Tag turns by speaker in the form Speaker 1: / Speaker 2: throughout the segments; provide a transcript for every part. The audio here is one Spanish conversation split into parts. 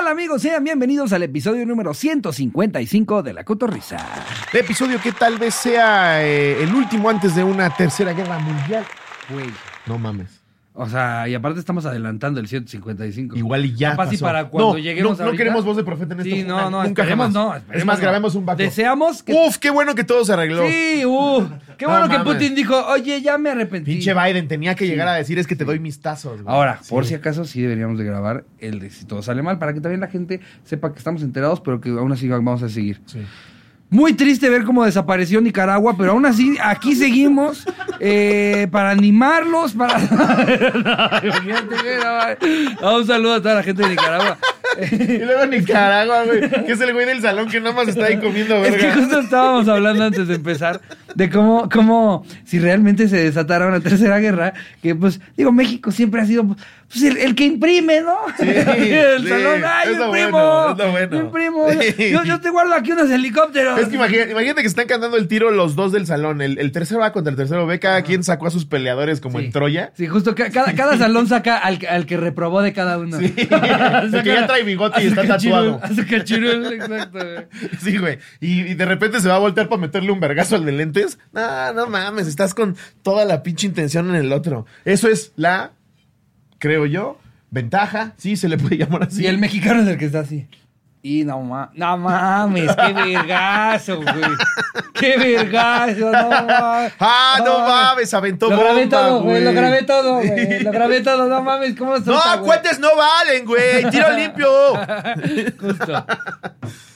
Speaker 1: Hola amigos, sean bienvenidos al episodio número 155 de La Cotorrisa.
Speaker 2: Episodio que tal vez sea eh, el último antes de una tercera guerra mundial.
Speaker 1: Güey.
Speaker 2: No mames.
Speaker 1: O sea, y aparte estamos adelantando el 155.
Speaker 2: Igual y ya.
Speaker 1: Capaz y
Speaker 2: pasó.
Speaker 1: para cuando
Speaker 2: no,
Speaker 1: lleguemos
Speaker 2: No, no
Speaker 1: ahorita.
Speaker 2: queremos voz de profeta en este
Speaker 1: Sí, no, no,
Speaker 2: nunca
Speaker 1: esperemos
Speaker 2: jamás.
Speaker 1: no, esperemos
Speaker 2: es más,
Speaker 1: no.
Speaker 2: grabemos un backup.
Speaker 1: Deseamos que...
Speaker 2: Uf, qué bueno que todo se arregló.
Speaker 1: Sí, uh, qué
Speaker 2: No
Speaker 1: bueno que
Speaker 2: mames.
Speaker 1: Putin dijo, oye, ya me arrepentí.
Speaker 2: Pinche Biden tenía que
Speaker 1: Sí.
Speaker 2: llegar a decir es que te doy mis tazos. güey.
Speaker 1: Ahora,
Speaker 2: Sí.
Speaker 1: por si acaso, sí deberíamos de grabar el de si todo sale mal, para que también la gente sepa que estamos enterados, pero que aún así vamos a seguir.
Speaker 2: Sí.
Speaker 1: Muy triste ver cómo desapareció Nicaragua, pero aún así aquí seguimos eh, para animarlos, para... Imagínate, güey, no, güey. un saludo a toda la gente de Nicaragua.
Speaker 2: Y luego Nicaragua, güey, que es el güey del salón que nada más está ahí comiendo
Speaker 1: Es
Speaker 2: verga.
Speaker 1: que justo estábamos hablando antes de empezar de cómo, cómo si realmente se desatara una tercera guerra, que pues, digo, México siempre ha sido pues, el, el que imprime, ¿no?
Speaker 2: Sí,
Speaker 1: el
Speaker 2: sí,
Speaker 1: salón, ¡ay, yo
Speaker 2: es lo
Speaker 1: imprimo!
Speaker 2: bueno, es lo bueno.
Speaker 1: yo imprimo!
Speaker 2: Sí.
Speaker 1: Yo, yo te guardo aquí unos helicópteros.
Speaker 2: Es que imagínate, imagínate que están cantando el tiro los dos del salón. El, el tercero A contra el tercero B. Cada quien sacó a sus peleadores como
Speaker 1: Sí.
Speaker 2: en Troya.
Speaker 1: Sí, justo ca- cada, cada salón saca al, al que reprobó de cada uno.
Speaker 2: Sí. El que ya trae bigote y está tatuado.
Speaker 1: Hace cachirul, exacto. güey.
Speaker 2: Sí, güey. Y, y de repente se va a voltear para meterle un vergazo al de lentes. No, no mames. Estás con toda la pinche intención en el otro. Eso es la, creo yo, ventaja. Sí, se le puede llamar así.
Speaker 1: Y el mexicano es el que está así. Y no, ma no mames, qué vergazo, güey. Qué vergazo, no mames.
Speaker 2: Ah, no mames, aventó
Speaker 1: Lo grabé
Speaker 2: bomba,
Speaker 1: todo, güey. Lo
Speaker 2: güey.
Speaker 1: grabé todo, güey. Lo grabé todo, no mames, ¿cómo se
Speaker 2: No, cuentes no valen, güey. Tiro limpio.
Speaker 1: Justo.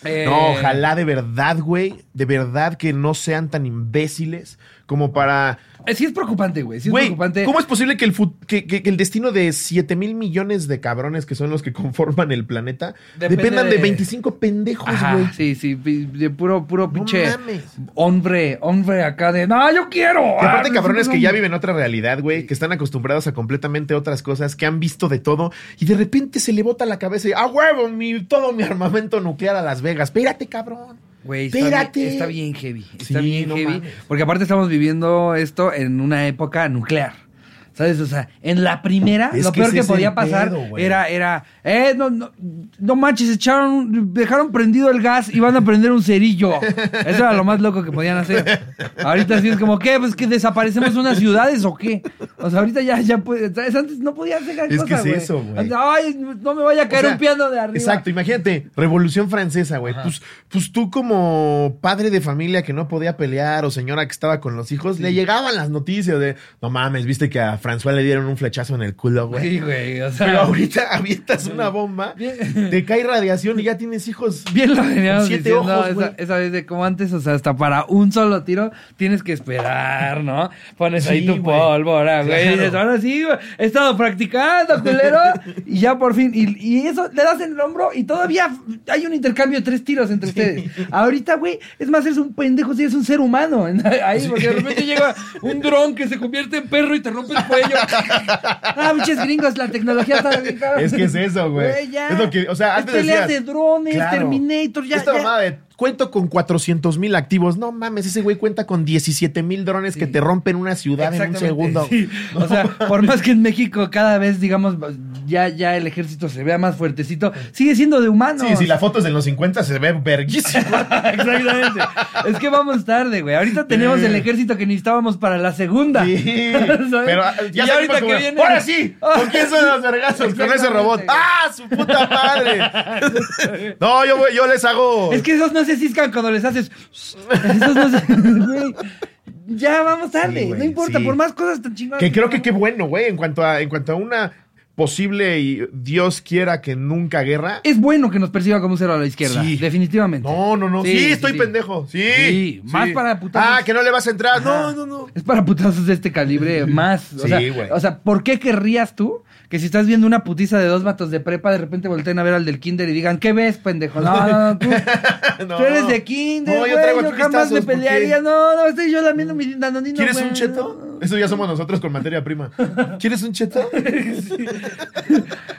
Speaker 1: Eh,
Speaker 2: No, ojalá de verdad, güey. De verdad que no sean tan imbéciles como para.
Speaker 1: Eh, Sí es preocupante, güey. Sí es
Speaker 2: Güey,
Speaker 1: preocupante.
Speaker 2: ¿cómo es posible que el, fut- que, que- que el destino de 7 mil millones de cabrones que son los que conforman el planeta
Speaker 1: Depende
Speaker 2: dependan de
Speaker 1: de-
Speaker 2: 25 pendejos,
Speaker 1: Ajá,
Speaker 2: güey?
Speaker 1: sí, sí, pi- de puro, puro pinche
Speaker 2: mames.
Speaker 1: hombre, hombre acá de, no, yo quiero.
Speaker 2: Y aparte,
Speaker 1: Ah,
Speaker 2: cabrones
Speaker 1: no,
Speaker 2: que ya
Speaker 1: no.
Speaker 2: viven otra realidad, güey, que están acostumbrados a completamente otras cosas, que han visto de todo, y de repente se le bota la cabeza y, ¡ah, huevo! Mi, todo mi armamento nuclear a Las Vegas. Espérate, cabrón.
Speaker 1: Güey, está,
Speaker 2: Espérate.
Speaker 1: bien- está bien heavy. Está
Speaker 2: Sí,
Speaker 1: bien
Speaker 2: no
Speaker 1: heavy.
Speaker 2: mames.
Speaker 1: Porque aparte estamos viviendo esto en una época nuclear. ¿Sabes? O sea, en la primera,
Speaker 2: Es
Speaker 1: lo
Speaker 2: que
Speaker 1: peor
Speaker 2: ese
Speaker 1: que
Speaker 2: es
Speaker 1: podía
Speaker 2: el
Speaker 1: pasar
Speaker 2: pedo, güey.
Speaker 1: era, era, eh, no, no, no manches, echaron, dejaron prendido el gas y van a prender un cerillo. Eso era lo más loco que podían hacer. Ahorita sí es como, ¿qué? Pues que desaparecemos unas ciudades o qué. O sea, ahorita ya, ya puede, ¿sabes? Antes no podía hacer gran
Speaker 2: Es que
Speaker 1: cosa,
Speaker 2: es eso, güey.
Speaker 1: Antes, Ay, no me vaya a caer
Speaker 2: O sea,
Speaker 1: un piano de arriba.
Speaker 2: Exacto, imagínate, Revolución Francesa, güey. Pues, pues tú como padre de familia que no podía pelear o señora que estaba con los hijos, le llegaban las noticias de, no mames, viste que a François le dieron un flechazo en el culo, güey.
Speaker 1: Sí, güey. O sea,
Speaker 2: Pero ahorita avientas una bomba,
Speaker 1: Bien.
Speaker 2: te cae radiación y ya tienes hijos.
Speaker 1: Bien lo veníamos
Speaker 2: Siete
Speaker 1: diciendo
Speaker 2: ojos,
Speaker 1: esa,
Speaker 2: güey.
Speaker 1: esa vez de como antes, o sea, hasta para un solo tiro tienes que esperar, ¿no? Pones ahí
Speaker 2: Sí,
Speaker 1: tu
Speaker 2: güey.
Speaker 1: pólvora, güey.
Speaker 2: Claro.
Speaker 1: y dices, ahora sí, güey, he estado practicando, culero. y ya por fin, y, y eso, le das en el hombro y todavía hay un intercambio de tres tiros entre ustedes. Ahorita, güey, es más, eres un pendejo si eres un ser humano. Ahí, porque de repente llega un dron que se convierte en perro y te rompe el cuello. ah, biches gringos, la tecnología está bien, cabrón.
Speaker 2: Es que es eso, güey.
Speaker 1: ya.
Speaker 2: Es lo que, o sea,
Speaker 1: Es
Speaker 2: antes
Speaker 1: peleas
Speaker 2: decías,
Speaker 1: de drones,
Speaker 2: claro,
Speaker 1: Terminator, Pues ya.
Speaker 2: Esta
Speaker 1: ya.
Speaker 2: mamada de, cuento con 400 mil activos. No mames, ese güey cuenta con 17 mil drones que te rompen una ciudad en un
Speaker 1: Exactamente,
Speaker 2: segundo.
Speaker 1: sí. O sea, por más que en México cada vez, digamos, ya, ya el ejército se vea más fuertecito, sigue siendo de humanos.
Speaker 2: Sí, si la foto es de los 50 se ve verguísima.
Speaker 1: Exactamente. Es que vamos tarde, güey. Ahorita tenemos el ejército que necesitábamos para la segunda.
Speaker 2: Sí.
Speaker 1: ¿Sabes?
Speaker 2: Pero ah, ya
Speaker 1: y
Speaker 2: sabemos
Speaker 1: ahorita
Speaker 2: cómo-
Speaker 1: que viene.
Speaker 2: Ahora sí, ¿con quién son los vergazos? Con ese
Speaker 1: Exactamente.
Speaker 2: robot. ¡Ah, su puta madre! No, yo, voy- yo les hago.
Speaker 1: Es que esos no se ciscan cuando les haces. Esos no se. Güey. Ya vamos tarde.
Speaker 2: Sí, güey,
Speaker 1: no importa,
Speaker 2: sí.
Speaker 1: por más cosas tan chingadas.
Speaker 2: Que creo que qué bueno, güey, en cuanto a en cuanto a una posible y Dios quiera que nunca guerra.
Speaker 1: Es bueno que nos perciba como un cero a la izquierda.
Speaker 2: Sí.
Speaker 1: Definitivamente.
Speaker 2: No, no, no. Sí, estoy
Speaker 1: sí.
Speaker 2: pendejo. Sí.
Speaker 1: Sí, más para putazos.
Speaker 2: Ah, que no le vas a entrar. No, no, no.
Speaker 1: Es para putazos de este calibre más. O,
Speaker 2: Sí,
Speaker 1: sea,
Speaker 2: güey.
Speaker 1: o sea, ¿por qué querrías tú que si estás viendo una putiza de dos matos de prepa, de repente volteen a ver al del kinder y digan, ¿qué ves, pendejo? No, no, no, tú,
Speaker 2: No.
Speaker 1: tú eres de kinder,
Speaker 2: No,
Speaker 1: güey,
Speaker 2: yo
Speaker 1: yo,
Speaker 2: traigo aquí
Speaker 1: jamás
Speaker 2: tazos,
Speaker 1: me
Speaker 2: ¿por qué?
Speaker 1: pelearía. No, no, estoy yo lamiendo mi danonino,
Speaker 2: ¿Quieres
Speaker 1: güey.
Speaker 2: un cheto? Eso ya somos nosotros con materia prima. ¿Quieres un cheto?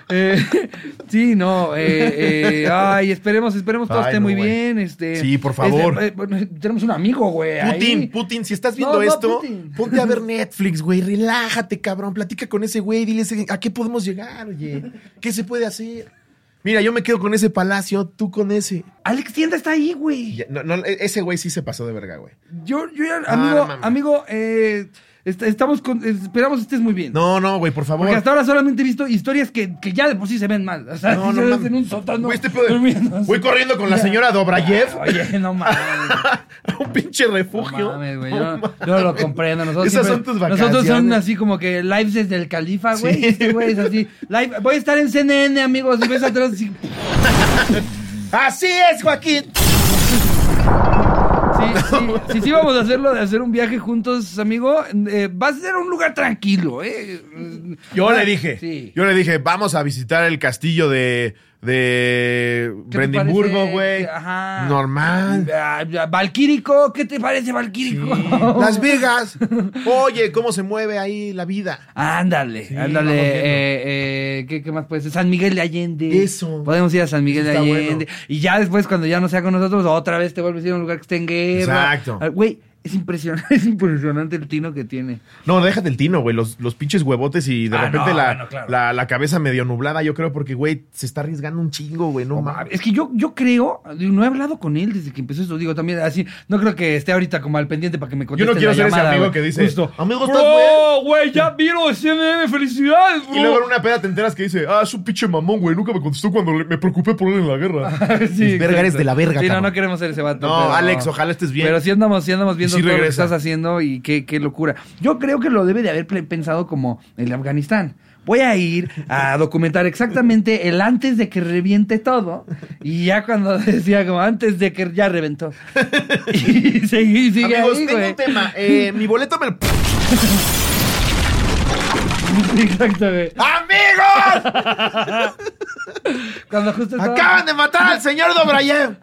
Speaker 1: Eh, sí, no, eh, eh, ay, esperemos, esperemos todo
Speaker 2: Ay,
Speaker 1: esté
Speaker 2: no,
Speaker 1: muy
Speaker 2: güey.
Speaker 1: bien, este.
Speaker 2: Sí, por favor.
Speaker 1: este, eh, bueno, tenemos un amigo, güey,
Speaker 2: Putin,
Speaker 1: ahí.
Speaker 2: Putin, si estás viendo
Speaker 1: No, no,
Speaker 2: esto,
Speaker 1: Putin.
Speaker 2: ponte a ver Netflix, güey. Relájate, cabrón. Platica con ese güey. Dile, a qué podemos llegar, oye. ¿Qué se puede hacer? Mira, yo me quedo con ese palacio, tú con ese.
Speaker 1: Alex Tienda está ahí, güey.
Speaker 2: Ya, no, no, e- ese güey sí se pasó de verga, güey.
Speaker 1: Yo, yo ya,
Speaker 2: Ah,
Speaker 1: amigo,
Speaker 2: no mames.
Speaker 1: amigo, eh, est- estamos con- esperamos estés muy bien.
Speaker 2: No, no, güey, por favor.
Speaker 1: Porque hasta ahora solamente he visto historias que, que ya de por sí se ven mal. O sea,
Speaker 2: No,
Speaker 1: si
Speaker 2: no
Speaker 1: se ven
Speaker 2: mames.
Speaker 1: en un sótano.
Speaker 2: Güey, este pedo de-
Speaker 1: durmiendo así.
Speaker 2: Voy corriendo con la señora Dobrayev
Speaker 1: Oye, no mames.
Speaker 2: a un pinche
Speaker 1: No
Speaker 2: refugio.
Speaker 1: mames, güey.
Speaker 2: No
Speaker 1: Yo,
Speaker 2: mames.
Speaker 1: yo lo comprendo. Nosotros
Speaker 2: Esas
Speaker 1: siempre-
Speaker 2: son tus vacaciones.
Speaker 1: Nosotros son así como que lives desde el califa, güey.
Speaker 2: Sí.
Speaker 1: Y este güey es así. Live, voy a estar en CNN, amigos. Y ves atrás así. Sí,
Speaker 2: Así es, Joaquín.
Speaker 1: sí, sí, sí, vamos a hacerlo, de hacer un viaje juntos, amigo. Eh, va a ser un lugar tranquilo, ¿eh?
Speaker 2: Yo le dije,
Speaker 1: Sí.
Speaker 2: yo le dije, vamos a visitar el castillo de, de
Speaker 1: ¿Qué te
Speaker 2: Brendimburgo,
Speaker 1: parece? Ah.
Speaker 2: güey.
Speaker 1: Ajá.
Speaker 2: Normal.
Speaker 1: Ah, ah, Valquírico, ¿qué te parece Valquírico?
Speaker 2: Las Vegas. Oye, cómo se mueve ahí la vida.
Speaker 1: Ándale, ándale.
Speaker 2: vamos viendo.
Speaker 1: eh, eh, ¿qué, qué más puede ser? San Miguel de Allende.
Speaker 2: Eso.
Speaker 1: Podemos ir a San Miguel
Speaker 2: Eso
Speaker 1: de
Speaker 2: está
Speaker 1: Allende. Y ya después, cuando ya no sea con nosotros, otra vez te vuelves a ir a un lugar que esté en guerra.
Speaker 2: Exacto.
Speaker 1: Ah, Güey, es impresionante, es impresionante el tino que tiene.
Speaker 2: No, déjate el tino, güey. Los, los pinches huevotes y de
Speaker 1: Ah,
Speaker 2: repente
Speaker 1: no,
Speaker 2: la,
Speaker 1: bueno, claro.
Speaker 2: la, la cabeza medio nublada, yo creo, porque, güey, se está arriesgando un chingo, güey. No
Speaker 1: Ah,
Speaker 2: mames.
Speaker 1: Es que yo, yo creo, no he hablado con él desde que empezó esto. Digo, también así, no creo que esté ahorita como al pendiente para que me
Speaker 2: Yo
Speaker 1: conteste
Speaker 2: no quiero
Speaker 1: la
Speaker 2: ser ese
Speaker 1: llamada,
Speaker 2: amigo
Speaker 1: güey.
Speaker 2: que dice,
Speaker 1: Justo.
Speaker 2: "Amigo, ¿estás
Speaker 1: Bro, güey, ya vino CNN, felicidades, ¡oh! bro.
Speaker 2: Y luego en una peda te enteras que dice, ah, es un pinche mamón, güey. Nunca me contestó cuando le- me preocupé por él en la guerra.
Speaker 1: sí,
Speaker 2: verga, eres
Speaker 1: exacto.
Speaker 2: de la verga,
Speaker 1: Sí, no,
Speaker 2: cabrón.
Speaker 1: no queremos ser ese vato.
Speaker 2: No,
Speaker 1: pero-
Speaker 2: Alex, ojalá estés bien.
Speaker 1: Pero sí andamos, sí andamos viendo
Speaker 2: Y sí
Speaker 1: todo lo que
Speaker 2: regresa.
Speaker 1: estás haciendo y qué, qué locura. Yo creo que lo debe de haber ple- pensado como el Afganistán. Voy a ir a documentar exactamente el antes de que reviente todo. Y ya cuando decía como antes de que ya reventó. Y seguí, sigue
Speaker 2: Amigos,
Speaker 1: ahí,
Speaker 2: tengo
Speaker 1: güey.
Speaker 2: un tema. Eh, mi boleto me lo...
Speaker 1: Exacto, güey.
Speaker 2: ¡Amigos!
Speaker 1: Cuando justo estaba-
Speaker 2: ¡Acaban de matar al señor Dobrayev!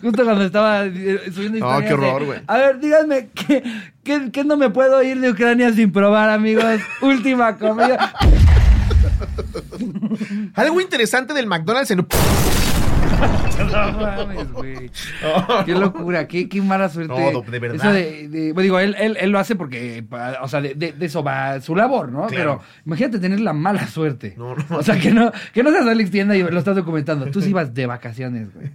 Speaker 1: Justo cuando estaba eh, subiendo
Speaker 2: No,
Speaker 1: historias.
Speaker 2: qué horror,
Speaker 1: de,
Speaker 2: güey.
Speaker 1: A ver, díganme, ¿qué, qué, qué no me puedo ir de Ucrania sin probar, amigos? Última comida.
Speaker 2: Algo interesante del McDonald's en...
Speaker 1: No mames, güey. Qué locura, qué, qué mala suerte.
Speaker 2: No, de verdad.
Speaker 1: Eso de, de- bueno, digo, él, él, él lo hace porque, pa- o sea, de, de- de eso va su labor, ¿no?
Speaker 2: Claro.
Speaker 1: Pero imagínate tener la mala suerte.
Speaker 2: No, no.
Speaker 1: O sea, que no, que no seas Alex Tienda y lo estás documentando. Tú sí ibas de vacaciones, güey.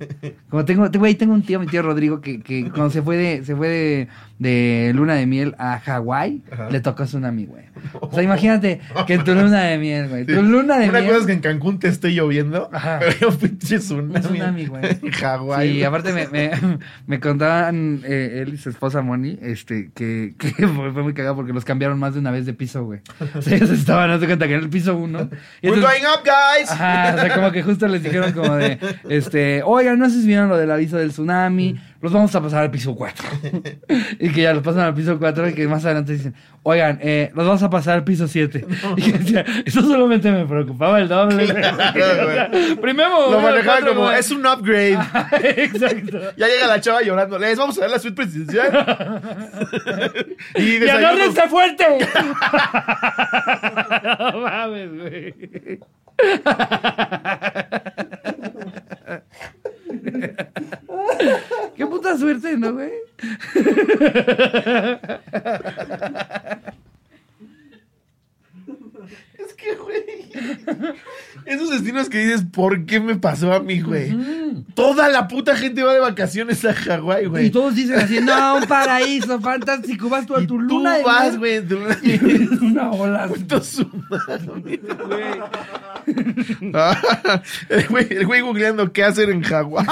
Speaker 1: Como tengo, te- güey, tengo un tío, mi tío Rodrigo, que, que cuando se fue de, se fue de, de luna de miel a Hawái,
Speaker 2: Ajá.
Speaker 1: le tocó tsunami, güey. O sea, imagínate que en tu luna de miel, güey. Tu luna de
Speaker 2: Una
Speaker 1: miel.
Speaker 2: cosa es que en Cancún te esté lloviendo,
Speaker 1: Ajá.
Speaker 2: pero yo pinche tsunami.
Speaker 1: Un tsunami, güey.
Speaker 2: En Hawái.
Speaker 1: Sí, aparte me, me, me contaban eh, él y su esposa Moni, este, que, que fue, fue muy cagado porque los cambiaron más de una vez de piso, güey. O sea, ellos estaban, haz de cuenta que en el piso uno. y
Speaker 2: We're
Speaker 1: entonces-
Speaker 2: going up, guys.
Speaker 1: Ajá, o sea, como que justo les dijeron como de, este, oigan, no sé si vieron lo del aviso del tsunami, los vamos a pasar al piso 4. y que ya los pasan al piso 4 y que más adelante dicen, oigan, eh, los vamos a pasar al piso 7. Y que decía, eso solamente me preocupaba el doble.
Speaker 2: Claro,
Speaker 1: primero,
Speaker 2: Lo
Speaker 1: uno,
Speaker 2: manejaban
Speaker 1: cuatro,
Speaker 2: como,
Speaker 1: güey.
Speaker 2: es un upgrade.
Speaker 1: Exacto.
Speaker 2: Ya llega la chava llorando. Les vamos a dar la suite presidencial. y
Speaker 1: ¡Y
Speaker 2: desayuno.
Speaker 1: agárrense fuerte! no mames, güey. Qué puta suerte, ¿no, güey?
Speaker 2: Es que, güey. Esos destinos que dices, ¿por qué me pasó a mí, güey? Toda la puta gente va de vacaciones a Hawái, güey.
Speaker 1: Y todos dicen así, no, un paraíso fantástico, vas tú a
Speaker 2: Y
Speaker 1: tu
Speaker 2: tú
Speaker 1: luna de
Speaker 2: vas,
Speaker 1: miel".
Speaker 2: güey. tu luna-
Speaker 1: Es una ola.
Speaker 2: Puto tsunami.
Speaker 1: güey.
Speaker 2: Ah, el güey- El güey googleando qué hacer en Hawái.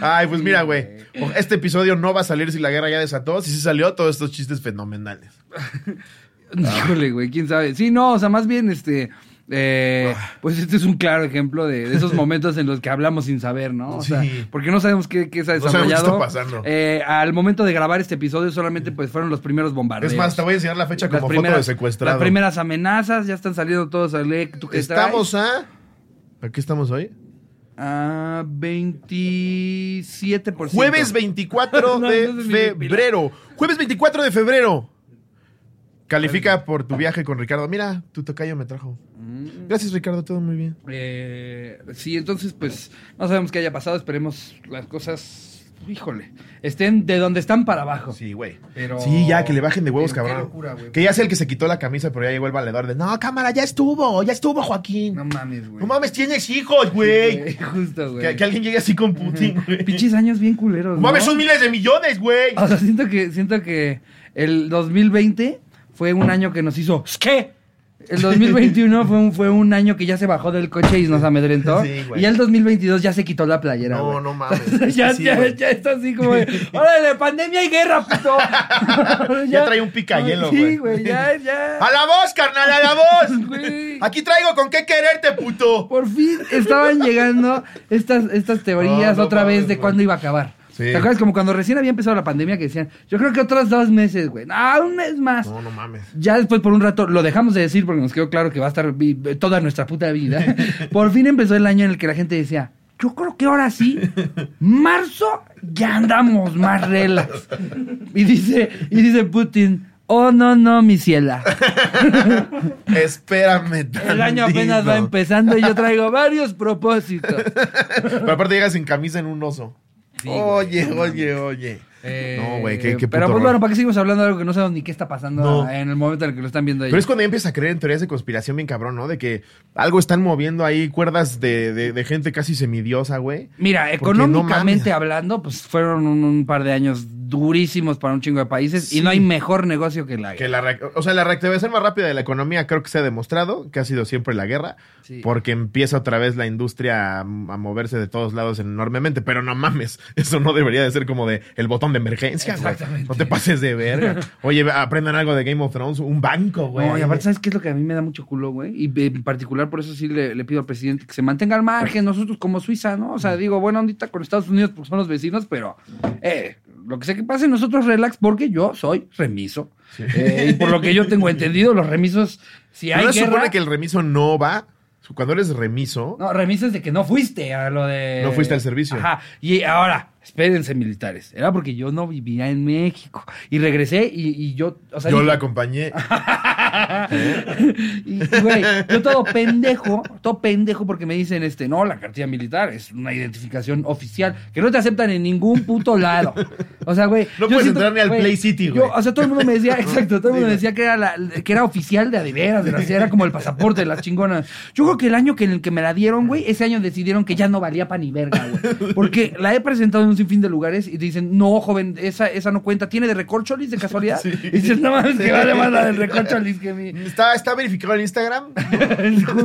Speaker 2: Ay, pues mira, güey. o- Este episodio no va a salir si la guerra ya desató. Si sí salió, todos estos chistes fenomenales.
Speaker 1: Híjole, güey, quién sabe. Sí, no, o sea, más bien, este. eh,
Speaker 2: Ah.
Speaker 1: pues este es un claro ejemplo de, de esos momentos en los que hablamos sin saber, ¿no? O sea,
Speaker 2: Sí.
Speaker 1: porque no sabemos qué, qué se ha
Speaker 2: No sabemos qué está
Speaker 1: desarrollado.
Speaker 2: pasando.
Speaker 1: Eh, al momento de grabar este episodio solamente pues fueron los primeros bombardeos.
Speaker 2: Es más, te voy a enseñar la fecha como foto de secuestrado.
Speaker 1: Las primeras amenazas, ya están saliendo todos al E, tú que
Speaker 2: Estamos a. ¿A qué estamos hoy?
Speaker 1: traes, a 27%.
Speaker 2: Jueves 24
Speaker 1: No,
Speaker 2: de
Speaker 1: no es mi
Speaker 2: febrero. Jueves 24 de febrero. Califica por tu viaje con Ricardo. Mira, tu tocayo me trajo. Gracias, Ricardo, todo muy bien.
Speaker 1: Eh, sí, entonces pues no sabemos qué haya pasado, esperemos las cosas híjole, estén de donde están para abajo.
Speaker 2: Sí, güey.
Speaker 3: Pero-
Speaker 2: Sí, ya, que le bajen de huevos,
Speaker 3: pero qué
Speaker 2: cabrón.
Speaker 3: locura, güey.
Speaker 2: que ya sea el que se quitó la camisa, pero ya llegó el valedor de, no, cámara, ya estuvo, ya estuvo, Joaquín.
Speaker 3: No
Speaker 2: No,
Speaker 3: mames, güey.
Speaker 2: mames, tienes hijos, güey.
Speaker 1: Güey, Justo, güey.
Speaker 2: que, que alguien llegue así con Putin, güey.
Speaker 1: Pinches Ah, años bien culeros.
Speaker 2: No mames,
Speaker 1: ¿no?
Speaker 2: son miles de millones, güey.
Speaker 1: O sea, siento que, siento que el 2020 fue un año que nos hizo ¿Qué? El 2021 fue un, fue un año que ya se bajó del coche y nos amedrentó.
Speaker 2: Sí, güey.
Speaker 1: y ya el 2022 ya se quitó la playera.
Speaker 2: No,
Speaker 1: güey.
Speaker 2: no mames.
Speaker 1: O sea, ya,
Speaker 2: Sí,
Speaker 1: ya,
Speaker 2: güey.
Speaker 1: ya está así como de, órale, pandemia y guerra, puto.
Speaker 2: Ya trae un picayelo,
Speaker 1: Sí,
Speaker 2: güey. Ah.
Speaker 1: güey, ya, ya.
Speaker 2: ¡A la voz, carnal, a la voz!
Speaker 1: Güey.
Speaker 2: Aquí traigo con qué quererte, puto.
Speaker 1: Por fin estaban llegando estas, estas teorías
Speaker 2: Ah, No, no
Speaker 1: otra
Speaker 2: mames,
Speaker 1: vez de
Speaker 2: güey.
Speaker 1: cuándo iba a acabar.
Speaker 2: Sí.
Speaker 1: ¿Te acuerdas? Como cuando recién había empezado la pandemia que decían, yo creo que otros dos meses, güey. Ah, un mes más.
Speaker 2: No, no mames.
Speaker 1: Ya después, por un rato, lo dejamos de decir porque nos quedó claro que va a estar vi- toda nuestra puta vida. Por fin empezó el año en el que la gente decía, yo creo que ahora sí, marzo ya andamos más relax. Y dice, y dice Putin, oh no, no, mi ciela.
Speaker 2: Espérame.
Speaker 1: El año
Speaker 2: tantito.
Speaker 1: apenas va empezando y yo traigo varios propósitos.
Speaker 2: Pero aparte llegas sin camisa en un oso.
Speaker 1: Sí, güey,
Speaker 2: oye,
Speaker 1: no
Speaker 2: oye, oye. no, güey, qué,
Speaker 1: Eh,
Speaker 2: qué
Speaker 1: Pero
Speaker 2: puto
Speaker 1: pues
Speaker 2: horror.
Speaker 1: bueno, ¿para qué seguimos hablando de algo que no sabemos ni qué está pasando
Speaker 2: No.
Speaker 1: en el momento en el que lo están viendo ahí?
Speaker 2: Pero es cuando ya empiezas a creer en teorías de conspiración bien cabrón, ¿no? De que algo están moviendo ahí, cuerdas de, de- de gente casi semidiosa, güey.
Speaker 1: Mira,
Speaker 2: Porque no
Speaker 1: económicamente
Speaker 2: mames.
Speaker 1: hablando, pues fueron un, un par de años durísimos para un chingo de países y no hay mejor negocio que la
Speaker 2: Que
Speaker 1: guerra.
Speaker 2: la, re- o sea, la reactivación más rápida de la economía creo que se ha demostrado que ha sido siempre la guerra,
Speaker 1: Sí.
Speaker 2: porque empieza otra vez la industria a, a moverse de todos lados enormemente, pero no mames, eso no debería de ser como de el botón de emergencia, güey.
Speaker 1: Exactamente.
Speaker 2: No te pases de verga. Oye, aprendan algo de Game of Thrones, un banco, güey.
Speaker 1: No, y aparte, ¿sabes qué es lo que a mí me da mucho culo, güey? Y de- en particular, por eso sí le, le pido al presidente que se mantenga al margen, nosotros como Suiza, ¿no? O
Speaker 2: Mm.
Speaker 1: sea, digo, bueno, ondita con Estados Unidos porque son los vecinos, pero eh, lo que sea que pase, nosotros relax, porque yo soy remiso. Eh, y por lo que yo tengo entendido, los remisos, si hay
Speaker 2: ¿No se
Speaker 1: guerra-
Speaker 2: supone que el remiso no va? Cuando eres remiso,
Speaker 1: No, remises de que no fuiste a lo de.
Speaker 2: No fuiste al servicio.
Speaker 1: Ajá. Y ahora, espérense, militares. Era porque yo no vivía en México. Y regresé y, y yo. O sea,
Speaker 2: yo
Speaker 1: dije-
Speaker 2: lo acompañé.
Speaker 1: y, y, güey, yo todo pendejo, todo pendejo porque me dicen este, no, la cartilla militar es una identificación oficial que no te aceptan en ningún puto lado. O sea, güey.
Speaker 2: No
Speaker 1: yo
Speaker 2: puedes entrar ni al Play City, güey.
Speaker 1: yo, O sea, todo el mundo me decía, exacto, todo el mundo me decía que era, la, que era oficial de adeveras, de veras, era como el pasaporte de las chingonas. Yo creo que el año que en el que me la dieron, güey, ese año decidieron que ya no valía pa' ni verga, güey. Porque la he presentado en un sinfín de lugares y te dicen, no, joven, esa, esa no cuenta, tiene de recorcholis de casualidad.
Speaker 2: Sí.
Speaker 1: Y dices, no mames, que vale más la del recorcholis que mi.
Speaker 2: ¿Está, está verificado en Instagram?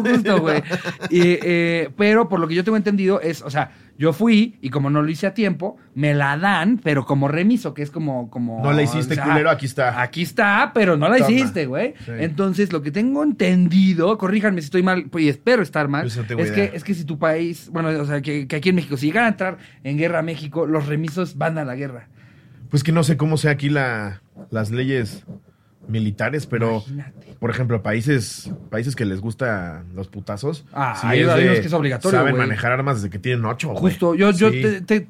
Speaker 1: Justo, güey. Y, eh, pero por lo que yo tengo entendido es, o sea, yo fui y como no lo hice a tiempo, me la dan, pero como remiso, que es como... como
Speaker 2: No la hiciste,
Speaker 1: o sea,
Speaker 2: culero, aquí está.
Speaker 1: Aquí está, pero no la
Speaker 2: Toma.
Speaker 1: hiciste, güey.
Speaker 2: Sí.
Speaker 1: Entonces, lo que tengo entendido, corríjanme si estoy mal, pues, y espero estar mal,
Speaker 2: Pues no tengo
Speaker 1: es,
Speaker 2: idea.
Speaker 1: que, es que si tu país, bueno, o sea, que, que aquí en México, si llegara a entrar en guerra a México, los remisos van a la guerra.
Speaker 2: Pues que no sé cómo sea aquí la, las leyes militares, pero
Speaker 1: Imagínate.
Speaker 2: por ejemplo, países países que les gusta los putazos,
Speaker 1: Ah,
Speaker 2: sí
Speaker 1: hay
Speaker 2: es
Speaker 1: unos
Speaker 2: de-
Speaker 1: que es obligatorio,
Speaker 2: Saben
Speaker 1: güey.
Speaker 2: manejar armas desde que tienen ocho, güey.
Speaker 1: Justo, yo, yo
Speaker 2: Sí.
Speaker 1: te- te-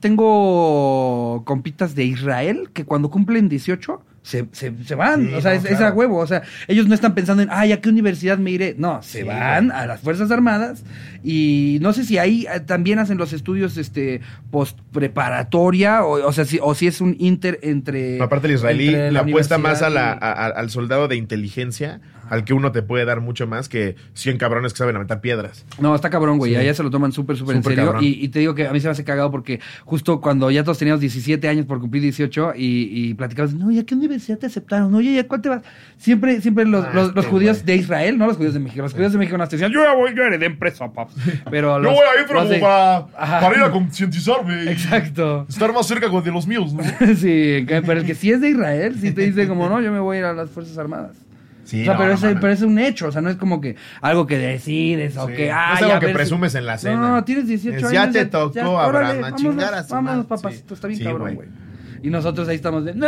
Speaker 1: tengo compitas de Israel que cuando cumplen 18 se, se, se van,
Speaker 2: Sí,
Speaker 1: o sea,
Speaker 2: no,
Speaker 1: es,
Speaker 2: claro.
Speaker 1: es a huevo, o sea, ellos no están pensando en, ay, ¿a qué universidad me iré? No, se
Speaker 2: Sí,
Speaker 1: van
Speaker 2: güey.
Speaker 1: a las Fuerzas Armadas y no sé si ahí eh, también hacen los estudios este post preparatoria o, o sea, si, o si es un inter entre...
Speaker 2: Pero aparte el israelí
Speaker 1: entre
Speaker 2: le apuesta más a la,
Speaker 1: universidad y-
Speaker 2: a- a- al soldado de inteligencia, al que uno te puede dar mucho más que 100 cabrones que saben aventar piedras.
Speaker 1: No, está cabrón, güey.
Speaker 2: Sí.
Speaker 1: Allá se lo toman súper, súper en
Speaker 2: Súper
Speaker 1: serio.
Speaker 2: cabrón.
Speaker 1: Y, y te digo que a mí se me hace cagado porque justo cuando ya todos teníamos 17 años por cumplir 18 y, y platicamos, no, ¿y a qué universidad te aceptaron? Oye, ¿y a cuál te vas? Siempre, siempre los,
Speaker 2: Ah,
Speaker 1: los-
Speaker 2: este
Speaker 1: los judíos
Speaker 2: güey.
Speaker 1: de Israel, no los judíos de México, los judíos de México no te decían, yo ya voy, yo heredé empresa, paps. Pero
Speaker 2: Yo
Speaker 1: los,
Speaker 2: voy a ir
Speaker 1: los de-
Speaker 2: para,
Speaker 1: Ajá.
Speaker 2: para ir a concientizarme. y
Speaker 1: Exacto.
Speaker 2: Estar más cerca de los míos, ¿no?
Speaker 1: sí, pero el que sí es de Israel, sí te dice como, no, yo me voy a ir a las Fuerzas Armadas.
Speaker 2: Sí,
Speaker 1: o sea,
Speaker 2: no,
Speaker 1: pero,
Speaker 2: no
Speaker 1: ese-
Speaker 2: mames.
Speaker 1: pero es un hecho, o sea, no es como que algo que decides o
Speaker 2: Sí,
Speaker 1: que...
Speaker 2: no
Speaker 1: "Ay,
Speaker 2: es algo
Speaker 1: a
Speaker 2: que
Speaker 1: ver si-".
Speaker 2: presumes en la cena.
Speaker 1: No, no, tienes 18
Speaker 2: Es,
Speaker 1: años.
Speaker 2: ya te tocó, Abraham,
Speaker 1: órale,
Speaker 2: a
Speaker 1: vámonos,
Speaker 2: chingar a su
Speaker 1: Vámonos,
Speaker 2: madre.
Speaker 1: papacito,
Speaker 2: Sí.
Speaker 1: está bien
Speaker 2: Sí,
Speaker 1: cabrón,
Speaker 2: güey.
Speaker 1: güey. Y nosotros ahí estamos de, no,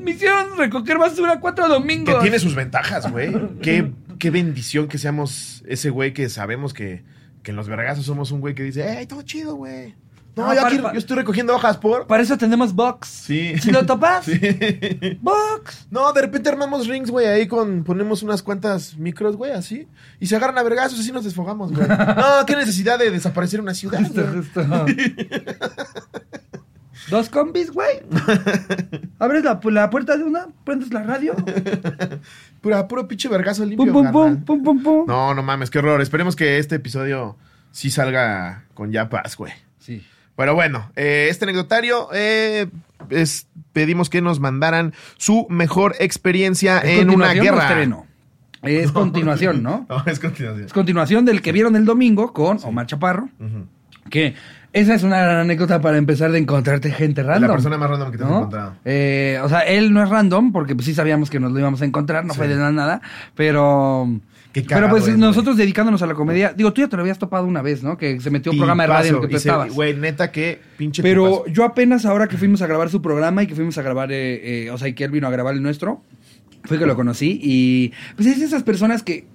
Speaker 1: me hicieron recoger basura cuatro domingos.
Speaker 2: Que tiene sus ventajas, güey. qué, qué bendición que seamos ese güey que sabemos que, que en los vergazos somos un güey que dice, ¡Ey, todo chido, güey! No,
Speaker 1: No,
Speaker 2: yo,
Speaker 1: para-
Speaker 2: aquí-
Speaker 1: para-
Speaker 2: yo estoy recogiendo hojas por...
Speaker 1: Para eso tenemos box.
Speaker 2: Sí.
Speaker 1: Si lo topas,
Speaker 2: Sí.
Speaker 1: box.
Speaker 2: No, de repente armamos rings, güey, ahí con... Ponemos unas cuantas micros, güey, así. Y se agarran a vergazos, así nos desfogamos, güey. No, qué necesidad de desaparecer una ciudad,
Speaker 1: Justo,
Speaker 2: güey.
Speaker 1: justo. ¿Dos combis, güey? Abres la, la puerta de una, prendes la radio.
Speaker 2: Pura, puro pinche vergazo limpio,
Speaker 1: Pum, pum, pum,
Speaker 2: carnal.
Speaker 1: pum, pum, pum.
Speaker 2: No, no mames, qué horror. Esperemos que este episodio sí salga con ya paz, güey.
Speaker 1: Sí.
Speaker 2: Pero bueno, eh, este anecdotario eh, es- pedimos que nos mandaran su mejor experiencia
Speaker 1: ¿Es
Speaker 2: en una
Speaker 1: continuación o
Speaker 2: guerra.
Speaker 1: Es, terreno? Es continuación, ¿no?
Speaker 2: No, es continuación.
Speaker 1: Es continuación del que vieron el domingo con Omar Chaparro.
Speaker 2: Ujú.
Speaker 1: Que esa es una gran anécdota para empezar de encontrarte gente random.
Speaker 2: persona más random que te has
Speaker 1: ¿no?
Speaker 2: encontrado.
Speaker 1: Eh, o sea, él no es random porque pues, sí sabíamos que nos lo íbamos a encontrar, no fue
Speaker 2: Sí.
Speaker 1: de la nada, pero...
Speaker 2: Qué
Speaker 1: Pero
Speaker 2: cagado
Speaker 1: pues
Speaker 2: es,
Speaker 1: nosotros dedicándonos a la comedia, digo, tú ya te lo habías topado una vez, ¿no? Que se metió un programa de radio en el que tú
Speaker 2: Tipazo, y se-
Speaker 1: estabas.
Speaker 2: Güey, neta, que pinche
Speaker 1: Pero
Speaker 2: tipazo.
Speaker 1: yo apenas ahora que fuimos a grabar su programa y que fuimos a grabar, eh, eh, o sea, y que él vino a grabar el nuestro, fue que lo conocí y pues es de esas personas que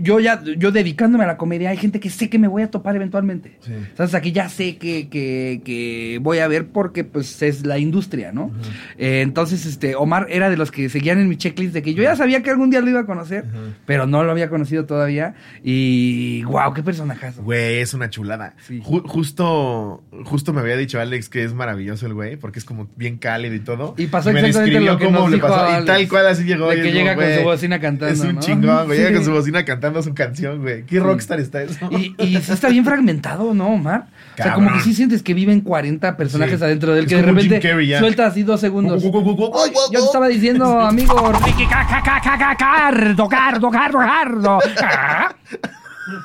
Speaker 1: yo ya, yo dedicándome a la comedia, hay gente que sé que me voy a topar eventualmente.
Speaker 2: Sí.
Speaker 1: ¿Sabes? Aquí ya sé que, que- que voy a ver porque pues es la industria, ¿no? Eh, entonces, este, Omar era de los que seguían en mi checklist de que yo ya sabía que algún día lo iba a conocer,
Speaker 2: Ujú.
Speaker 1: pero no lo había conocido todavía y wow, qué personajazo.
Speaker 2: Güey, es una chulada.
Speaker 1: Sí.
Speaker 2: Ju- justo, justo me había dicho Alex que es maravilloso el güey, porque es como bien cálido y todo.
Speaker 1: Y pasó
Speaker 2: me
Speaker 1: exactamente
Speaker 2: describió
Speaker 1: lo que
Speaker 2: cómo
Speaker 1: nos
Speaker 2: le
Speaker 1: dijo
Speaker 2: pasó.
Speaker 1: Alex.
Speaker 2: Y tal cual así llegó.
Speaker 1: De
Speaker 2: y
Speaker 1: que
Speaker 2: es
Speaker 1: llega con
Speaker 2: güey,
Speaker 1: su bocina cantando,
Speaker 2: Es un
Speaker 1: ¿no?
Speaker 2: chingón, güey.
Speaker 1: Sí.
Speaker 2: Llega con su bocina cantando su canción, güey. Qué rockstar está eso.
Speaker 1: Y, y sí está bien fragmentado, ¿no, Omar? O sea,
Speaker 2: Cabrón.
Speaker 1: como que sí sientes que viven 40 personajes
Speaker 2: Sí.
Speaker 1: adentro del
Speaker 2: Es
Speaker 1: que de
Speaker 2: como Jim
Speaker 1: repente
Speaker 2: Carrey, ya.
Speaker 1: suelta así dos segundos.
Speaker 2: Gu- gu- gu- gu- gu-
Speaker 1: Ay, Yo te estaba diciendo, amigo, Ricky, ca- ca- ca- ca- ca- Cardo, Cardo, Cardo, Cardo. Ah.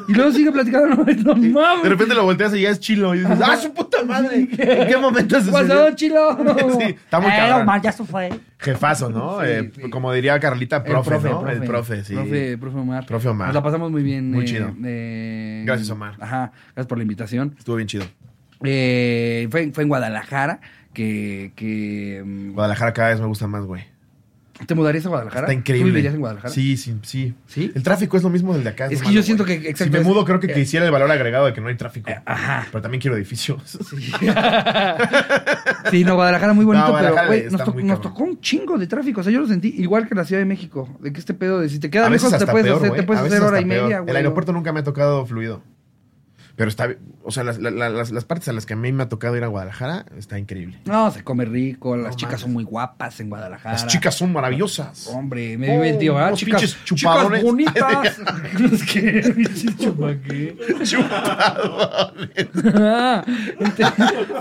Speaker 1: Y luego sigue platicando, no, no
Speaker 2: De
Speaker 1: mames.
Speaker 2: repente lo volteas y ya es chilo. Y dices, ¡ah, su puta madre! ¿En qué momento
Speaker 1: ¿Qué
Speaker 2: sucedió?
Speaker 1: pasó, chilo?
Speaker 2: Sí, está muy
Speaker 1: Eh,
Speaker 2: cabrón.
Speaker 1: Omar, ya se fue.
Speaker 2: Jefazo, ¿no?
Speaker 1: Sí,
Speaker 2: Eh,
Speaker 1: sí.
Speaker 2: Como diría Carlita, profe, ¿no? El profe, sí.
Speaker 1: Profe, profe Omar.
Speaker 2: Profe Omar.
Speaker 1: Nos la pasamos muy bien.
Speaker 2: Muy
Speaker 1: eh,
Speaker 2: chido.
Speaker 1: eh,
Speaker 2: Gracias, Omar.
Speaker 1: Ajá, gracias por la invitación.
Speaker 2: Estuvo bien chido.
Speaker 1: Eh, fue, fue en Guadalajara que, que mm,
Speaker 2: Guadalajara cada vez me gusta más, güey.
Speaker 1: te mudarías a Guadalajara.
Speaker 2: Está
Speaker 1: ¿Tú
Speaker 2: increíble.
Speaker 1: vivirías en Guadalajara?
Speaker 2: Sí, sí, sí.
Speaker 1: ¿Sí?
Speaker 2: El tráfico es lo mismo del de acá.
Speaker 1: Es que
Speaker 2: malo,
Speaker 1: yo siento
Speaker 2: güey.
Speaker 1: que- exacto,
Speaker 2: Si me
Speaker 1: es-
Speaker 2: mudo, creo que
Speaker 1: eh,
Speaker 2: quisiera el valor agregado de que no hay tráfico.
Speaker 1: Eh, ajá.
Speaker 2: Pero también quiero edificios.
Speaker 1: Sí. Sí, no, Guadalajara muy bonito,
Speaker 2: No,
Speaker 1: pero
Speaker 2: Guadalajara
Speaker 1: güey,
Speaker 2: está
Speaker 1: nos, to-
Speaker 2: muy
Speaker 1: nos
Speaker 2: cabrón.
Speaker 1: tocó un chingo de tráfico. O sea, yo lo sentí igual que la Ciudad de México. De que este pedo de si te queda
Speaker 2: A veces
Speaker 1: lejos te
Speaker 2: hasta
Speaker 1: puedes
Speaker 2: peor,
Speaker 1: hacer,
Speaker 2: güey.
Speaker 1: te puedes
Speaker 2: A veces
Speaker 1: hacer hora
Speaker 2: hasta
Speaker 1: y
Speaker 2: peor.
Speaker 1: media, güey.
Speaker 2: El aeropuerto nunca me ha tocado fluido. Pero está... bien. O sea, las, la- la- las- las partes a las que a mí me ha tocado ir a Guadalajara está increíble.
Speaker 1: No, se come rico, las
Speaker 2: No
Speaker 1: chicas
Speaker 2: mames.
Speaker 1: son muy guapas en Guadalajara.
Speaker 2: Las chicas son maravillosas.
Speaker 1: Hombre, me
Speaker 2: Oh,
Speaker 1: vive el tío, ¿verdad?
Speaker 2: unos
Speaker 1: Chicas,
Speaker 2: pinches
Speaker 1: chicas
Speaker 2: chupadones.
Speaker 1: bonitas. Los que, pinches chupaqué.
Speaker 2: Chupadones.
Speaker 1: Ah, ente-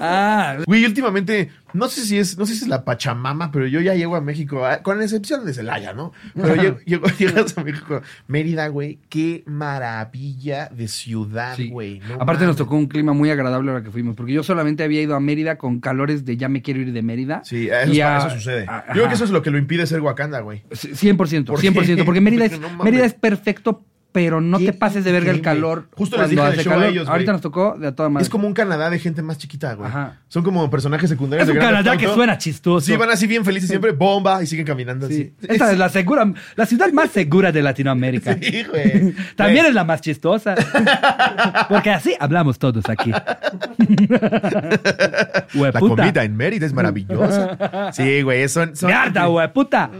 Speaker 1: ah,
Speaker 2: Güey, últimamente, no sé si es, no sé si es la Pachamama, pero yo ya llego a México, ah, con excepción de Celaya, ¿no? Pero llego, llego- llegas a México, Mérida, güey, qué maravilla de ciudad,
Speaker 1: Sí.
Speaker 2: güey. no
Speaker 1: Aparte nos
Speaker 2: mames.
Speaker 1: tocó un clima muy agradable ahora que fuimos, porque yo solamente había ido a Mérida con calores de ya me quiero ir de Mérida.
Speaker 2: Sí, eso,
Speaker 1: Y a-
Speaker 2: eso sucede.
Speaker 1: a-
Speaker 2: yo creo que
Speaker 1: ajá.
Speaker 2: eso es lo que lo impide ser Wakanda, güey.
Speaker 1: 100%,
Speaker 2: ¿Por
Speaker 1: 100%,
Speaker 2: qué?
Speaker 1: porque Mérida es,
Speaker 2: Porque no mames.
Speaker 1: Mérida es perfecto, pero no
Speaker 2: Qué
Speaker 1: te pases de verga el
Speaker 2: increíble.
Speaker 1: calor.
Speaker 2: Justo les dije de show a ellos, güey.
Speaker 1: Ahorita nos tocó de a toda madre.
Speaker 2: Es como un Canadá de gente más chiquita, güey.
Speaker 1: Ajá.
Speaker 2: Son como personajes
Speaker 1: Es
Speaker 2: secundarios. de
Speaker 1: un
Speaker 2: Grand
Speaker 1: Canadá
Speaker 2: Theft
Speaker 1: que
Speaker 2: Auto.
Speaker 1: suena chistoso.
Speaker 2: Sí, van así bien felices siempre, bomba, y siguen caminando
Speaker 1: Sí.
Speaker 2: así.
Speaker 1: Esta es la segura, la ciudad más segura de Latinoamérica.
Speaker 2: Sí, güey.
Speaker 1: También
Speaker 2: Güey.
Speaker 1: es la más chistosa. Porque así hablamos todos aquí.
Speaker 2: La comida en Mérida es maravillosa. Sí, güey, son... son
Speaker 1: Me harta, hueputa.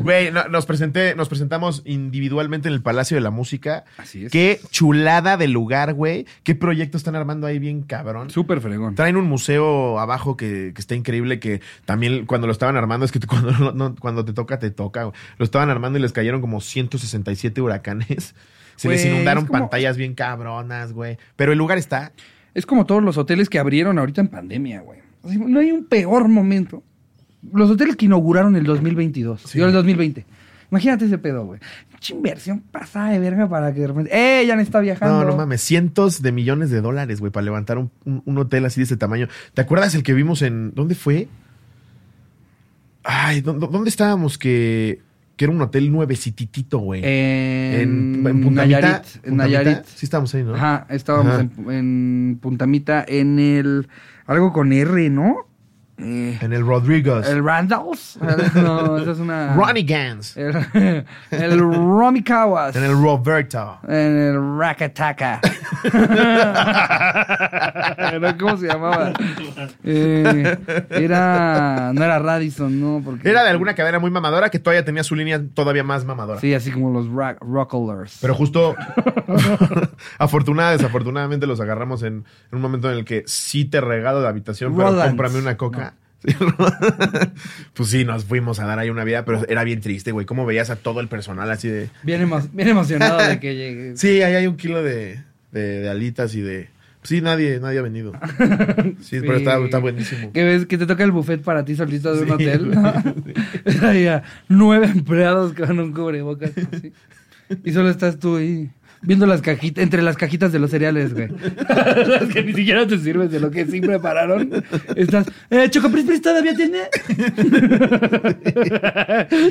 Speaker 2: Güey, no- nos, presenté, nos presentamos individualmente en el Palacio de la Música.
Speaker 1: Así es.
Speaker 2: Qué chulada de lugar, güey. Qué proyecto están armando ahí bien cabrón.
Speaker 1: Súper fregón.
Speaker 2: Traen un museo abajo que, que está increíble, que también cuando lo estaban armando, es que cuando, no- no- cuando te toca, te toca. güey. Lo estaban armando y les cayeron como 167 huracanes. Se les
Speaker 1: Güey, es
Speaker 2: inundaron
Speaker 1: como-
Speaker 2: pantallas bien cabronas, güey. Pero el lugar está
Speaker 1: Es como todos los hoteles que abrieron ahorita en pandemia, güey. O sea, No hay un peor momento. Los hoteles que inauguraron el 2022,
Speaker 2: Sí.
Speaker 1: digo, el 2020. Imagínate ese pedo, güey. Mucha inversión pasada de verga para que de repente. ¡Eh! Ya no está viajando.
Speaker 2: No, no mames, cientos de millones de dólares, güey, para levantar un, un- un hotel así de ese tamaño. ¿Te acuerdas el que vimos en. ¿Dónde fue? Ay, ¿dó- dó- ¿dónde estábamos? Que, que era un hotel nuevecititito, güey.
Speaker 1: En,
Speaker 2: Mita,
Speaker 1: Nayarit. En
Speaker 2: Punta Mita.
Speaker 1: Nayarit.
Speaker 2: Sí, estábamos ahí, ¿no?
Speaker 1: Ajá, estábamos
Speaker 2: Ajá.
Speaker 1: En, en Puntamita, en el. Algo con R, ¿no? Eh,
Speaker 2: En el Rodríguez.
Speaker 1: el Randalls. No, esa es una.
Speaker 2: Ronnie Gans.
Speaker 1: El, el Romikawas.
Speaker 2: En el Roberto.
Speaker 1: En el Rakataka. Era- ¿Cómo se llamaba? Eh, era. No era Radisson, ¿no? Porque,
Speaker 2: Era de alguna cadena muy mamadora que todavía tenía su línea todavía más mamadora.
Speaker 1: Sí, así como los rock, Rocklers.
Speaker 2: Pero justo, afortunada, desafortunadamente los agarramos en, en un momento en el que sí te regalo la habitación, pero
Speaker 1: Rodans.
Speaker 2: cómprame una coca. Sí, pues sí, nos fuimos a dar ahí una vida, pero era bien triste, güey. ¿Cómo veías a todo el personal así de...
Speaker 1: Bien, emo- bien emocionado de que llegue.
Speaker 2: Sí, ahí hay un kilo de, de- de alitas y de... Sí, nadie, nadie ha venido. Sí, pero está, está buenísimo.
Speaker 1: Que ves que te toca el buffet para ti solito de un
Speaker 2: Sí,
Speaker 1: hotel.
Speaker 2: güey,
Speaker 1: Había nueve empleados con un cubrebocas. así. Y solo estás tú ahí viendo las cajitas, entre las cajitas de los cereales, güey. las que ni siquiera te sirves de lo que sí prepararon. Estás, eh, Chocoprispris todavía tiene.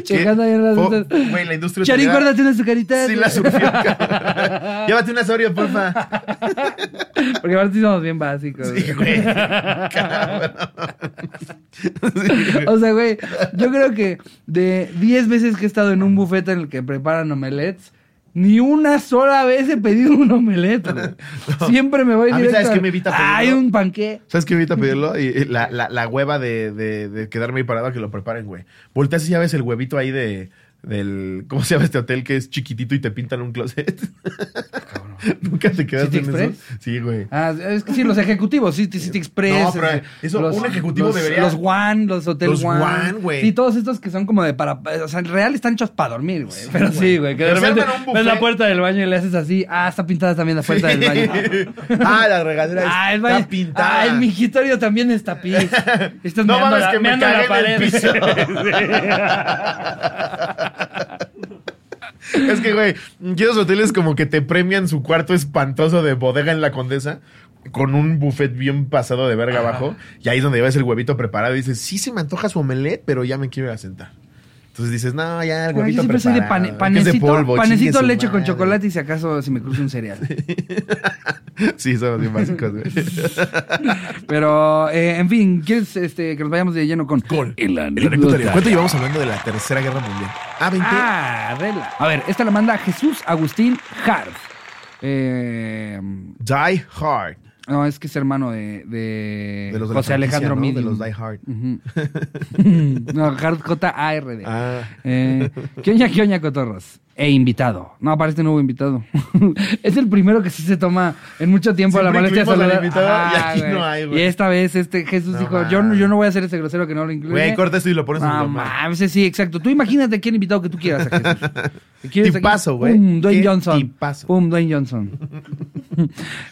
Speaker 1: Checando ahí en las
Speaker 2: Oh,
Speaker 1: listas.
Speaker 2: güey, la industria
Speaker 1: Charín
Speaker 2: hotelera-
Speaker 1: Gorda tiene su carita.
Speaker 2: Sí, la surgió. Llévate una Oreo, porfa.
Speaker 1: Porque ahora sí somos bien básicos. güey.
Speaker 2: Sí, güey. Cabrón. Sí, güey.
Speaker 1: O sea, güey, yo creo que de 10 veces que he estado en un buffet en el que preparan omelets, ni una sola vez he pedido un omelet, güey. Siempre me voy
Speaker 2: A mí,
Speaker 1: directo
Speaker 2: ¿sabes
Speaker 1: al-
Speaker 2: qué me evita pedirlo?
Speaker 1: Hay un panqué.
Speaker 2: ¿Sabes qué me evita pedirlo? Y, y la, la- la hueva de, de- de quedarme ahí parado a que lo preparen, güey. Volteas y ya ves el huevito ahí de, del. ¿Cómo se llama este hotel que es chiquitito y te pintan un closet? Ah, Nunca te quedas
Speaker 1: ¿City
Speaker 2: en eso.
Speaker 1: Express?
Speaker 2: Sí, güey.
Speaker 1: Ah, es que sí, los ejecutivos, City, City Express.
Speaker 2: No, pero
Speaker 1: eh,
Speaker 2: eso, un ejecutivo
Speaker 1: los,
Speaker 2: debería-
Speaker 1: Los One, los Hotel
Speaker 2: Los
Speaker 1: One.
Speaker 2: One, güey.
Speaker 1: Sí, todos estos que son como de para. O sea, en real están hechos para dormir, güey. pero sí, güey. Que de
Speaker 2: Pero se
Speaker 1: repente
Speaker 2: arman un
Speaker 1: ves
Speaker 2: buffet.
Speaker 1: la puerta del baño y le haces así. Ah, está pintada también la puerta del baño.
Speaker 2: ah, la regadera
Speaker 1: Ah, el
Speaker 2: está
Speaker 1: baño.
Speaker 2: pintada.
Speaker 1: Ah, el migitorio también es tapiz. Estás
Speaker 2: No
Speaker 1: meando
Speaker 2: mames,
Speaker 1: la-
Speaker 2: que me
Speaker 1: meando la
Speaker 2: cagué en el
Speaker 1: pared.
Speaker 2: piso. Es que, güey, esos hoteles como que te premian su cuarto espantoso de bodega en la condesa con un buffet bien pasado de verga abajo. Y ahí es donde llevas el huevito preparado y dices, sí se me antoja su omelette, pero ya me quiero ir a sentar. Entonces dices, no, ya el
Speaker 1: Güey, yo
Speaker 2: huevito
Speaker 1: siempre soy de
Speaker 2: preparado.
Speaker 1: pane-
Speaker 2: que es de
Speaker 1: panecito,
Speaker 2: polvo, chingue
Speaker 1: panecito
Speaker 2: su
Speaker 1: leche con
Speaker 2: madre".
Speaker 1: chocolate y si acaso si me cruza un cereal.
Speaker 2: Sí, somos bien básicos, güey.
Speaker 1: Pero, eh, en fin, ¿quieres este, que nos vayamos de lleno con,
Speaker 2: Con
Speaker 1: el
Speaker 2: Anecdotario.
Speaker 1: anécdota?
Speaker 2: ¿Cuánto llevamos hablando de la Tercera Guerra Mundial? Ah, 20.
Speaker 1: Ah, regla. A ver, esta la manda Jesús Agustín Hart. Eh,
Speaker 2: Die Hard.
Speaker 1: no, es que es hermano de, de,
Speaker 2: De los de la
Speaker 1: José
Speaker 2: franquicia,
Speaker 1: Alejandro Mm.
Speaker 2: ¿no? De
Speaker 1: Midin.
Speaker 2: los Die Hard.
Speaker 1: Ujú. no, Hart J-A-R-D.
Speaker 2: Ah.
Speaker 1: Eh, ¿Qué oña, qué oña, cotorros? E invitado. No, para este no hubo invitado. es el primero que sí se toma en mucho tiempo
Speaker 2: Siempre
Speaker 1: la molestia de
Speaker 2: incluimos al
Speaker 1: saludar.
Speaker 2: invitado y
Speaker 1: Ajá,
Speaker 2: aquí no hay, güey.
Speaker 1: Y esta vez este Jesús
Speaker 2: No
Speaker 1: dijo, yo, no-
Speaker 2: mames.
Speaker 1: yo no voy a ser ese grosero que no lo incluye.
Speaker 2: Güey, corta esto y lo pones en
Speaker 1: No,
Speaker 2: tu mamá.
Speaker 1: mames, sí, exacto. Tú imagínate quién invitado que tú quieras a Jesús. ¿Te quieres aquí?
Speaker 2: Tipazo, güey.
Speaker 1: Pum, Dwayne
Speaker 2: Qué
Speaker 1: Johnson.
Speaker 2: tipazo.
Speaker 1: Pum, Dwayne Johnson.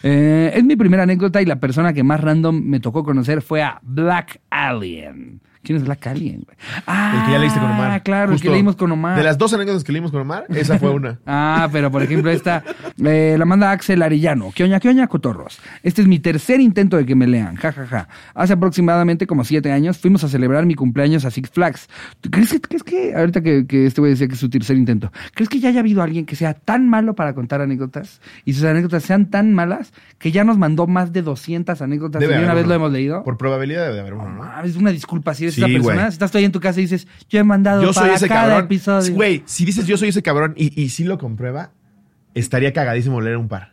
Speaker 1: Eh, es mi primera anécdota y la persona que más random me tocó conocer fue a Black Alien. ¿Quién es Black Alien, güey? Ah,
Speaker 2: El que ya leíste con Omar.
Speaker 1: claro, el
Speaker 2: Justo.
Speaker 1: que leímos con Omar.
Speaker 2: De las dos anécdotas que leímos con Omar, esa fue una.
Speaker 1: Ah, pero por ejemplo esta eh, la manda Axel Arellano. ¿Qué oña, qué oña, cotorros? Este es mi tercer intento de que me lean. Ja, ja, ja. Hace aproximadamente como siete años fuimos a celebrar mi cumpleaños a Six Flags. ¿Tú ¿Crees que, crees que ahorita que, que este güey decía que es su tercer intento, ¿crees que ya haya habido alguien que sea tan malo para contar anécdotas y sus anécdotas sean tan malas que ya nos mandó más de 200 anécdotas
Speaker 2: Debe
Speaker 1: y de una vez
Speaker 2: haber uno.
Speaker 1: lo hemos leído?
Speaker 2: Por probabilidad debe de haber uno, ¿no?
Speaker 1: Ah, Es una disculpa si eres
Speaker 2: Sí,
Speaker 1: esa persona.
Speaker 2: güey.
Speaker 1: Si estás todavía en tu casa y dices, yo he mandado
Speaker 2: Yo soy
Speaker 1: para
Speaker 2: ese
Speaker 1: cada
Speaker 2: cabrón.
Speaker 1: episodio.
Speaker 2: Güey, si dices yo soy ese cabrón y, y si lo comprueba, estaría cagadísimo leer un par.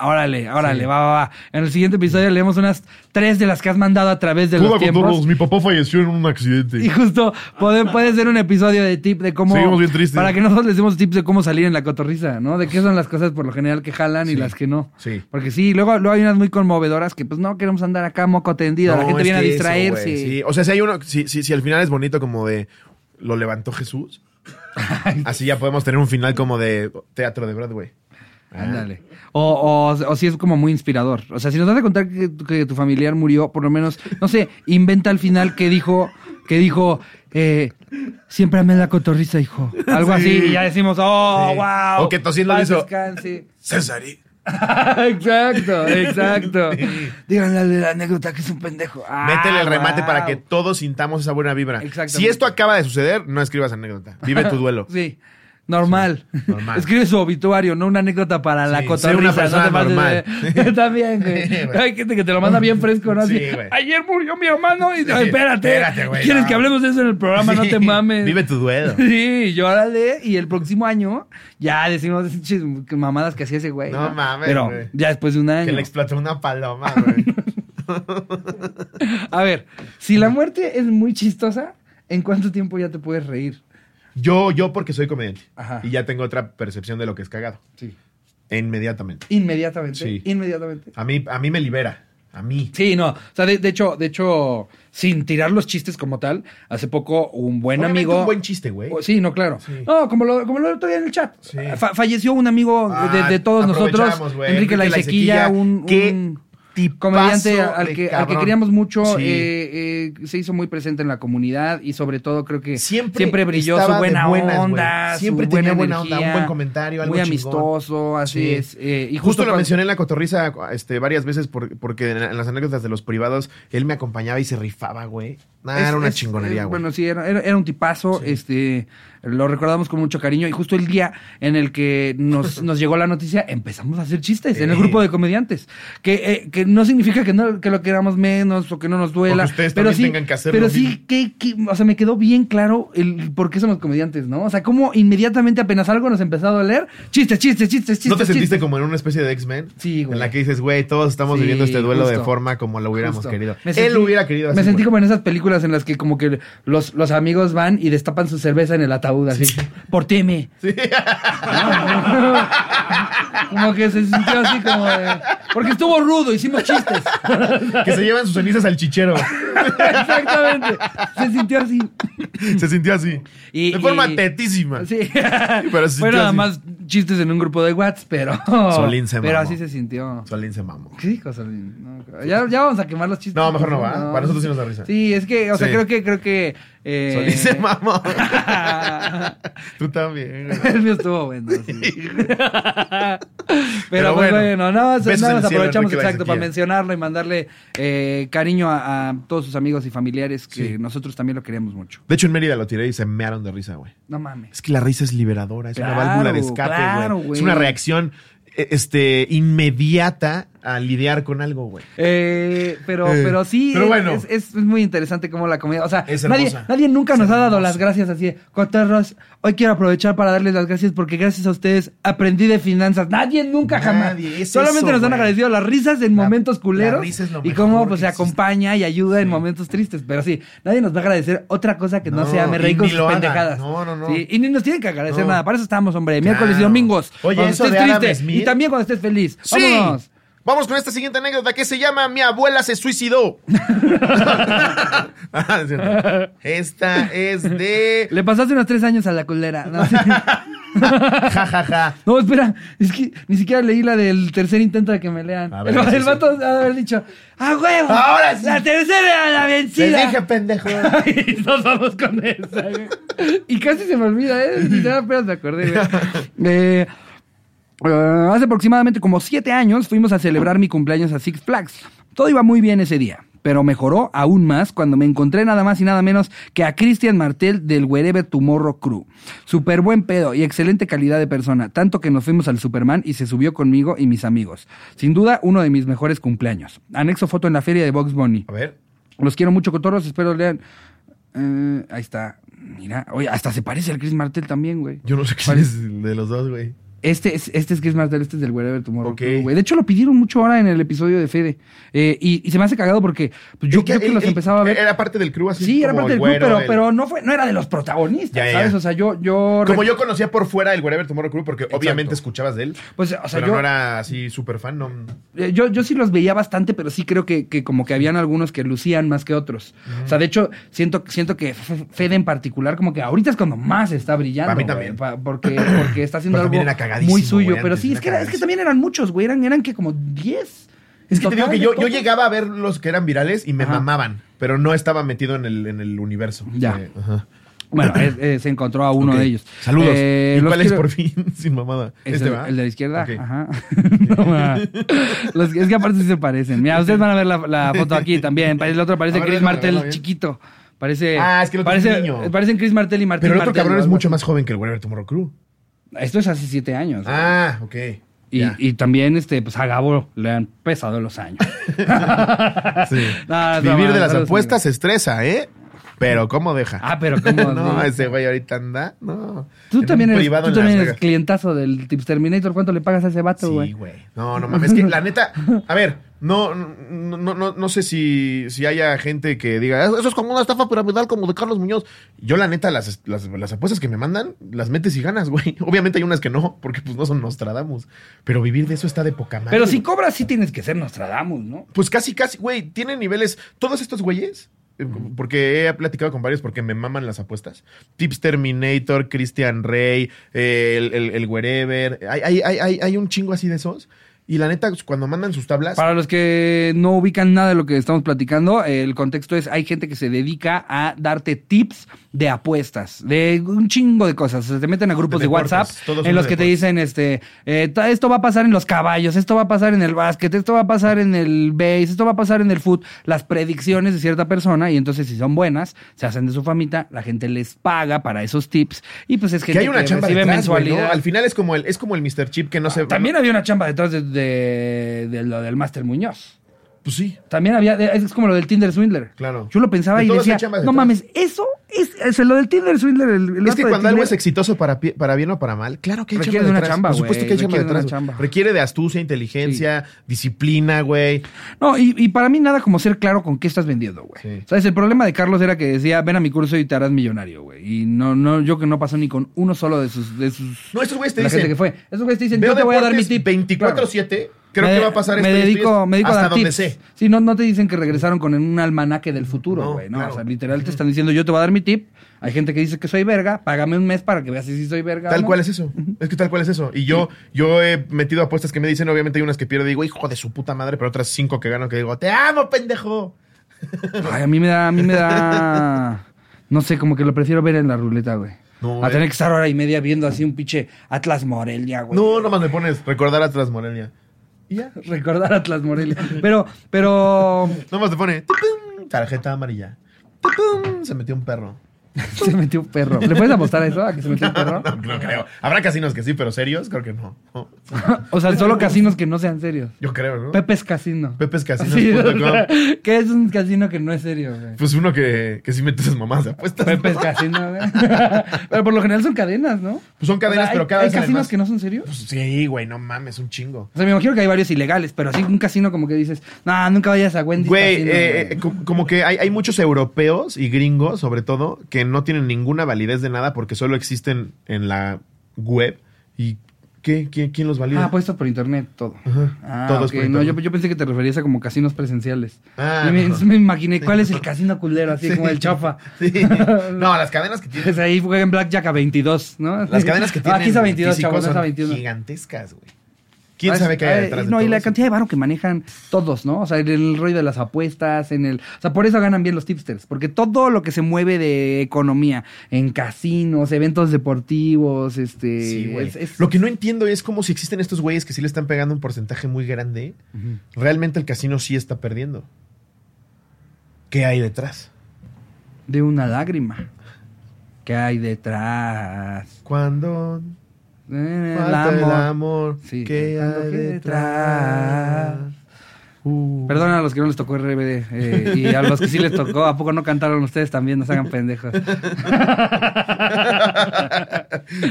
Speaker 1: Órale, órale, va, va, va. En el siguiente episodio leemos unas tres de las que has mandado a través de los tiempos.
Speaker 2: mi papá falleció en un
Speaker 1: Y
Speaker 2: accidente.
Speaker 1: justo puede, puede ser un episodio de tip de cómo.
Speaker 2: Seguimos bien tristes.
Speaker 1: Para que nosotros les demos tips de cómo salir en la cotorriza, ¿no? De qué son las cosas por lo general que jalan y
Speaker 2: Sí.
Speaker 1: las que no.
Speaker 2: Sí.
Speaker 1: Porque sí, luego, luego hay unas muy conmovedoras que pues no queremos andar acá moco tendido. la gente viene a distraerse.
Speaker 2: O sea, si hay uno, si, si, si al final es bonito como de lo levantó Jesús, así ya podemos tener un final como de teatro de Broadway. ¿Eh?
Speaker 1: Ándale. O, o, o si es como muy inspirador. O sea, si nos vas a contar que, que tu familiar murió, por lo menos, no sé, inventa al final que dijo, que dijo, eh, siempre amé la cotorriza, hijo. Algo
Speaker 2: Sí.
Speaker 1: así, y ya decimos, oh,
Speaker 2: Sí.
Speaker 1: wow.
Speaker 2: O que tosiendo
Speaker 1: Paz,
Speaker 2: hizo.
Speaker 1: descanse.
Speaker 2: César. ¿y?
Speaker 1: exacto, exacto. Díganle al de la anécdota que es un pendejo. Ah,
Speaker 2: Métele el remate
Speaker 1: wow.
Speaker 2: para que todos sintamos esa buena vibra.
Speaker 1: Exactamente.
Speaker 2: Si esto acaba de suceder, no escribas anécdota. Vive tu duelo.
Speaker 1: Sí. Normal.
Speaker 2: normal.
Speaker 1: Escribe su obituario, no una anécdota para la
Speaker 2: Sí,
Speaker 1: cotorrisa.
Speaker 2: sé una persona
Speaker 1: no te pases
Speaker 2: normal.
Speaker 1: de- También, güey.
Speaker 2: Sí, güey.
Speaker 1: Hay gente que te lo manda bien fresco, ¿no? Así,
Speaker 2: Sí, güey.
Speaker 1: Ayer murió mi hermano y... Ay, espérate.
Speaker 2: espérate, güey,
Speaker 1: ¿Quieres
Speaker 2: no.
Speaker 1: que hablemos de eso en el programa? No te mames.
Speaker 2: Vive tu duelo.
Speaker 1: Sí, llórale. Y el próximo año ya decimos chis, mamadas que hacía ese güey.
Speaker 2: No mames,
Speaker 1: Pero
Speaker 2: güey.
Speaker 1: ya después de un
Speaker 2: Que
Speaker 1: año.
Speaker 2: le explotó una paloma, güey.
Speaker 1: A ver, si la muerte es muy chistosa, ¿en cuánto tiempo ya te puedes reír?
Speaker 2: Yo, yo porque soy comediante.
Speaker 1: Ajá.
Speaker 2: Y ya tengo otra percepción de lo que es cagado.
Speaker 1: Sí.
Speaker 2: Inmediatamente.
Speaker 1: Inmediatamente.
Speaker 2: Sí.
Speaker 1: Inmediatamente.
Speaker 2: A mí, a mí me libera. A mí.
Speaker 1: Sí, no. O sea, de, de hecho, de hecho, sin tirar los chistes como tal, hace poco un buen
Speaker 2: Obviamente
Speaker 1: amigo.
Speaker 2: un buen chiste, güey.
Speaker 1: Oh, Sí, no, claro.
Speaker 2: Sí.
Speaker 1: No, como lo, como lo otro día en el chat.
Speaker 2: Sí.
Speaker 1: Fa- falleció un amigo
Speaker 2: Ah,
Speaker 1: de, de todos nosotros,
Speaker 2: aprovechamos, güey.
Speaker 1: Enrique Laisequilla, un,
Speaker 2: Qué
Speaker 1: un
Speaker 2: tipazo
Speaker 1: comediante
Speaker 2: de
Speaker 1: al que, al que
Speaker 2: cabrón.
Speaker 1: queríamos mucho.
Speaker 2: Sí.
Speaker 1: eh, eh, se hizo muy presente en la comunidad y sobre todo creo que
Speaker 2: Siempre
Speaker 1: siempre, brilló
Speaker 2: estaba
Speaker 1: su
Speaker 2: de
Speaker 1: buena
Speaker 2: buenas, güey.
Speaker 1: onda.
Speaker 2: Siempre
Speaker 1: su
Speaker 2: tenía
Speaker 1: buena
Speaker 2: buena onda, un
Speaker 1: energía,
Speaker 2: buen comentario, algo
Speaker 1: Muy
Speaker 2: chingón.
Speaker 1: amistoso, así
Speaker 2: Sí.
Speaker 1: es. eh, y
Speaker 2: Y justo,
Speaker 1: justo,
Speaker 2: lo
Speaker 1: cuando-
Speaker 2: mencioné en la cotorriza este, varias veces por- porque en, en las anécdotas de los privados él me acompañaba y se rifaba, güey. Nah,
Speaker 1: Es-
Speaker 2: era una
Speaker 1: es-
Speaker 2: chingonería,
Speaker 1: eh,
Speaker 2: güey.
Speaker 1: Bueno, sí, era, era- era un tipazo. Este, lo recordamos con mucho cariño. Y justo el día en el que nos, nos llegó la noticia, empezamos a hacer chistes en el
Speaker 2: Eh.
Speaker 1: grupo de comediantes. Que, eh, que no significa que, no, que lo queramos menos o que no nos duela.
Speaker 2: O que ustedes
Speaker 1: pero
Speaker 2: también
Speaker 1: sí,
Speaker 2: tengan que hacer
Speaker 1: Pero
Speaker 2: lo
Speaker 1: sí,
Speaker 2: mismo.
Speaker 1: que, que- o sea, me quedó bien claro el por qué somos comediantes, ¿no? O sea, cómo inmediatamente apenas algo nos empezó a doler, chistes, chistes, chistes, chistes.
Speaker 2: ¿No te sentiste
Speaker 1: chistes.
Speaker 2: como en una especie de X-Men?
Speaker 1: Sí, güey.
Speaker 2: En la que dices, güey, todos estamos
Speaker 1: Sí,
Speaker 2: viviendo este duelo de
Speaker 1: justo.
Speaker 2: forma como lo hubiéramos
Speaker 1: Justo.
Speaker 2: querido.
Speaker 1: Me
Speaker 2: él
Speaker 1: sentí-
Speaker 2: lo hubiera querido así.
Speaker 1: Me sentí
Speaker 2: güey.
Speaker 1: como en esas películas en las que como que los, los amigos van y destapan su cerveza en el ataúd, así. Por ti, me.
Speaker 2: Sí.
Speaker 1: como que se sintió así como de... Porque estuvo rudo, hicimos chistes.
Speaker 2: que se llevan sus cenizas al chichero.
Speaker 1: Exactamente. Se sintió así.
Speaker 2: se sintió así.
Speaker 1: Y-
Speaker 2: de forma
Speaker 1: y-
Speaker 2: tetísima.
Speaker 1: Sí.
Speaker 2: Pero se sintió
Speaker 1: Bueno, nada
Speaker 2: así.
Speaker 1: más chistes en un grupo de Whats, pero...
Speaker 2: Solín se
Speaker 1: Pero
Speaker 2: mamó.
Speaker 1: así se sintió.
Speaker 2: Solín se mamó.
Speaker 1: ¿Qué dijo Solín? No, ya, ya vamos a quemar los chistes.
Speaker 2: No, mejor no, ¿va? Para nosotros sí nos da risa.
Speaker 1: Sí, es que, o sea,
Speaker 2: Sí.
Speaker 1: creo que, creo que... eh,
Speaker 2: Solín se mamó. Tú también. güey.
Speaker 1: El mío estuvo bueno. sí. Pero,
Speaker 2: Pero
Speaker 1: pues
Speaker 2: bueno.
Speaker 1: bueno, nada más,
Speaker 2: Besos
Speaker 1: nada
Speaker 2: en el
Speaker 1: más
Speaker 2: cielo,
Speaker 1: aprovechamos
Speaker 2: Enrique
Speaker 1: exacto para
Speaker 2: Baisequía.
Speaker 1: mencionarlo y mandarle eh, cariño a, a todos sus amigos y familiares que
Speaker 2: Sí.
Speaker 1: nosotros también lo queremos mucho.
Speaker 2: De hecho, en Mérida lo tiré y se mearon de risa, güey.
Speaker 1: No mames.
Speaker 2: Es que la risa es liberadora, es una
Speaker 1: Claro,
Speaker 2: válvula de escape,
Speaker 1: claro,
Speaker 2: güey.
Speaker 1: güey.
Speaker 2: Es una reacción eh, este, inmediata a lidiar con algo, güey.
Speaker 1: Eh, pero,
Speaker 2: Eh,
Speaker 1: pero sí,
Speaker 2: pero
Speaker 1: es-
Speaker 2: bueno.
Speaker 1: es, es muy interesante como la comedia. O sea,
Speaker 2: Es
Speaker 1: nadie,
Speaker 2: hermosa.
Speaker 1: nadie nunca
Speaker 2: Es
Speaker 1: nos ha dado
Speaker 2: hermosa.
Speaker 1: las gracias así de Cotorros. Hoy quiero aprovechar para darles las gracias porque gracias a ustedes aprendí de finanzas. Nadie nunca jamás.
Speaker 2: Nadie, es
Speaker 1: Solamente
Speaker 2: eso,
Speaker 1: nos han
Speaker 2: güey.
Speaker 1: agradecido las risas en
Speaker 2: La-
Speaker 1: momentos
Speaker 2: la
Speaker 1: culeros.
Speaker 2: risa es lo
Speaker 1: y
Speaker 2: mejor
Speaker 1: cómo
Speaker 2: que
Speaker 1: pues se
Speaker 2: existe.
Speaker 1: acompaña y ayuda en momentos tristes. Pero sí, nadie nos va a agradecer otra cosa que no,
Speaker 2: No,
Speaker 1: sea me reí
Speaker 2: y
Speaker 1: con
Speaker 2: ni
Speaker 1: sus
Speaker 2: lo hagan.
Speaker 1: pendejadas.
Speaker 2: No, no, no.
Speaker 1: Sí, y ni nos tienen que agradecer
Speaker 2: No.
Speaker 1: nada. Para eso estamos, hombre. Miércoles y
Speaker 2: Claro.
Speaker 1: domingos.
Speaker 2: Oye,
Speaker 1: cuando
Speaker 2: eso
Speaker 1: estés
Speaker 2: de Adam
Speaker 1: triste.
Speaker 2: Smith.
Speaker 1: Y también cuando estés feliz.
Speaker 2: ¡Sí!
Speaker 1: Vámonos.
Speaker 2: Vamos con esta siguiente anécdota que se llama Mi abuela se suicidó. Ah, es cierto. esta es de.
Speaker 1: Le pasaste unos tres años a la culera. No, sí.
Speaker 2: Ja, ja, ja.
Speaker 1: No, espera, es que ni siquiera leí la del tercer intento de que me lean.
Speaker 2: A ver,
Speaker 1: el,
Speaker 2: sí,
Speaker 1: el
Speaker 2: sí.
Speaker 1: vato ha de haber dicho, ¡ah, huevo!
Speaker 2: Ahora sí.
Speaker 1: ¡La tercera era la
Speaker 2: Les
Speaker 1: vencida!
Speaker 2: dije, pendejo.
Speaker 1: Y nos vamos con esa. güey. Y casi se me olvida, ¿eh? Ni siquiera apenas me acordé, güey. Eh, eh, hace aproximadamente como siete años fuimos a celebrar mi cumpleaños a Six Flags. Todo iba muy bien ese día, pero mejoró aún más cuando me encontré nada más y nada menos que a Cristian Martel del Wherever Tomorrow Crew. Súper buen pedo y excelente calidad de persona, tanto que nos fuimos al Superman y se subió conmigo y mis amigos. Sin duda, uno de mis mejores cumpleaños. Anexo foto en la feria de Box Bunny.
Speaker 2: A ver.
Speaker 1: Los quiero mucho, cotorros. Espero lean. Eh, ahí está. Mira, oye, hasta se parece al Chris Martel también, güey.
Speaker 2: Yo no sé quién es de los dos, güey.
Speaker 1: Este es, este es Chris Martel, este es del Wherever Tomorrow.
Speaker 2: Ok.
Speaker 1: Crew, güey. De hecho, lo pidieron mucho ahora en el episodio de Fede. Eh, y, y se me hace cagado porque pues, yo,
Speaker 2: El que-
Speaker 1: yo que
Speaker 2: el-
Speaker 1: los
Speaker 2: el-
Speaker 1: empezaba a ver.
Speaker 2: Era parte del crew así.
Speaker 1: sí, era
Speaker 2: como
Speaker 1: parte del
Speaker 2: el
Speaker 1: club,
Speaker 2: güero,
Speaker 1: pero,
Speaker 2: el-
Speaker 1: pero no, fue, no era de los protagonistas,
Speaker 2: Ya, ya,
Speaker 1: ¿sabes?
Speaker 2: ya.
Speaker 1: O sea, yo. yo
Speaker 2: Como yo conocía por fuera el Wherever Tomorrow Crew, porque
Speaker 1: Exacto.
Speaker 2: obviamente escuchabas de él.
Speaker 1: Pues, o sea,
Speaker 2: pero
Speaker 1: yo.
Speaker 2: no era así súper fan, no.
Speaker 1: Eh, Yo, yo sí los veía bastante, pero sí creo que, que como que habían algunos que lucían más que otros. O sea, de hecho, siento, siento que F- Fede en particular, como que ahorita es cuando más está brillando.
Speaker 2: A mí
Speaker 1: güey,
Speaker 2: también.
Speaker 1: pa- porque, porque está haciendo
Speaker 2: Pero también era
Speaker 1: algo
Speaker 2: cagadísimo,
Speaker 1: muy suyo.
Speaker 2: güey,
Speaker 1: pero
Speaker 2: antes,
Speaker 1: sí,
Speaker 2: era
Speaker 1: es que, era- es que
Speaker 2: cagadísimo.
Speaker 1: también eran muchos, güey. Eran, eran que como 10.
Speaker 2: Es que te digo que yo, yo
Speaker 1: llegué
Speaker 2: llegaba a ver los que eran virales y me
Speaker 1: Ajá.
Speaker 2: mamaban, pero no estaba metido en el, en el universo.
Speaker 1: Ya.
Speaker 2: Eh, ajá.
Speaker 1: Bueno, eh, eh, se encontró a uno
Speaker 2: Ok.
Speaker 1: de ellos.
Speaker 2: Saludos.
Speaker 1: Eh,
Speaker 2: ¿Y
Speaker 1: los
Speaker 2: cuál es
Speaker 1: quiero-
Speaker 2: por fin? Sin mamada.
Speaker 1: Es
Speaker 2: este
Speaker 1: el,
Speaker 2: va.
Speaker 1: el de la izquierda.
Speaker 2: Ok.
Speaker 1: Ajá. No, ma. Los- es que aparte sí se parecen. Mira, ustedes van a ver la, la foto aquí también. El otro parece
Speaker 2: A ver,
Speaker 1: Chris
Speaker 2: déjame verlo
Speaker 1: Martel
Speaker 2: bien.
Speaker 1: chiquito. Parece.
Speaker 2: Ah, es que el otro es
Speaker 1: parece,
Speaker 2: un niño.
Speaker 1: Parecen Chris Martel y Martín
Speaker 2: Pero el otro
Speaker 1: Martel,
Speaker 2: cabrón
Speaker 1: ¿no?
Speaker 2: es mucho más joven que el Wherever Tomorrow Crew.
Speaker 1: Esto es hace siete años.
Speaker 2: Ah, ok.
Speaker 1: Y,
Speaker 2: ya.
Speaker 1: y también, este, pues a Gabo le han pesado los años.
Speaker 2: Sí.
Speaker 1: No, no,
Speaker 2: Vivir
Speaker 1: no,
Speaker 2: de las
Speaker 1: no,
Speaker 2: apuestas se estresa, ¿eh? Pero ¿cómo deja?
Speaker 1: Ah, pero ¿cómo?
Speaker 2: no,
Speaker 1: Sí.
Speaker 2: ese güey ahorita anda. No. En
Speaker 1: Tú
Speaker 2: un
Speaker 1: también eres,
Speaker 2: privado
Speaker 1: tú
Speaker 2: en
Speaker 1: también
Speaker 2: Las
Speaker 1: eres
Speaker 2: Vegas.
Speaker 1: clientazo del Tips Terminator. ¿Cuánto le pagas a ese vato, güey?
Speaker 2: Sí, güey. No, no mames. Es que la neta, a ver, no, no, no, no, no sé si, si haya gente que diga, eso es como una estafa piramidal como de Carlos Muñoz. Yo, la neta, las, las, las apuestas que me mandan, las metes y ganas, güey. Obviamente hay unas que no, porque pues no son Nostradamus. Pero vivir de eso está de poca madre.
Speaker 1: pero si
Speaker 2: sí
Speaker 1: cobras, sí tienes que ser Nostradamus, ¿no?
Speaker 2: Pues casi, casi, güey, tienen niveles. Todos estos güeyes, eh, porque he platicado con varios porque me maman las apuestas. Tips Terminator, Christian Rey, eh, el, el, el Wherever. Hay, hay, hay, hay, hay un chingo así de esos. Y la neta, pues, cuando mandan sus tablas.
Speaker 1: Para los que no ubican nada de lo que estamos platicando, el contexto es, hay gente que se dedica a darte tips de apuestas, de un chingo de cosas. Se te meten a grupos de,
Speaker 2: De deportes,
Speaker 1: WhatsApp
Speaker 2: todos son
Speaker 1: en los
Speaker 2: de
Speaker 1: que te
Speaker 2: deportes.
Speaker 1: dicen, este, eh, ta- esto va a pasar en los caballos, esto va a pasar en el básquet, esto va a pasar en el base, esto va a pasar en el foot, las predicciones de cierta persona y entonces si son buenas, se hacen de su famita, la gente les paga para esos tips y pues es gente
Speaker 2: que hay una chamba
Speaker 1: recibe
Speaker 2: detrás, güey, ¿no?
Speaker 1: mensualidad. Ah,
Speaker 2: Al final es como el, es como el Mr. Chip que no se.
Speaker 1: También había una chamba detrás de, de- de lo del Master Muñoz.
Speaker 2: Pues sí.
Speaker 1: También había, eh, es como lo del Tinder Swindler.
Speaker 2: Claro.
Speaker 1: Yo lo pensaba
Speaker 2: De
Speaker 1: y
Speaker 2: todas
Speaker 1: decía,
Speaker 2: hay chambas
Speaker 1: no
Speaker 2: detrás.
Speaker 1: mames, eso es, es lo del Tinder Swindler. El, el
Speaker 2: Es que
Speaker 1: vato de
Speaker 2: cuando algo es
Speaker 1: Tinder.
Speaker 2: exitoso para, pie- para bien o para mal, claro que hay
Speaker 1: Requiere
Speaker 2: chamba
Speaker 1: de una
Speaker 2: detrás.
Speaker 1: chamba,
Speaker 2: Por supuesto
Speaker 1: güey,
Speaker 2: que hay chamba
Speaker 1: requiere de una
Speaker 2: detrás.
Speaker 1: chamba.
Speaker 2: Requiere de astucia, inteligencia, disciplina, güey.
Speaker 1: No, y, y para mí nada como ser claro con qué estás vendiendo, güey.
Speaker 2: Sí.
Speaker 1: ¿Sabes? El problema de Carlos era que decía, ven a mi curso y te harás millonario, güey. Y no, no, yo que no pasó ni con uno solo de sus, de sus,
Speaker 2: No, estos güeyes te
Speaker 1: la
Speaker 2: dicen.
Speaker 1: gente que fue. Esos güeyes te dicen,
Speaker 2: Este Veo
Speaker 1: yo te voy a dar mi
Speaker 2: deportes
Speaker 1: tip.
Speaker 2: 24-7. Creo
Speaker 1: Me-
Speaker 2: que va a pasar
Speaker 1: me
Speaker 2: esto y esto y
Speaker 1: dedico,
Speaker 2: esto,
Speaker 1: me dedico a
Speaker 2: hasta
Speaker 1: dar
Speaker 2: donde
Speaker 1: tips.
Speaker 2: sé.
Speaker 1: Sí, no, no te dicen que regresaron con un almanaque del futuro,
Speaker 2: No,
Speaker 1: güey. No,
Speaker 2: claro.
Speaker 1: o sea, literal te están diciendo, yo te voy a dar mi tip. Hay gente que dice que soy verga, págame un mes para que veas si sí soy verga. o
Speaker 2: Tal
Speaker 1: no.
Speaker 2: cual es eso. Es que tal cual es eso. Y yo, yo he metido apuestas que me dicen, obviamente hay unas que pierdo y digo, hijo de su puta madre, pero otras cinco que gano que digo, te amo, pendejo.
Speaker 1: Ay, a mí me da, a mí me da. No sé, como que lo prefiero ver en la ruleta, güey.
Speaker 2: No,
Speaker 1: a
Speaker 2: eh.
Speaker 1: tener que estar hora y media viendo así un pinche Atlas Morelia, güey.
Speaker 2: No, nomás me pones recordar atrás, Morelia. Y ya.
Speaker 1: Recordar Atlas Morelia. Pero, pero.
Speaker 2: Nomás te pone, "Tutum", tarjeta amarilla. "Tutum", Se metió un perro.
Speaker 1: Se metió un perro. ¿Le puedes apostar a eso? ¿A que se metió un perro?
Speaker 2: No, no creo. Habrá casinos que sí, pero serios, creo que no. No.
Speaker 1: O sea, solo casinos que no sean serios.
Speaker 2: Yo creo, ¿no?
Speaker 1: Pepe's Casino.
Speaker 2: Pepescasinos.com.
Speaker 1: Sí, que es un casino que no es serio, güey.
Speaker 2: Pues uno que, que sí mete esas mamás de apuestas.
Speaker 1: Pepe's Casino, güey. Pero por lo general son cadenas, ¿no?
Speaker 2: Pues son cadenas,
Speaker 1: O sea, hay-
Speaker 2: pero cada
Speaker 1: ¿Hay
Speaker 2: vez salen
Speaker 1: casinos
Speaker 2: más.
Speaker 1: que no son serios?
Speaker 2: Pues sí, güey, no mames, un chingo.
Speaker 1: O sea, me imagino que hay varios ilegales, pero así un casino como que dices, no, nunca vayas a Wendy's
Speaker 2: Güey,
Speaker 1: Casino,
Speaker 2: eh,
Speaker 1: güey".
Speaker 2: eh, co- como que hay, hay muchos europeos y gringos, sobre todo, que no tienen ninguna validez de nada porque solo existen en la web. ¿Y qué? ¿Quién, quién los valida?
Speaker 1: Ah, puestos por internet, todo.
Speaker 2: eh, Ajá,
Speaker 1: Ah,
Speaker 2: todos
Speaker 1: ok.
Speaker 2: por
Speaker 1: No, yo,
Speaker 2: internet.
Speaker 1: yo pensé que te referías a como casinos presenciales.
Speaker 2: Ah,
Speaker 1: Y me,
Speaker 2: no.
Speaker 1: me imaginé, ¿cuál es el casino culero? Así como el chafa.
Speaker 2: Sí. No, las cadenas que tienen.
Speaker 1: Pues ahí juegan Blackjack a 22, ¿no?
Speaker 2: Las cadenas que
Speaker 1: Ah,
Speaker 2: tienen.
Speaker 1: Aquí es a 22,
Speaker 2: físicos
Speaker 1: chavos, no es a
Speaker 2: son
Speaker 1: 21.
Speaker 2: Gigantescas, güey. ¿Quién
Speaker 1: Ah,
Speaker 2: sabe qué
Speaker 1: ah,
Speaker 2: hay detrás de
Speaker 1: No, y
Speaker 2: todo
Speaker 1: la
Speaker 2: eso?
Speaker 1: cantidad de varo que manejan todos, ¿no? O sea, en el rollo de las apuestas, en el... O sea, por eso ganan bien los tipsters, porque todo lo que se mueve de economía, en casinos, eventos deportivos, este...
Speaker 2: Sí, güey.
Speaker 1: es- es-
Speaker 2: Lo que no entiendo es cómo si existen estos güeyes que sí le están pegando un porcentaje muy grande,
Speaker 1: Ujú.
Speaker 2: realmente el casino sí está perdiendo. ¿Qué hay detrás?
Speaker 1: De una lágrima. ¿Qué hay detrás?
Speaker 2: Cuando
Speaker 1: Eh, El
Speaker 2: falta el
Speaker 1: amor.
Speaker 2: amor,
Speaker 1: Sí.
Speaker 2: ¿qué
Speaker 1: Cuando
Speaker 2: hay
Speaker 1: quede
Speaker 2: detrás?
Speaker 1: atrás.
Speaker 2: Uh.
Speaker 1: Perdón a los que no les tocó RBD eh, y a los que sí les tocó, ¿a poco no cantaron ustedes también? No se hagan pendejos.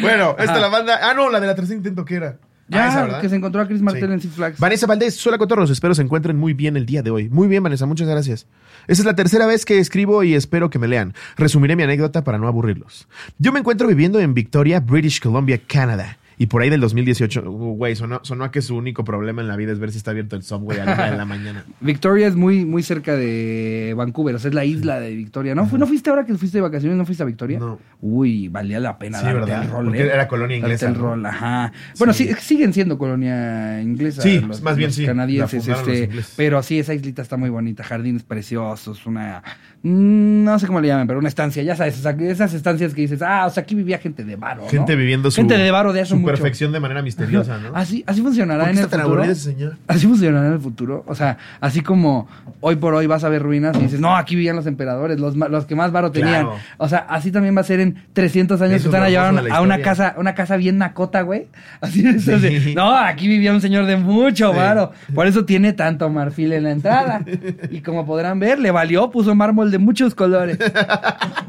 Speaker 2: bueno, esta
Speaker 1: Ajá.
Speaker 2: la banda. Ah, no, la de la tercera intento que era. Ah, esa,
Speaker 1: Ya,
Speaker 2: ¿verdad?
Speaker 1: que se encontró a Chris Martel
Speaker 2: Sí.
Speaker 1: en Six Flags.
Speaker 2: Vanessa Valdés, Sola Cotorros, espero se encuentren muy bien el día de hoy. Muy bien, Vanessa, muchas gracias. Esa es la tercera vez que escribo y espero que me lean. Resumiré mi anécdota para no aburrirlos. Yo me encuentro viviendo en Victoria, British Columbia, Canadá. Y por ahí del 2018, uh, güey, sonó, sonó a que su único problema en la vida es ver si está abierto el subway a la una de la mañana.
Speaker 1: Victoria es muy, muy cerca de Vancouver, o sea, es la isla de Victoria. ¿No, Fu- ¿no fuiste ahora que fuiste de vacaciones? ¿No fuiste a Victoria?
Speaker 2: No.
Speaker 1: Uy, valía la pena
Speaker 2: Sí,
Speaker 1: darte
Speaker 2: ¿verdad?
Speaker 1: el rol,
Speaker 2: Porque
Speaker 1: ¿eh?
Speaker 2: era colonia
Speaker 1: Darte
Speaker 2: inglesa,
Speaker 1: el
Speaker 2: ¿no?
Speaker 1: rol, ajá. Bueno, sí, siguen siendo colonia inglesa.
Speaker 2: Sí, más bien sí, la
Speaker 1: Canadienses,
Speaker 2: fundaron los
Speaker 1: este,
Speaker 2: ingleses.
Speaker 1: pero sí, esa islita está muy bonita, jardines preciosos, una, mm, no sé cómo le llaman, pero una estancia, ya sabes, o sea, que esas estancias que dices, ah, o sea, aquí vivía gente de varo, ¿no?
Speaker 2: Gente viviendo su-
Speaker 1: Gente de varo de hace
Speaker 2: su su
Speaker 1: mucho. Ah,
Speaker 2: perfección de manera misteriosa, ¿no?
Speaker 1: Así, así funcionará
Speaker 2: ¿Por
Speaker 1: en
Speaker 2: qué
Speaker 1: el
Speaker 2: está tan
Speaker 1: futuro.
Speaker 2: aburrido ese señor?
Speaker 1: Así funcionará en el futuro. O sea, así como hoy por hoy vas a ver ruinas y dices, no, aquí vivían los emperadores, los, ma- los que más varo tenían.
Speaker 2: Claro.
Speaker 1: O sea, así también va a ser en 300 años
Speaker 2: Eso
Speaker 1: que te van a
Speaker 2: es lo
Speaker 1: llevar
Speaker 2: hermoso de la
Speaker 1: a una
Speaker 2: historia.
Speaker 1: casa, una casa bien nacota, güey. Así es,
Speaker 2: Sí.
Speaker 1: así, no, aquí vivía un señor de mucho
Speaker 2: Sí.
Speaker 1: varo. Por eso tiene tanto marfil en la entrada. Y como podrán ver, le valió, puso mármol de muchos colores.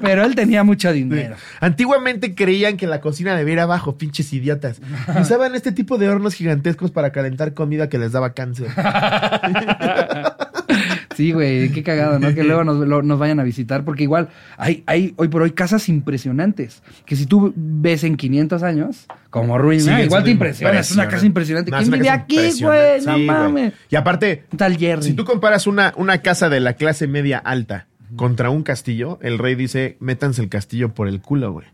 Speaker 1: Pero él tenía mucho dinero.
Speaker 2: Antiguamente creían que la cocina debía ir abajo, pinches idiotas. Y Usaban este tipo de hornos gigantescos para calentar comida que les daba cáncer.
Speaker 1: Sí, güey, qué cagado, ¿no? Que luego nos, lo- nos vayan a visitar, porque igual hay, hay hoy por hoy casas impresionantes, que si tú ves en 500 años, como ruina,
Speaker 2: Siguen
Speaker 1: igual
Speaker 2: siendo
Speaker 1: te impresiona, es una casa impresionante.
Speaker 2: No, es
Speaker 1: ¿Quién
Speaker 2: ¿eh? una
Speaker 1: vive
Speaker 2: casa
Speaker 1: aquí, güey?
Speaker 2: impresionante.
Speaker 1: No
Speaker 2: Sí, güey.
Speaker 1: mames.
Speaker 2: Y aparte,
Speaker 1: Un Tal Jerry.
Speaker 2: si tú comparas una, una casa de la clase media alta contra un castillo, el rey dice, métanse el castillo por el culo, güey.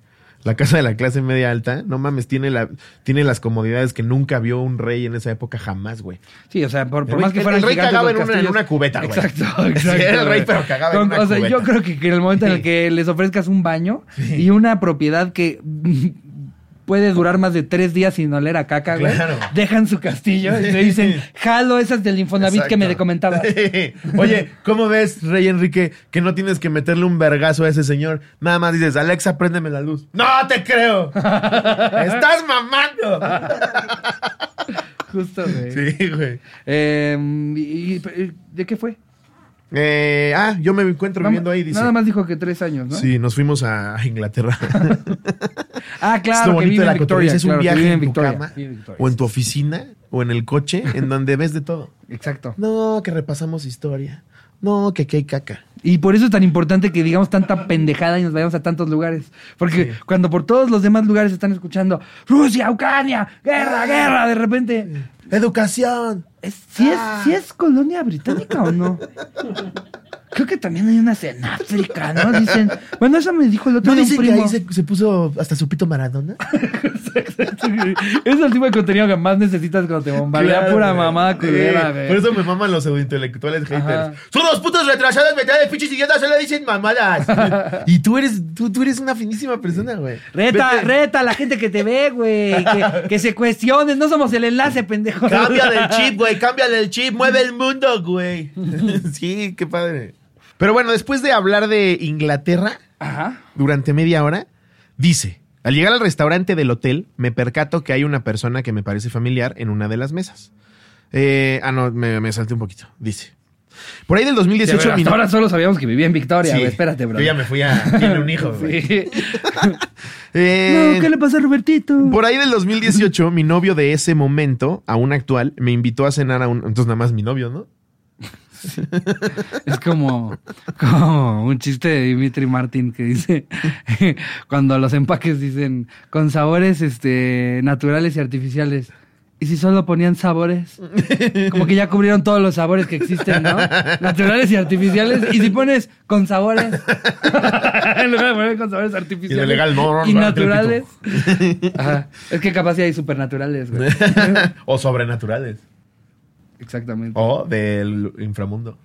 Speaker 2: La casa de la clase media alta, no mames, tiene, la, tiene las comodidades que nunca vio un rey en esa época jamás, güey.
Speaker 1: Sí, o sea, por, por
Speaker 2: El
Speaker 1: más
Speaker 2: güey-
Speaker 1: que
Speaker 2: el-
Speaker 1: fueran
Speaker 2: el rey
Speaker 1: gigantes
Speaker 2: cagaba
Speaker 1: los
Speaker 2: en una- en
Speaker 1: castillos.
Speaker 2: una cubeta, güey.
Speaker 1: Exacto,
Speaker 2: Sí,
Speaker 1: exacto.
Speaker 2: era el rey,
Speaker 1: güey.
Speaker 2: pero cagaba en
Speaker 1: Con-
Speaker 2: una
Speaker 1: O sea,
Speaker 2: cubeta.
Speaker 1: yo creo que, que en el momento en el que les ofrezcas un baño y una propiedad que puede durar más de tres días sin oler a caca, güey,
Speaker 2: Claro.
Speaker 1: dejan su castillo y te dicen, jalo esas del Infonavit que me comentabas.
Speaker 2: Oye, ¿cómo ves, Rey Enrique, que no tienes que meterle un vergazo a ese señor? Nada más dices, Alexa, préndeme la luz. ¡No te creo! ¡Estás mamando!
Speaker 1: Justo, güey.
Speaker 2: Sí, güey.
Speaker 1: Eh, y- y- ¿De qué fue?
Speaker 2: Eh, ah, yo me encuentro
Speaker 1: Nada-
Speaker 2: viviendo ahí, dice.
Speaker 1: Nada más dijo que tres años, ¿no?
Speaker 2: Sí, nos fuimos a Inglaterra.
Speaker 1: Ah,
Speaker 2: es
Speaker 1: claro,
Speaker 2: lo
Speaker 1: que
Speaker 2: bonito
Speaker 1: vive
Speaker 2: de la
Speaker 1: en Victoria.
Speaker 2: cotorriza. Es un
Speaker 1: claro, que
Speaker 2: viaje
Speaker 1: vive
Speaker 2: en,
Speaker 1: en
Speaker 2: tu
Speaker 1: Victoria.
Speaker 2: cama,
Speaker 1: Vive en Victoria.
Speaker 2: o en tu oficina, o en el coche, en donde ves de todo.
Speaker 1: Exacto.
Speaker 2: No, que repasamos historia. No, que aquí hay caca.
Speaker 1: Y por eso es tan importante que digamos tanta pendejada y nos vayamos a tantos lugares. Porque cuando por todos los demás lugares están escuchando Rusia, Ucrania,
Speaker 2: Ah.
Speaker 1: guerra, guerra, de repente.
Speaker 2: Educación.
Speaker 1: ¿es, si, es,
Speaker 2: Ah.
Speaker 1: si es colonia británica o no? Creo que también hay unas en África, ¿no? Dicen. Bueno, eso me dijo el otro
Speaker 2: ¿No
Speaker 1: día un
Speaker 2: dicen que
Speaker 1: primo.
Speaker 2: ahí se, se puso hasta su pito Maradona?
Speaker 1: es el tipo de contenido que más necesitas cuando te bombardea
Speaker 2: Claro,
Speaker 1: pura
Speaker 2: güey.
Speaker 1: mamada
Speaker 2: Sí,
Speaker 1: culera, güey.
Speaker 2: Por eso me maman los pseudointelectuales haters.
Speaker 1: Ajá.
Speaker 2: Son los putos retrasados, metadas de pinches idiotas, solo dicen mamadas. y tú eres, tú, tú eres una finísima persona, güey.
Speaker 1: Reta,
Speaker 2: Vete,
Speaker 1: reta a la gente que te ve, güey. Que, que se cuestionen. No somos el enlace, pendejo.
Speaker 2: Cámbiale el chip, güey, cámbiale el chip, mueve el mundo, güey. sí, qué padre. Pero bueno, después de hablar de Inglaterra
Speaker 1: Ajá.
Speaker 2: durante media hora, dice, al llegar al restaurante del hotel, me percato que hay una persona que me parece familiar en una de las mesas. Eh, ah, no, me, me salté un poquito, dice. Por ahí del 2018
Speaker 1: Pero
Speaker 2: mi-
Speaker 1: hasta ahora solo sabíamos que vivía en Victoria,
Speaker 2: Sí.
Speaker 1: güey. Espérate, bro.
Speaker 2: Yo ya me fui a. Tiene un hijo, güey.
Speaker 1: Sí.
Speaker 2: Eh,
Speaker 1: No, ¿qué le pasa a Robertito?
Speaker 2: Por ahí del 2018, mi novio de ese momento, aún actual, me invitó a cenar a un. Entonces, nada más mi novio, ¿no?
Speaker 1: Es como, como un chiste de Dimitri Martin que dice cuando los empaques dicen con sabores este naturales y artificiales. Y si solo ponían sabores, como que ya cubrieron todos los sabores que existen, ¿no? Naturales y artificiales. Y si pones con sabores, en lugar de poner con sabores artificiales.
Speaker 2: Y de legal, no, no,
Speaker 1: y
Speaker 2: no,
Speaker 1: naturales. Ajá. Es que capaz sí hay supernaturales, güey.
Speaker 2: o sobrenaturales.
Speaker 1: Exactamente.
Speaker 2: O del inframundo.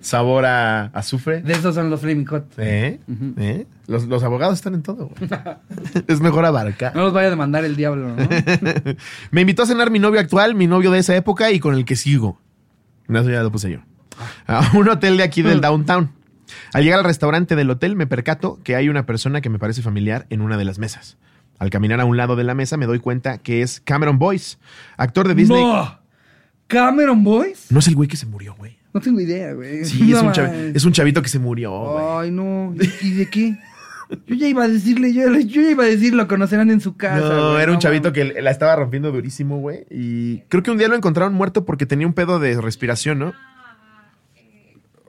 Speaker 2: Sabor a azufre.
Speaker 1: De esos son los Flaming Hot.
Speaker 2: ¿Eh? ¿Eh? Los, los abogados están en todo, güey. es mejor abarcar.
Speaker 1: No los vaya a demandar el diablo, ¿no?
Speaker 2: Me invitó a cenar mi novio actual, mi novio de esa época y con el que sigo. No, eso ya lo puse yo. A un hotel de aquí del downtown. Al llegar al restaurante del hotel me percato que hay una persona que me parece familiar en una de las mesas. Al caminar a un lado de la mesa me doy cuenta que es Cameron Boyce, actor de Disney. No,
Speaker 1: ¡No! ¿Cameron Boys?
Speaker 2: es el güey que se murió, güey.
Speaker 1: No tengo idea, güey.
Speaker 2: Sí,
Speaker 1: No
Speaker 2: es, un
Speaker 1: mames. Oh,
Speaker 2: chavi- es un chavito que se murió, güey.
Speaker 1: Ay, no. ¿Y de qué? Yo ya iba a decirle, yo, yo ya iba a decir, lo conocerán en su casa.
Speaker 2: No,
Speaker 1: güey,
Speaker 2: era un chavito
Speaker 1: mames.
Speaker 2: que la estaba rompiendo durísimo, güey. Y creo que un día lo encontraron muerto porque tenía un pedo de respiración, ¿no?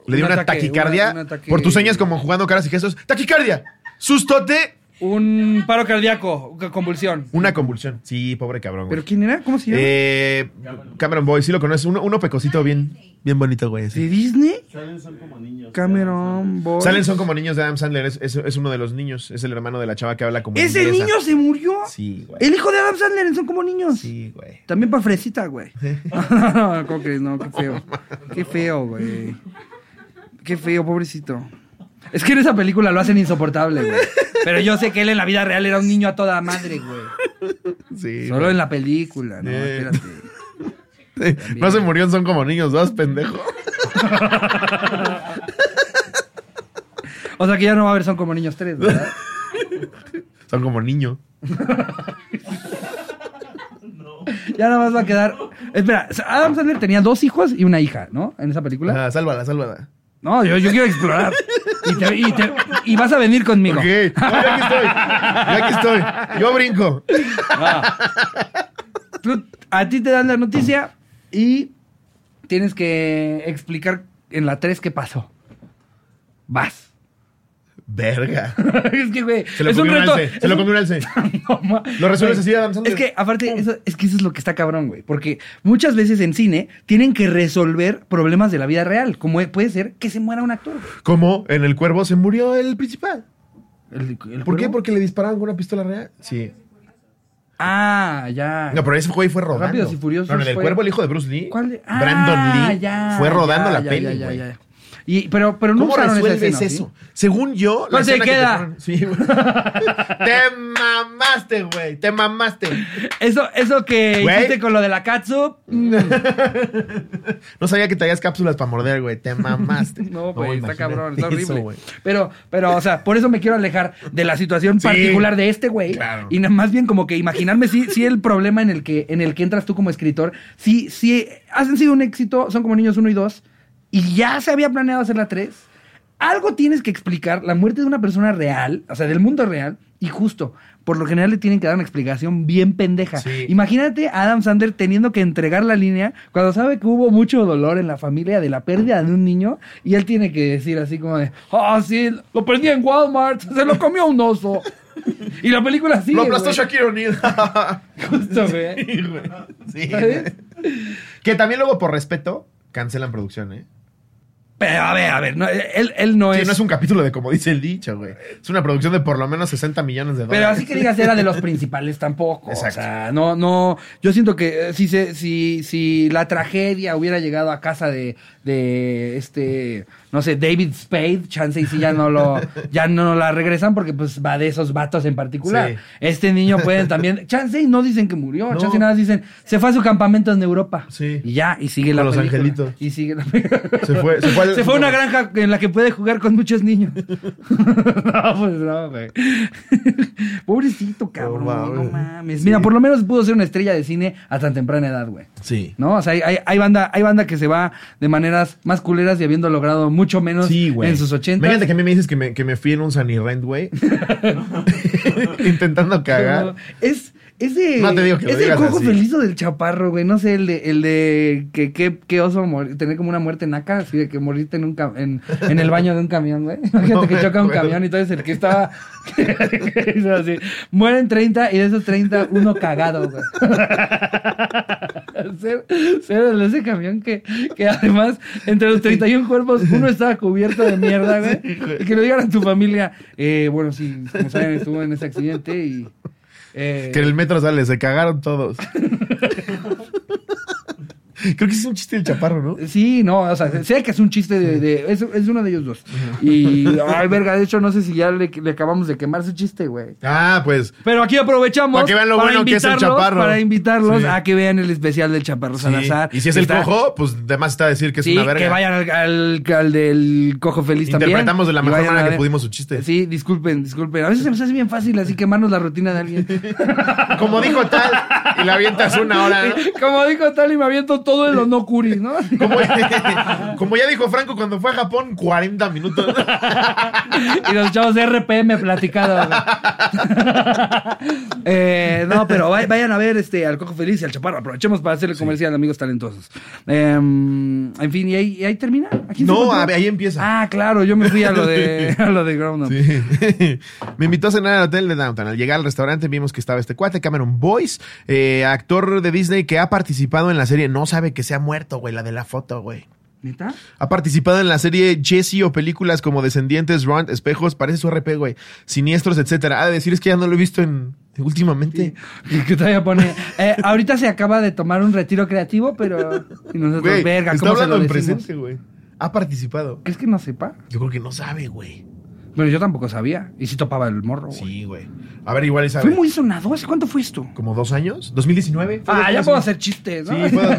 Speaker 2: Le dio
Speaker 1: Un
Speaker 2: una
Speaker 1: ataque,
Speaker 2: taquicardia.
Speaker 1: una- un ataque-
Speaker 2: Por tus señas, como jugando caras y gestos. ¡Taquicardia! ¡Sustote!
Speaker 1: Un paro cardíaco, una convulsión.
Speaker 2: Una convulsión. Sí, pobre cabrón, güey.
Speaker 1: ¿Pero quién era? ¿Cómo se llama?
Speaker 2: Eh, Cameron Boy, sí lo conoces. Uno, uno pecosito bien, bien bonito, güey.
Speaker 1: ¿De
Speaker 2: sí.
Speaker 1: Disney? Salen son como niños. Cameron Boy.
Speaker 2: Salen son como niños de Adam Sandler. Es, es- es uno de los niños. Es el hermano de la chava que habla como.
Speaker 1: ¿Ese
Speaker 2: inglesa.
Speaker 1: niño se murió?
Speaker 2: Sí, güey.
Speaker 1: El hijo de Adam Sandler en son como niños.
Speaker 2: Sí, güey.
Speaker 1: También para fresita, güey. No, no, ¿cómo crees? No, qué feo. Qué feo, güey. Qué feo, pobrecito. Es que en esa película lo hacen insoportable, güey. Pero yo sé que él en la vida real era un niño a toda madre, güey.
Speaker 2: Sí.
Speaker 1: Solo en la película, no,
Speaker 2: Eh.
Speaker 1: espérate.
Speaker 2: güey. Sí. No se murieron, son como niños, dos pendejo.
Speaker 1: O sea que ya no va a haber Son como niños tres, ¿verdad?
Speaker 2: Son como niño.
Speaker 1: Ya nada más va a quedar. Espera, Adam Sandler tenía dos hijos y una hija, ¿no? En esa película.
Speaker 2: Ah, sálvala, sálvala.
Speaker 1: No, yo, yo quiero explorar. Y, te- y te- y vas a venir conmigo.
Speaker 2: Ok. No, yo aquí estoy. Yo aquí estoy. Yo brinco.
Speaker 1: Tú- a ti te dan la noticia y tienes que explicar en la 3 qué pasó. Vas.
Speaker 2: Verga.
Speaker 1: es que, güey,
Speaker 2: Se lo
Speaker 1: es un
Speaker 2: comió un
Speaker 1: reto.
Speaker 2: alce. Se lo
Speaker 1: es un-
Speaker 2: comió un alce.
Speaker 1: No, ma-
Speaker 2: Lo resuelves
Speaker 1: Güey,
Speaker 2: así, Adam Sandler.
Speaker 1: Es que, aparte, eso, es que eso es lo que está cabrón, güey. Porque muchas veces en cine tienen que resolver problemas de la vida real. Como e, puede ser que se muera un actor. güey.
Speaker 2: Como en el cuervo se murió el principal.
Speaker 1: El- el
Speaker 2: ¿Por qué?
Speaker 1: cuervo.
Speaker 2: Porque le disparaban con una pistola real. Sí.
Speaker 1: Ah, ya.
Speaker 2: No, pero ese güey fue rodando.
Speaker 1: Rápidos y Furiosos
Speaker 2: No, en el
Speaker 1: fue-
Speaker 2: cuervo, el hijo de Bruce Lee.
Speaker 1: ¿Cuál de- Ah,
Speaker 2: Brandon Lee.
Speaker 1: ya,
Speaker 2: fue rodando
Speaker 1: ya,
Speaker 2: la
Speaker 1: ya,
Speaker 2: peli,
Speaker 1: ya, ya,
Speaker 2: güey.
Speaker 1: ya. Y, pero, pero no
Speaker 2: ¿Cómo
Speaker 1: usaron esa
Speaker 2: resuelves
Speaker 1: escena, ¿sí?
Speaker 2: eso? Según yo,
Speaker 1: ¿Cuál te
Speaker 2: escena que
Speaker 1: queda?
Speaker 2: ponen- Sí, güey. te mamaste, güey. Te mamaste.
Speaker 1: Eso, eso que
Speaker 2: Güey.
Speaker 1: hiciste con lo de la katsu. mm,
Speaker 2: No sabía que traías cápsulas para morder, güey. Te mamaste.
Speaker 1: No, güey, está
Speaker 2: imagínate
Speaker 1: cabrón, está
Speaker 2: eso,
Speaker 1: horrible.
Speaker 2: güey.
Speaker 1: pero, pero, o sea, por eso me quiero alejar de la situación
Speaker 2: Sí,
Speaker 1: particular de este güey.
Speaker 2: claro.
Speaker 1: Y nada más bien como que imaginarme si, si el problema en el que, en el que entras tú como escritor, si, si hacen sido un éxito, son como niños uno y dos, y ya se había planeado hacer la tres, algo tienes que explicar la muerte de una persona real, o sea, del mundo real, y justo. Por lo general le tienen que dar una explicación bien pendeja.
Speaker 2: Sí.
Speaker 1: Imagínate a Adam Sandler teniendo que entregar la línea cuando sabe que hubo mucho dolor en la familia de la pérdida de un niño y él tiene que decir así como de, ah, sí, lo perdí en Walmart, se lo comió un oso. y la película sigue,
Speaker 2: Lo aplastó
Speaker 1: güey.
Speaker 2: Shaquille O'Neal.
Speaker 1: Justo, güey.
Speaker 2: Sí, güey. Sí,
Speaker 1: ¿Sabes?
Speaker 2: güey. Que también luego, por respeto, cancelan producción, ¿eh?
Speaker 1: Pero a ver, a ver, no, él, él no,
Speaker 2: Sí,
Speaker 1: es,
Speaker 2: no es un capítulo de como dice el dicho, güey. Es una producción de por lo menos 60 millones de
Speaker 1: Pero
Speaker 2: dólares.
Speaker 1: así que digas, era de los principales tampoco.
Speaker 2: Exacto.
Speaker 1: O sea, no, no. Yo siento que eh, si, se, si, si la tragedia hubiera llegado a casa de, de este, no sé, David Spade, chance y si ya no lo, ya no la regresan porque pues va de esos vatos en particular.
Speaker 2: Sí.
Speaker 1: Este niño pueden también, chance y no dicen que murió,
Speaker 2: No.
Speaker 1: chance y nada dicen, se fue a su campamento en Europa.
Speaker 2: Sí.
Speaker 1: Y ya, y sigue
Speaker 2: Con
Speaker 1: la
Speaker 2: los
Speaker 1: película.
Speaker 2: angelitos.
Speaker 1: Y sigue la
Speaker 2: Se fue- se fue al-
Speaker 1: Se fue a una granja en la que puede jugar con muchos niños. no, pues no, güey. Pobrecito, cabrón.
Speaker 2: Oh, wow.
Speaker 1: no mames. Mira, por lo menos pudo ser una estrella de cine a tan temprana edad, güey.
Speaker 2: Sí.
Speaker 1: ¿No? O sea, hay, hay- hay banda, hay banda que se va de maneras más culeras y habiendo logrado mucho menos
Speaker 2: Sí, güey.
Speaker 1: en sus 80.
Speaker 2: Imagínate que a mí me dices que me, que me fui en un Sunny Rent, güey. Intentando cagar.
Speaker 1: Es, es de.
Speaker 2: No te digo que lo
Speaker 1: es el
Speaker 2: digas
Speaker 1: cojo
Speaker 2: así.
Speaker 1: feliz o del chaparro, güey. No sé, el de, el de que, que, que oso mor- tener como una muerte naca, así de que moriste en un cam- en, en el baño de un camión, güey. Imagínate
Speaker 2: No
Speaker 1: que
Speaker 2: me
Speaker 1: choca un
Speaker 2: acuerdo.
Speaker 1: camión y entonces el que estaba. que hizo así. Mueren 30 y de esos 30, uno cagado, güey. Ser, de ese camión que, que además entre los 31 cuerpos uno estaba cubierto de mierda, güey. Y que le digan a tu familia, eh, bueno, sí, como saben, estuvo en ese accidente y... eh,
Speaker 2: Que en el metro sale, se cagaron todos. Creo que es un chiste del chaparro, ¿no?
Speaker 1: Sí, no, o sea, sé que es un chiste de... de- es, es uno de ellos dos. Y, ay, verga, de hecho, no sé si ya le, le acabamos de quemar su chiste, güey.
Speaker 2: Ah, pues.
Speaker 1: Pero aquí aprovechamos
Speaker 2: Para que vean lo bueno que es el
Speaker 1: invitarlos-
Speaker 2: Chaparro.
Speaker 1: Para invitarlos
Speaker 2: Sí.
Speaker 1: a que vean el especial del Chaparro
Speaker 2: sí.
Speaker 1: Salazar.
Speaker 2: Y si es el
Speaker 1: Está-
Speaker 2: cojo, pues de más está decir que es
Speaker 1: sí,
Speaker 2: una verga.
Speaker 1: que vayan al, al- al del Cojo Feliz también.
Speaker 2: Interpretamos de la
Speaker 1: Y
Speaker 2: mejor
Speaker 1: vayan a
Speaker 2: manera que
Speaker 1: ver-
Speaker 2: pudimos su chiste.
Speaker 1: Sí, disculpen, disculpen. A veces se nos hace bien fácil así quemarnos la rutina de alguien.
Speaker 2: Como dijo tal, y la avientas una hora, ¿no?
Speaker 1: Como dijo Tal y me aviento todo el no curi, ¿no?
Speaker 2: Como, como ya dijo Franco cuando fue a Japón, 40 minutos.
Speaker 1: Y los chavos de RPM platicado. güey. Eh, no, pero vay- vayan a ver este al Cojo Feliz y al Chaparro. Aprovechemos para hacerle comercial, amigos talentosos. Eh, en fin, ¿y ahí, y ahí termina? ¿A quién se
Speaker 2: No,
Speaker 1: encontró?
Speaker 2: a ver, ahí empieza.
Speaker 1: Ah, claro, yo me fui a lo de, a lo de Ground Up.
Speaker 2: Sí. Me invitó a cenar al hotel de Downtown. Al llegar al restaurante vimos que estaba este cuate, Cameron Boyce, eh, actor de Disney que ha participado en la serie No sabe que se ha muerto, güey, la de la foto, güey.
Speaker 1: ¿Neta?
Speaker 2: Ha participado en la serie Jesse o películas como Descendientes, Runt, Espejos, parece su RP, güey, Siniestros, etcétera. Ha de decir es que ya no lo he visto en últimamente.
Speaker 1: Que, que todavía pone. eh, ahorita se acaba de tomar un retiro creativo, pero. Y nosotros,
Speaker 2: Güey,
Speaker 1: verga,
Speaker 2: está
Speaker 1: ¿cómo se
Speaker 2: hablando
Speaker 1: lo
Speaker 2: en
Speaker 1: decimos?
Speaker 2: presente, güey. Ha participado.
Speaker 1: ¿Crees que no sepa?
Speaker 2: Yo creo que no sabe, güey.
Speaker 1: Bueno, yo tampoco sabía. Y sí topaba el morro, güey.
Speaker 2: Sí, güey. A ver, igual esa.
Speaker 1: Fue muy sonado. ¿Hace cuánto fue esto?
Speaker 2: ¿Como dos años? ¿2019? ¿Fue
Speaker 1: Ah, ya
Speaker 2: 2019?
Speaker 1: puedo hacer chistes, ¿no?
Speaker 2: Sí, puedo-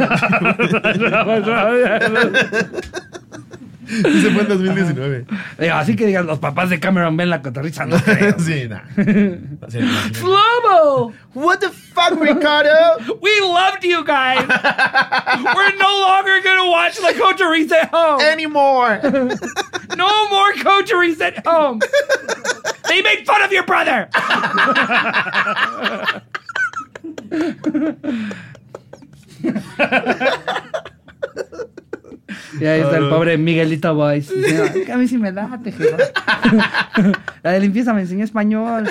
Speaker 2: sí, se fue en 2019.
Speaker 1: Digo, Así que digan, los papás de Cameron ven la cotorriza, no creo.
Speaker 2: sí, nah. Sí, imagínate.
Speaker 1: Slobo!
Speaker 2: What the fuck, Ricardo?
Speaker 1: We loved you guys! We're no longer gonna watch La Cotorriza at home!
Speaker 2: Anymore.
Speaker 1: No more Cotorriza at home! They made fun of your brother! Y ahí está el pobre Miguelito Boys. diciendo, "Es que A mí sí me late, jefa". La de limpieza me enseñó español.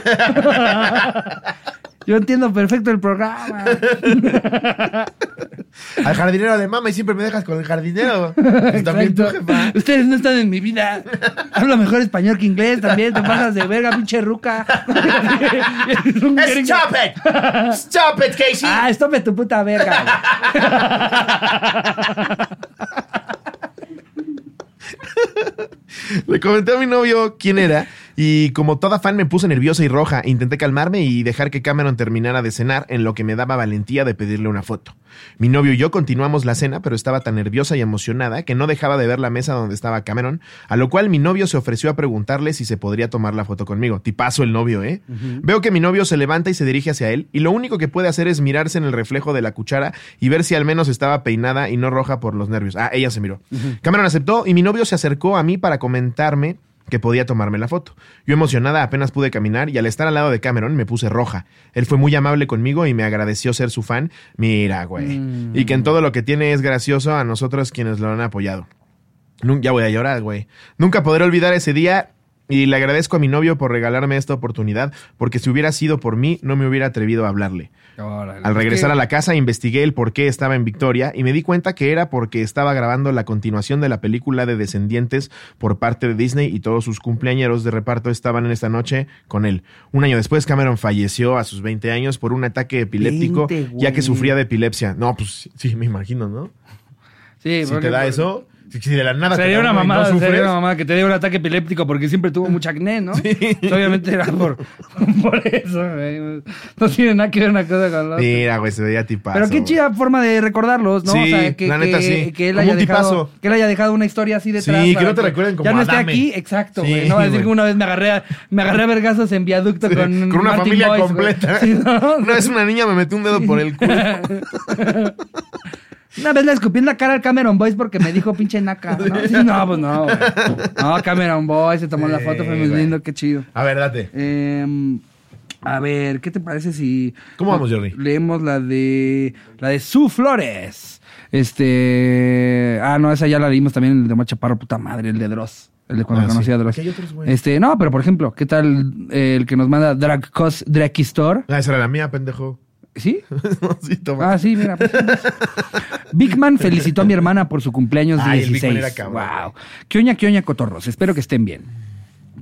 Speaker 1: Yo entiendo perfecto el programa.
Speaker 2: Al jardinero de mama y siempre me dejas con el jardinero. Pues también tú,
Speaker 1: Exacto.
Speaker 2: jefa.
Speaker 1: Ustedes no están en mi vida. Hablo mejor español que inglés también. Te pasas de verga, pinche ruca. Es un gringo.
Speaker 2: Stop it. Stop it, Casey.
Speaker 1: Ah, estópe tu puta verga.
Speaker 2: Le comenté a mi novio quién era y como toda fan me puse nerviosa y roja. Intenté calmarme y dejar que Cameron terminara de cenar en lo que me daba valentía de pedirle una foto. Mi novio y yo continuamos la cena, pero estaba tan nerviosa y emocionada que no dejaba de ver la mesa donde estaba Cameron, a lo cual mi novio se ofreció a preguntarle si se podría tomar la foto conmigo. Tipazo el novio, ¿eh? Veo que mi novio se levanta y se dirige hacia él y lo único que puede hacer es mirarse en el reflejo de la cuchara y ver si al menos estaba peinada y no roja por los nervios. Ah, ella se miró. Cameron aceptó y mi novio se acercó a mí para comentarme que podía tomarme la foto. Yo emocionada apenas pude caminar y al estar al lado de Cameron me puse roja. Él fue muy amable conmigo y me agradeció ser su fan. Mira, güey. Y que en todo lo que tiene es gracioso a nosotros quienes lo han apoyado. Nun- Ya voy a llorar, güey. Nunca podré olvidar ese día y le agradezco a mi novio por regalarme esta oportunidad, porque si hubiera sido por mí, no me hubiera atrevido a hablarle. Al regresar a la casa investigué el por qué estaba en Victoria y me di cuenta que era porque estaba grabando la continuación de la película de Descendientes por parte de Disney y todos sus cumpleañeros de reparto estaban en esta noche con él. Un año después Cameron falleció a sus 20 años por un ataque epiléptico
Speaker 1: 20, güey.
Speaker 2: ya que sufría de epilepsia. No, pues sí, me imagino, ¿no?
Speaker 1: Sí,
Speaker 2: Si
Speaker 1: porque- pues,
Speaker 2: te da eso, si si de la nada te
Speaker 1: Sería
Speaker 2: da
Speaker 1: una
Speaker 2: uno y no
Speaker 1: mamada,
Speaker 2: sufres,
Speaker 1: sería una mamada que te dé un ataque epiléptico porque siempre tuvo mucha acné, ¿no? Obviamente era por, por eso, güey. No tiene nada que ver una cosa con la otra.
Speaker 2: Mira, güey, se veía tipazo.
Speaker 1: Pero qué
Speaker 2: güey.
Speaker 1: chida forma de recordarlos, ¿no?
Speaker 2: Sí,
Speaker 1: o sea, que,
Speaker 2: la neta,
Speaker 1: que-
Speaker 2: sí.
Speaker 1: que él
Speaker 2: Como
Speaker 1: haya
Speaker 2: un
Speaker 1: dejado,
Speaker 2: tipazo.
Speaker 1: que él haya dejado una historia así detrás.
Speaker 2: Sí, que
Speaker 1: para
Speaker 2: no te recuerden como
Speaker 1: Ya no esté
Speaker 2: Adame.
Speaker 1: aquí, exacto,
Speaker 2: Sí,
Speaker 1: güey. no va a decir
Speaker 2: güey.
Speaker 1: que una vez me agarré a, me agarré a vergazos en viaducto
Speaker 2: Sí,
Speaker 1: con,
Speaker 2: con una
Speaker 1: Martin
Speaker 2: familia
Speaker 1: Boyce, güey.
Speaker 2: completa.
Speaker 1: Sí, ¿no?
Speaker 2: Una vez una niña me metió un dedo por el culo.
Speaker 1: Una vez le escupí en la cara al Cameron Boys porque me dijo pinche naca. No, Sí, no pues no, güey. No, Cameron Boys se tomó la
Speaker 2: Sí,
Speaker 1: foto, fue muy
Speaker 2: güey.
Speaker 1: lindo, qué chido.
Speaker 2: A ver, date.
Speaker 1: Em, a ver, ¿qué te parece si.
Speaker 2: ¿Cómo vamos, Jerry?
Speaker 1: Leemos la de. La de Su Flores. Este. Ah, no, esa ya la leímos también, el de Machaparro, puta madre, el de Dross. El de cuando
Speaker 2: Ah,
Speaker 1: conocí
Speaker 2: sí.
Speaker 1: a Dross.
Speaker 2: Que hay otros, güey.
Speaker 1: este, no, pero por ejemplo, ¿qué tal eh, el que nos manda Dragcos Drakistor?
Speaker 2: Ah, esa era la mía, pendejo.
Speaker 1: ¿Sí?
Speaker 2: No, sí, toma.
Speaker 1: Ah, sí, mira. pues, Big Man felicitó a mi hermana por su cumpleaños
Speaker 2: Ay, el Big
Speaker 1: 16.
Speaker 2: Man era cabrón,
Speaker 1: wow. ¿Qué oña, qué oña, cotorros? Espero que estén bien.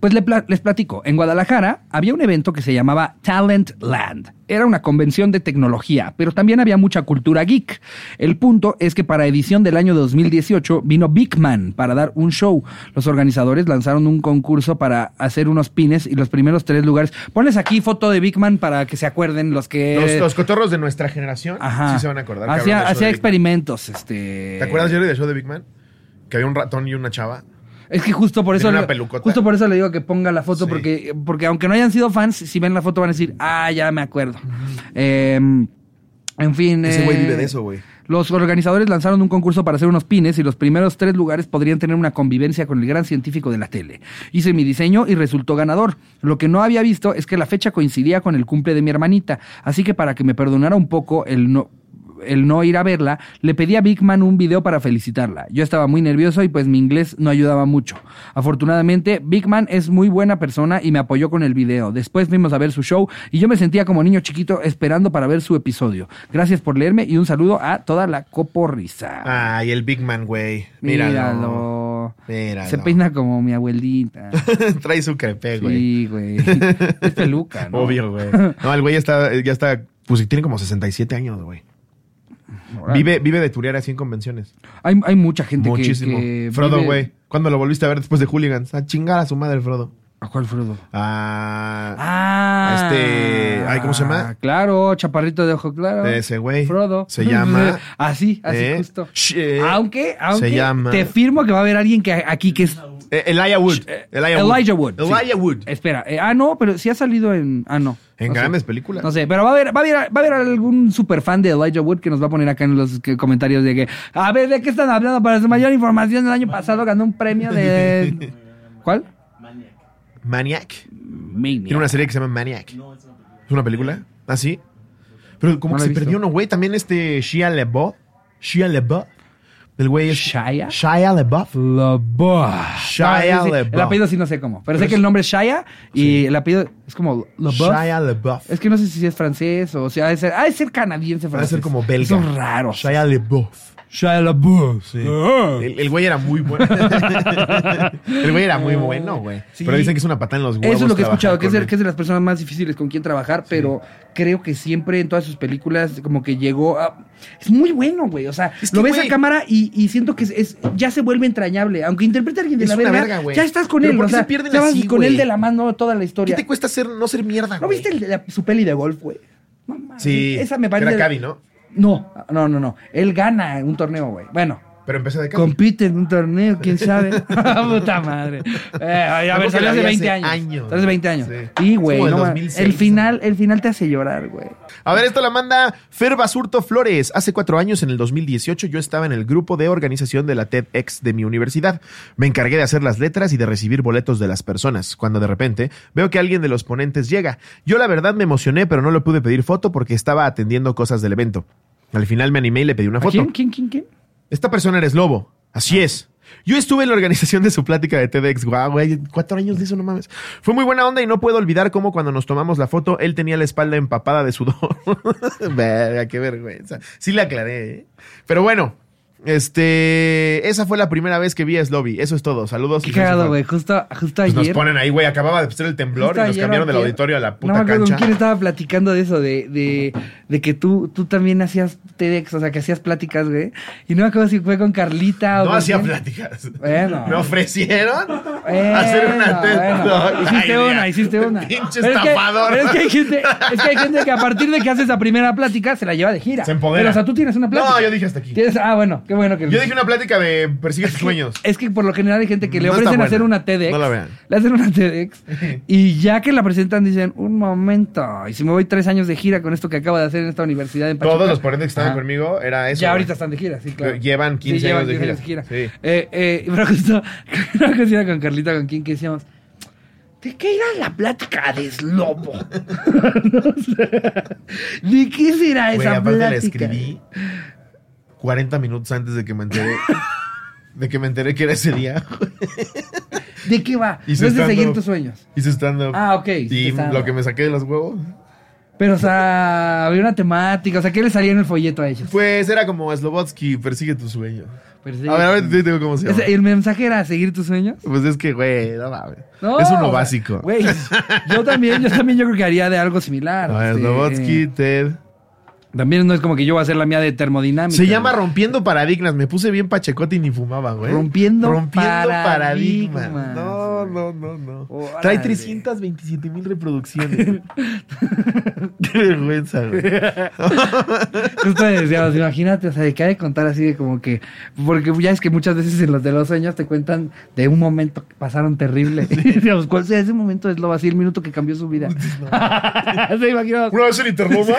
Speaker 1: Pues le pla- les platico. En Guadalajara había un evento que se llamaba Talent Land. Era una convención de tecnología, pero también había mucha cultura geek. El punto es que para edición del año 2018 vino Big Man para dar un show. Los organizadores lanzaron un concurso para hacer unos pines y los primeros tres lugares. Pones aquí foto de Big Man para que se acuerden los que.
Speaker 2: los, los cotorros de nuestra generación sí se van a acordar. cabrón,
Speaker 1: eh, Hacía,
Speaker 2: del show
Speaker 1: hacía
Speaker 2: de Big Man.
Speaker 1: experimentos, este.
Speaker 2: ¿Te acuerdas, Jerry, del show de Big Man? Que había un ratón y una chava.
Speaker 1: Es que justo por eso.
Speaker 2: Tenía una
Speaker 1: le-
Speaker 2: pelucota.
Speaker 1: Justo por eso le digo que ponga la foto,
Speaker 2: Sí.
Speaker 1: porque, porque aunque no hayan sido fans, si ven la foto van a decir, ah, ya me acuerdo. Eh, en fin.
Speaker 2: Ese
Speaker 1: eh,
Speaker 2: güey vive de eso, güey.
Speaker 1: Los organizadores lanzaron un concurso para hacer unos pines y los primeros tres lugares podrían tener una convivencia con el gran científico de la tele. Hice mi diseño y resultó ganador. Lo que no había visto es que la fecha coincidía con el cumple de mi hermanita, así que para que me perdonara un poco el no el no ir a verla, le pedí a Big Man un video para felicitarla. Yo estaba muy nervioso y pues mi inglés no ayudaba mucho. Afortunadamente, Big Man es muy buena persona y me apoyó con el video. Después fuimos a ver su show y yo me sentía como niño chiquito esperando para ver su episodio. Gracias por leerme y un saludo a toda la coporrisa.
Speaker 2: Ay, el Big Man, güey. Ah, Míralo.
Speaker 1: Míralo.
Speaker 2: Míralo.
Speaker 1: Se peina como mi abuelita.
Speaker 2: Trae su crepé, güey.
Speaker 1: Sí, güey. Es peluca, ¿no?
Speaker 2: Obvio, güey. No, el güey ya está, ya está. Pues tiene como 67 años, güey.
Speaker 1: Órale.
Speaker 2: Vive, vive de turear así en convenciones.
Speaker 1: Hay, hay mucha gente que-
Speaker 2: Muchísimo.
Speaker 1: que.
Speaker 2: Frodo,
Speaker 1: vive-
Speaker 2: güey. ¿Cuándo lo volviste Ah, a ver después de Hooligans? A chingar a su madre, Frodo.
Speaker 1: ¿A cuál Frodo?
Speaker 2: A,
Speaker 1: Ah.
Speaker 2: A este- ay, ¿cómo se llama?
Speaker 1: Claro, chaparrito de ojo claro.
Speaker 2: ese güey.
Speaker 1: Frodo.
Speaker 2: Se llama.
Speaker 1: así, así
Speaker 2: eh,
Speaker 1: justo.
Speaker 2: sh- eh,
Speaker 1: aunque, aunque
Speaker 2: se llama-
Speaker 1: te firmo que va a haber alguien que aquí que es
Speaker 2: eh, Elijah Wood. Elijah Wood.
Speaker 1: Elijah Wood, sí.
Speaker 2: Elijah Wood.
Speaker 1: Espera, eh, ah, no, pero sí ha salido en. Ah, no.
Speaker 2: En
Speaker 1: No sé.
Speaker 2: grandes películas.
Speaker 1: No sé, pero va a haber, va a haber, va a haber algún super fan de Elijah Wood que nos va a poner acá en los que- comentarios de que. A ver, ¿de qué están hablando? Para su mayor información, el año pasado ganó un premio de. ¿Cuál?
Speaker 2: Maniac.
Speaker 1: Maniac.
Speaker 2: Tiene una serie que se llama Maniac. ¿Es una película? ¿Ah, sí? Pero como
Speaker 1: No
Speaker 2: que
Speaker 1: la he
Speaker 2: se
Speaker 1: visto.
Speaker 2: perdió uno, güey. También este Shia LeBeouf. Shia LeBeouf. El güey es...
Speaker 1: ¿Shia?
Speaker 2: Shia LeBeouf.
Speaker 1: LaBeouf.
Speaker 2: Shia
Speaker 1: Ah, sí,
Speaker 2: LaBeouf.
Speaker 1: El apellido sí no sé cómo. Pero sé
Speaker 2: Pero
Speaker 1: que
Speaker 2: es-
Speaker 1: el nombre es Shia y el apellido es como LaBeouf.
Speaker 2: Shia LeBeouf.
Speaker 1: Es que no sé si es francés o sea, ha de ser, ha de ser canadiense
Speaker 2: Va a
Speaker 1: francés.
Speaker 2: ser como belga.
Speaker 1: Son raros.
Speaker 2: Shia LeBeouf.
Speaker 1: Shia LaBeouf.
Speaker 2: El, el güey era muy bueno. el güey era muy bueno, güey.
Speaker 1: Sí.
Speaker 2: Pero dicen que es una patada en los huevos.
Speaker 1: Eso es lo que he
Speaker 2: trabajar
Speaker 1: escuchado, que es,
Speaker 2: con
Speaker 1: de,
Speaker 2: él.
Speaker 1: que es de las personas más difíciles con quien trabajar, pero creo que siempre en todas sus películas como que llegó a... Es muy bueno, güey. O sea,
Speaker 2: Es que,
Speaker 1: lo ves
Speaker 2: güey,
Speaker 1: a cámara y, y siento que es, es- ya se vuelve entrañable. Aunque interprete a alguien de
Speaker 2: Es
Speaker 1: la
Speaker 2: una
Speaker 1: verga,
Speaker 2: verga, güey.
Speaker 1: ya estás con
Speaker 2: Pero
Speaker 1: él.
Speaker 2: ¿por
Speaker 1: O
Speaker 2: qué
Speaker 1: sea,
Speaker 2: se pierden
Speaker 1: ya vas
Speaker 2: así,
Speaker 1: con
Speaker 2: güey?
Speaker 1: él de la mano toda la historia.
Speaker 2: ¿Qué te cuesta ser, no ser mierda,
Speaker 1: ¿No
Speaker 2: güey?
Speaker 1: viste el- la- su peli de golf, güey? No mames,
Speaker 2: Sí.
Speaker 1: Esa me parece...
Speaker 2: Era Cavi, ¿no?
Speaker 1: No, no, no, no. Él gana un torneo, güey. Bueno,
Speaker 2: Pero empezó de Cavi.
Speaker 1: Compite en un torneo, quién sabe. Puta madre. Eh, ay, a ver,
Speaker 2: Algo que
Speaker 1: salió
Speaker 2: la
Speaker 1: hace
Speaker 2: vi
Speaker 1: 20
Speaker 2: hace
Speaker 1: años.
Speaker 2: años.
Speaker 1: Salió hace 20 años.
Speaker 2: Sí.
Speaker 1: Y, güey,
Speaker 2: Como del
Speaker 1: no mames,
Speaker 2: 2006,
Speaker 1: el final,
Speaker 2: ¿no?
Speaker 1: el final te hace llorar, güey.
Speaker 2: A ver, esto la manda Fer Basurto Flores. Hace cuatro años, en el 2018, yo estaba en el grupo de organización de la TEDx de mi universidad. Me encargué de hacer las letras y de recibir boletos de las personas. Cuando de repente veo que alguien de los ponentes llega. Yo la verdad me emocioné, pero no le pude pedir foto porque estaba atendiendo cosas del evento. Al final me animé y le pedí una
Speaker 1: ¿A
Speaker 2: foto.
Speaker 1: ¿Quién, quién, quién, quién?
Speaker 2: Esta persona eres lobo. Así
Speaker 1: Ah.
Speaker 2: es. Yo estuve en la organización de su plática de TEDx. Guau, güey. Cuatro años de eso, no mames. Fue muy buena onda y no puedo olvidar cómo cuando nos tomamos la foto, él tenía la espalda empapada de sudor. Verga, qué vergüenza. Sí le aclaré, ¿eh? Pero bueno, este. Esa fue la primera vez que vi a Slobby. Eso es todo. Saludos.
Speaker 1: Qué cagado, güey. Justo, justo
Speaker 2: Pues nos
Speaker 1: ayer.
Speaker 2: ponen ahí, güey. Acababa de pasar el temblor
Speaker 1: justo
Speaker 2: y nos
Speaker 1: ayer,
Speaker 2: cambiaron del
Speaker 1: ayer,
Speaker 2: auditorio a la
Speaker 1: no me
Speaker 2: puta
Speaker 1: acuerdo
Speaker 2: cancha.
Speaker 1: con quién estaba platicando de eso, de, de, de que tú, tú también hacías TEDx, o sea, que hacías pláticas, güey. Y no me acuerdo si fue con Carlita o
Speaker 2: No
Speaker 1: con
Speaker 2: hacía
Speaker 1: quién.
Speaker 2: pláticas.
Speaker 1: Bueno.
Speaker 2: Me ofrecieron
Speaker 1: Bueno,
Speaker 2: hacer una TED
Speaker 1: bueno.
Speaker 2: Talk.
Speaker 1: Hiciste
Speaker 2: Ay,
Speaker 1: una,
Speaker 2: mira.
Speaker 1: hiciste una.
Speaker 2: Pinche
Speaker 1: Pero es que-
Speaker 2: estafador.
Speaker 1: pero Es que, hay gente, es que hay gente que a partir de que haces la primera plática se la lleva de gira.
Speaker 2: Se empodera.
Speaker 1: Pero, o sea, tú tienes una plática.
Speaker 2: No, yo dije hasta aquí.
Speaker 1: Tienes- ah, bueno, qué bueno que
Speaker 2: Yo dije una plática de persigue tus sueños.
Speaker 1: Es que por lo general hay gente que le
Speaker 2: No está
Speaker 1: ofrecen
Speaker 2: buena.
Speaker 1: hacer una TEDx.
Speaker 2: No la vean.
Speaker 1: Le hacen una TEDx. y ya que la presentan, dicen: Un momento. Y si me voy tres años de gira con esto que acabo de hacer en esta universidad en Pachuca.
Speaker 2: Todos los ponentes que estaban
Speaker 1: Ajá.
Speaker 2: conmigo era eso.
Speaker 1: Ya
Speaker 2: güey.
Speaker 1: ahorita están de gira, sí, claro.
Speaker 2: Llevan 15 años de gira. Sí.
Speaker 1: Eh, eh, pero justo, creo que sí era con Carlita, con quien que decíamos, ¿de qué era la plática de Slobo? No sé. ¿De qué será
Speaker 2: Güey,
Speaker 1: esa
Speaker 2: aparte la
Speaker 1: plática?
Speaker 2: escribí 40 minutos antes de que me enteré. de que me enteré que era ese día.
Speaker 1: ¿De qué va? No
Speaker 2: Hice
Speaker 1: es de
Speaker 2: stand-up.
Speaker 1: seguir tus sueños.
Speaker 2: Hice stand-up.
Speaker 1: Ah, ok, hiciste
Speaker 2: Y
Speaker 1: stand-up.
Speaker 2: lo que me saqué de los huevos.
Speaker 1: Pero, o sea, había una temática. O sea, ¿qué le salía en el folleto a ellos?
Speaker 2: Pues era como Slobotsky, persigue tus sueños.
Speaker 1: Pero sí.
Speaker 2: A ver, a ver, te digo cómo se llama.
Speaker 1: Ese- ¿El mensaje era seguir tus sueños?
Speaker 2: Pues es que, güey, no mames.
Speaker 1: No,
Speaker 2: es uno básico.
Speaker 1: Güey, yo también, yo también yo creo que haría de algo similar.
Speaker 2: A ver,
Speaker 1: este,
Speaker 2: Slobotsky, Ted.
Speaker 1: También no es como que yo voy a hacer la mía de termodinámica.
Speaker 2: Se llama
Speaker 1: güey.
Speaker 2: Rompiendo Paradigmas. Me puse bien pachecote y ni fumaba, güey.
Speaker 1: Rompiendo
Speaker 2: Paradigmas.
Speaker 1: Paradigmas,
Speaker 2: No,
Speaker 1: güey.
Speaker 2: no, no, no.
Speaker 1: Órale.
Speaker 2: Trae 327 mil reproducciones. güey. Qué vergüenza, güey.
Speaker 1: Justo decíamos, imagínate, o sea, de que ha de contar así de como que. Porque ya es que muchas veces en los de los sueños te cuentan de un momento que pasaron terrible. Y decíamos, ¿cuál sea ese momento es lo así, el minuto que cambió su vida? Se imaginamos.
Speaker 2: ¿Una vez en Interloma?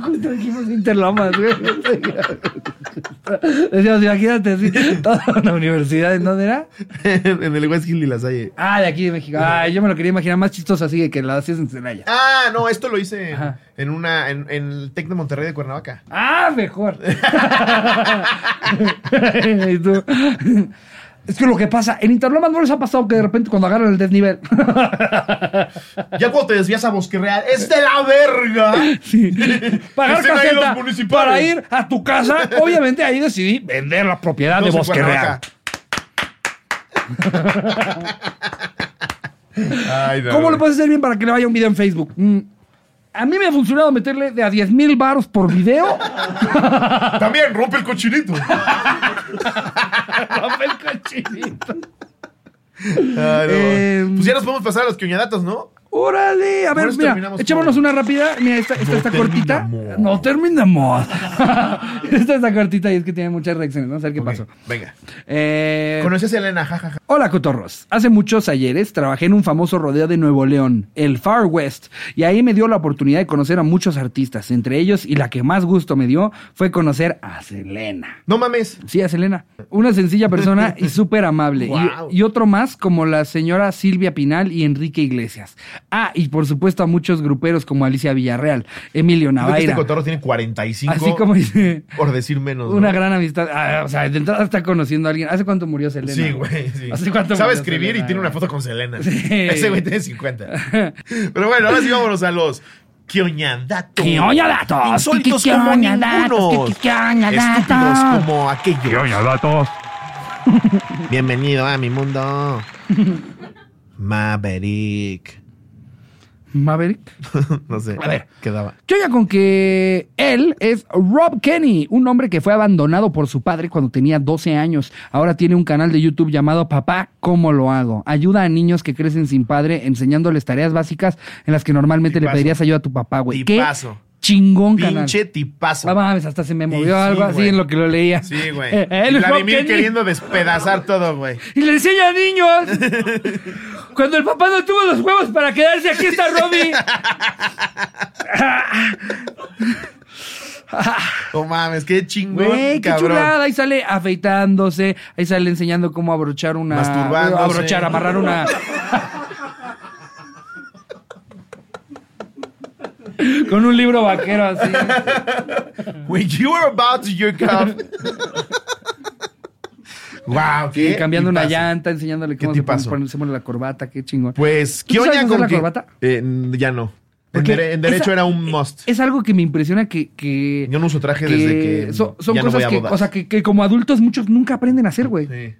Speaker 1: Justo dijimos Interlomas, güey. Decíamos, imagínate así, toda la universidad, ¿en dónde era?
Speaker 2: en el West Hill y la Salle.
Speaker 1: Ah, de aquí de México. Ay, yo me lo quería imaginar más chistoso así de que la hacías en Celaya.
Speaker 2: Ah, no, esto lo hice en,
Speaker 1: Ajá.
Speaker 2: en una, en, en el Tec de Monterrey de Cuernavaca.
Speaker 1: Ah, mejor. Y tú, Es que lo que pasa, en Interlomas no les ha pasado que de repente cuando agarran el desnivel.
Speaker 2: Ya cuando te desvías a Bosque Real, ¡es de la verga!
Speaker 1: sí. Pagar
Speaker 2: Estén ahí
Speaker 1: caseta
Speaker 2: los municipales.
Speaker 1: para ir a tu casa. Obviamente ahí decidí vender la propiedad de
Speaker 2: Todos en
Speaker 1: Bosque Real.
Speaker 2: Cuernavaca. Ay, no,
Speaker 1: ¿Cómo
Speaker 2: güey.
Speaker 1: lo puedes hacer bien para que le vaya un video en Facebook? Mm, A mí me ha funcionado meterle de a 10 mil baros por video.
Speaker 2: También rompe el cochinito.
Speaker 1: Rompe el cochinito.
Speaker 2: Ay, no.
Speaker 1: Em.
Speaker 2: pues ya nos podemos pasar a los cuñadatos, ¿no?
Speaker 1: ¡Órale! A ver,
Speaker 2: eso
Speaker 1: mira,
Speaker 2: terminamos
Speaker 1: echémonos
Speaker 2: con-
Speaker 1: una rápida. Mira, esta, esta
Speaker 2: No
Speaker 1: está cortita.
Speaker 2: terminamos.
Speaker 1: No terminamos. esta está cortita y es que tiene muchas reacciones. Vamos a ver qué pasó.
Speaker 2: Ok, Venga.
Speaker 1: Eh,
Speaker 2: Em, ¿Conoces a Elena? Jajaja.
Speaker 1: Hola cotorros, hace muchos ayeres trabajé en un famoso rodeo de Nuevo León, el Far West, y ahí me dio la oportunidad de conocer a muchos artistas, entre ellos y la que más gusto me dio fue conocer a Selena.
Speaker 2: No mames.
Speaker 1: Sí, a Selena, una sencilla persona y súper amable. Y-
Speaker 2: Guau.
Speaker 1: Y, otro más como la señora Silvia Pinal y Enrique Iglesias. Ah, y por supuesto a muchos gruperos como Alicia Villarreal, Emilio
Speaker 2: Creo que Este
Speaker 1: Navaira.
Speaker 2: cotorro tiene 45.
Speaker 1: Así como dice,
Speaker 2: Por decir menos.
Speaker 1: una
Speaker 2: ¿no?
Speaker 1: gran amistad. Ah, o sea, de entrada está conociendo a alguien. ¿Hace cuánto murió Selena?
Speaker 2: Sí, güey. sí.
Speaker 1: ¿Hace cuánto
Speaker 2: Sabe
Speaker 1: murió
Speaker 2: escribir
Speaker 1: Selena,
Speaker 2: y tiene una
Speaker 1: güey?
Speaker 2: foto con Selena.
Speaker 1: Sí.
Speaker 2: Ese güey tiene 50. Pero bueno, ahora sí vámonos a los Kioñadatos.
Speaker 1: ¡Qué oña datos!
Speaker 2: Insólitos
Speaker 1: ¡Qué, qué, qué
Speaker 2: como
Speaker 1: oña datos!
Speaker 2: ningunos.
Speaker 1: ¡Qué, qué, qué oña
Speaker 2: Estúpidos
Speaker 1: datos!
Speaker 2: como aquello.
Speaker 3: datos.
Speaker 2: Bienvenido a mi mundo. Maverick.
Speaker 1: Maverick.
Speaker 2: no sé.
Speaker 1: A ver.
Speaker 2: Quedaba.
Speaker 1: Yo ya con que él es Rob Kenny, un hombre que fue abandonado por su padre cuando tenía 12 años. Ahora tiene un canal de YouTube llamado Papá, ¿cómo lo hago? Ayuda a niños que crecen sin padre enseñándoles tareas básicas en las que normalmente le
Speaker 2: Tipazo.
Speaker 1: pedirías ayuda a tu papá, güey. ¿Qué
Speaker 2: Tipazo.
Speaker 1: chingón canal?
Speaker 2: Pinche tipazo.
Speaker 1: Ah, mames, hasta se me movió
Speaker 2: Sí,
Speaker 1: algo así
Speaker 2: güey.
Speaker 1: en lo que lo leía.
Speaker 2: Sí, güey.
Speaker 1: Eh, él
Speaker 2: Y
Speaker 1: es Rob
Speaker 2: Vladimir
Speaker 1: Kenny.
Speaker 2: queriendo despedazar todo, güey.
Speaker 1: Y le enseña a niños. Cuando el papá no tuvo los huevos para quedarse, aquí está Robbie.
Speaker 2: No mames, qué chingón,
Speaker 1: Güey, qué
Speaker 2: cabrón.
Speaker 1: chulada. Ahí sale afeitándose, ahí sale enseñando cómo abrochar una.
Speaker 2: Masturbándose.
Speaker 1: Abrochar, amarrar una. Con un libro vaquero así.
Speaker 2: When you were about to jerk off. wow, qué
Speaker 1: Y cambiando una
Speaker 2: tipazo.
Speaker 1: llanta, enseñándole
Speaker 2: ¿Qué
Speaker 1: cómo se
Speaker 2: tipazo?
Speaker 1: pone, se pone la corbata, qué chingón.
Speaker 2: Pues,
Speaker 1: ¿Tú
Speaker 2: ¿qué
Speaker 1: sabes
Speaker 2: oña
Speaker 1: hacer
Speaker 2: con
Speaker 1: la
Speaker 2: que-
Speaker 1: corbata?
Speaker 2: Eh, n- ya no. En,
Speaker 1: Porque
Speaker 2: dere- en derecho
Speaker 1: esa-
Speaker 2: era un must.
Speaker 1: Es algo que me impresiona que. que
Speaker 2: Yo no uso traje desde que
Speaker 1: son, son
Speaker 2: ya no
Speaker 1: cosas
Speaker 2: voy a
Speaker 1: que,
Speaker 2: bodas.
Speaker 1: o sea, que, que como adultos muchos nunca aprenden a hacer, güey.
Speaker 2: Sí.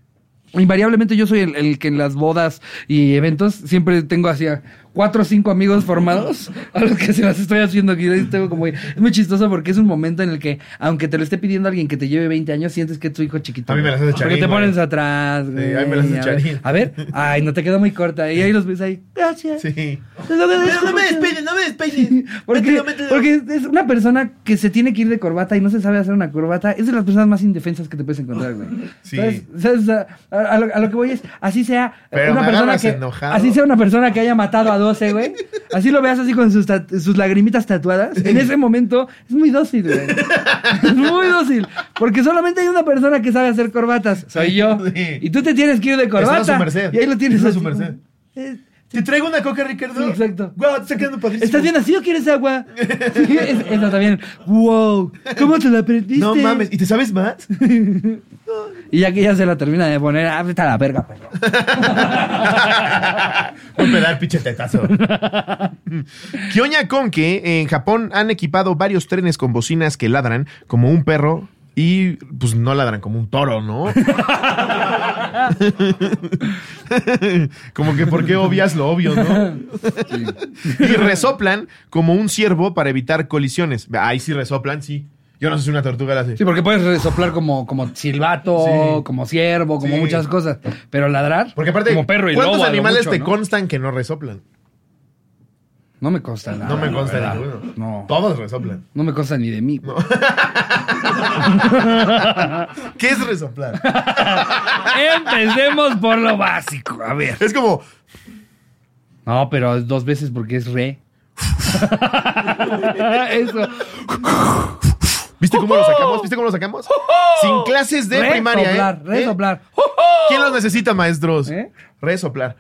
Speaker 1: Invariablemente yo soy el, el que en las bodas y eventos siempre tengo así a cuatro o cinco amigos formados a los que se las estoy haciendo aquí. Ahí tengo como- es muy chistoso porque es un momento en el que, aunque te lo esté pidiendo alguien que te lleve 20 años, sientes que es tu hijo chiquito.
Speaker 2: A mí me las hace
Speaker 1: Porque
Speaker 2: Charín,
Speaker 1: te
Speaker 2: güey.
Speaker 1: pones atrás, güey.
Speaker 2: a mí me las hace
Speaker 1: a, ver,
Speaker 2: Charín.
Speaker 1: a ver, ay, no te quedó muy corta. Y ahí los ves ahí. Gracias.
Speaker 2: Sí.
Speaker 1: No me
Speaker 4: Pero no me despeines, no me despeines.
Speaker 1: porque,
Speaker 4: Mételo, mételo.
Speaker 1: porque es una persona que se tiene que ir de corbata y no se sabe hacer una corbata. Es de las personas más indefensas que te puedes encontrar, güey.
Speaker 2: Sí.
Speaker 1: ¿Sabes? ¿Sabes? A, a lo, a lo que voy es, así sea
Speaker 2: Pero
Speaker 1: una
Speaker 2: me
Speaker 1: persona
Speaker 2: agarras
Speaker 1: que
Speaker 2: enojado.
Speaker 1: así sea una persona que haya matado a 12, güey. Así lo veas así con sus, ta- sus lagrimitas tatuadas. En ese momento es muy dócil, güey. Es muy dócil, porque solamente hay una persona que sabe hacer corbatas, soy yo.
Speaker 2: Sí.
Speaker 1: Y tú te tienes que ir de
Speaker 2: a
Speaker 1: corbata.
Speaker 2: su merced.
Speaker 1: Y ahí lo tienes
Speaker 2: Está a su
Speaker 1: así,
Speaker 2: merced.
Speaker 1: güey. Es-
Speaker 2: Te traigo una coca, Ricardo.
Speaker 1: Sí, exacto.
Speaker 2: Guau, te está quedando padrísimo.
Speaker 1: ¿Estás bien así o quieres agua? Sí, es- esa también. ¡Wow! ¿Cómo te la aprendiste?
Speaker 2: No mames, ¿y te sabes más?
Speaker 1: Y ya que ya se la termina de poner, ah, vete a la verga, perro.
Speaker 2: Un pedal pinche tetazo. Kioña con que en Japón han equipado varios trenes con bocinas que ladran como un perro y pues no ladran como un toro, ¿no? como que porque obvias lo obvio, ¿no? y resoplan como un ciervo para evitar colisiones. Ahí sí resoplan, sí. Yo no sé si una tortuga la hace.
Speaker 1: Sí, porque puedes soplar como, como silbato,
Speaker 2: Sí.
Speaker 1: como ciervo, como
Speaker 2: Sí.
Speaker 1: muchas cosas. Pero ladrar,
Speaker 2: Porque aparte,
Speaker 1: como perro y
Speaker 2: ¿cuántos
Speaker 1: lobo a lo
Speaker 2: animales
Speaker 1: mucho,
Speaker 2: te
Speaker 1: ¿no?
Speaker 2: constan que no resoplan?
Speaker 1: Ah, No me consta nada.
Speaker 2: No me
Speaker 1: la
Speaker 2: consta
Speaker 1: verdad.
Speaker 2: ninguno.
Speaker 1: No.
Speaker 2: Todos resoplan.
Speaker 1: No me consta ni de mí. güey.
Speaker 2: ¿Qué es resoplar?
Speaker 1: Empecemos por lo básico. A ver.
Speaker 2: Es como,
Speaker 1: No, pero es dos veces porque es re. Eso.
Speaker 2: ¿viste cómo lo sacamos? ¿Viste cómo lo sacamos? Sin clases de
Speaker 1: Re
Speaker 2: primaria,
Speaker 1: soplar,
Speaker 2: ¿eh?
Speaker 1: re
Speaker 2: ¿Eh?
Speaker 1: soplar.
Speaker 2: ¿Quién los necesita, maestros?
Speaker 1: ¿Eh?
Speaker 2: Resoplar.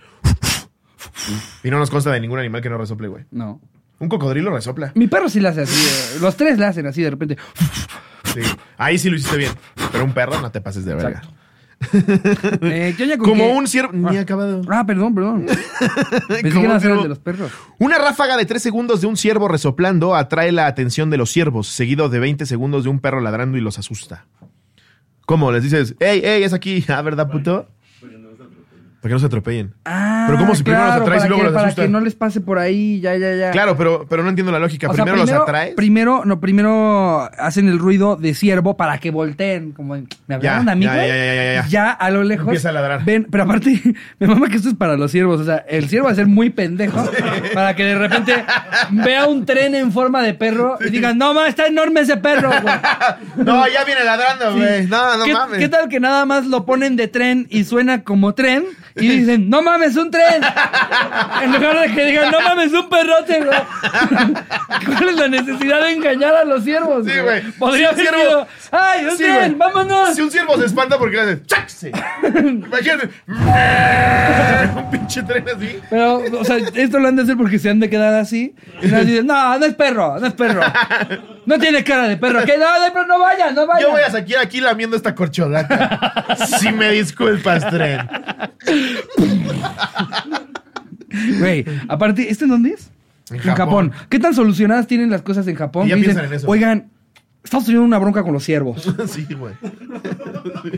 Speaker 2: Y no nos consta de ningún animal que no resople, güey.
Speaker 1: No.
Speaker 2: Un cocodrilo resopla.
Speaker 1: Mi perro sí la hace así. eh, Los tres la hacen así de repente.
Speaker 2: Sí. Ahí sí lo hiciste bien. Pero un perro no te pases de verga.
Speaker 1: Exacto. Eh, ¿qué oña con
Speaker 2: Como
Speaker 1: que-
Speaker 2: un ciervo. Ni he acabado.
Speaker 1: Ah, perdón, perdón. Pensé
Speaker 2: Como
Speaker 1: que
Speaker 2: un
Speaker 1: iba a ser el
Speaker 2: ciervo.
Speaker 1: de los perros.
Speaker 2: Una ráfaga de 3 segundos de un ciervo resoplando atrae la atención de los ciervos, seguido de 20 segundos de un perro ladrando y los asusta. ¿Cómo? Les dices, hey, hey, es aquí. Ah, ¿verdad, puto? Porque no Para que no se atropellen.
Speaker 1: Ah,
Speaker 2: Pero ¿cómo si primero los atraes y
Speaker 1: para
Speaker 2: luego
Speaker 1: que,
Speaker 2: los
Speaker 1: Para
Speaker 2: asustas?
Speaker 1: que no les pase por ahí, ya, ya, ya.
Speaker 2: Claro, pero, pero no entiendo la lógica.
Speaker 1: O sea,
Speaker 2: primero, los atraes.
Speaker 1: Primero, no, primero hacen el ruido de ciervo para que volteen. Como, en, ¿me hablaron
Speaker 2: Ya,
Speaker 1: a mí,
Speaker 2: ya,
Speaker 1: güey?"
Speaker 2: ya, ya, ya, ya.
Speaker 1: Ya a lo lejos.
Speaker 2: Empieza a ladrar.
Speaker 1: Ven, pero aparte, me mama que esto es para los ciervos. O sea, el ciervo va a ser muy pendejo para que de repente vea un tren en forma de perro y diga, no, ma, está enorme ese perro, güey.
Speaker 2: No, ya viene ladrando, güey. No, no
Speaker 1: ¿Qué,
Speaker 2: mames.
Speaker 1: qué tal que nada más lo ponen de tren y suena como tren? Y dicen, no mames, un tren. En lugar de que digan, no mames, un perrote, güey. ¿Cuál es la necesidad de engañar a los ciervos?
Speaker 2: Sí, güey.
Speaker 1: Podría
Speaker 2: Sí,
Speaker 1: haber
Speaker 2: ciervo.
Speaker 1: sido, ¡ay, un
Speaker 2: Sí,
Speaker 1: tren!
Speaker 2: güey.
Speaker 1: ¡Vámonos!
Speaker 2: Si un ciervo se espanta porque le hace ¡Chaxe! Imagínate. un pinche tren así.
Speaker 1: Pero, o sea, esto lo han de hacer porque se han de quedar así. Y nos dicen, no, no es perro, no es perro. No tiene cara de perro. Que no, de perro, no vaya, no vaya.
Speaker 2: Yo voy a saquear aquí lamiendo esta corcholata. si me disculpas, tren.
Speaker 1: Güey, aparte, ¿este en dónde es?
Speaker 2: En Japón.
Speaker 1: ¿Qué tan solucionadas tienen las cosas en Japón?
Speaker 2: Y ya
Speaker 1: Que
Speaker 2: piensan en eso.
Speaker 1: Oigan, estamos teniendo una bronca con los ciervos.
Speaker 2: sí, güey.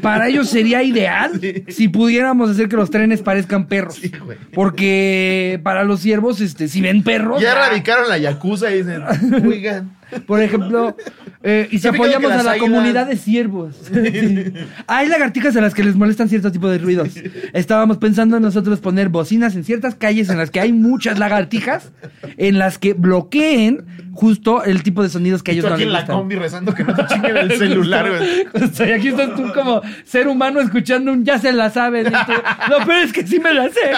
Speaker 1: Para ellos sería ideal si pudiéramos hacer que los trenes parezcan perros.
Speaker 2: Sí, güey.
Speaker 1: Porque para los ciervos, este, si ven perros.
Speaker 2: Ya
Speaker 1: ah,
Speaker 2: erradicaron la yakuza y dicen, oigan.
Speaker 1: Por ejemplo, eh, y si
Speaker 2: Está picado que
Speaker 1: apoyamos a
Speaker 2: las
Speaker 1: la
Speaker 2: águilas-
Speaker 1: comunidad de ciervos. Sí. Hay lagartijas a las que les molestan cierto tipo de ruidos. Estábamos pensando nosotros poner bocinas en ciertas calles en las que hay muchas lagartijas, en las que bloqueen justo el tipo de sonidos que a ellos
Speaker 2: Yo
Speaker 1: no
Speaker 2: aquí
Speaker 1: les
Speaker 2: en la
Speaker 1: gustan.
Speaker 2: combi rezando que no te chinguen el celular, güey.
Speaker 1: O sea, y aquí estás tú como ser humano escuchando un ya se la saben. y tú, No, pero es que sí me la sé,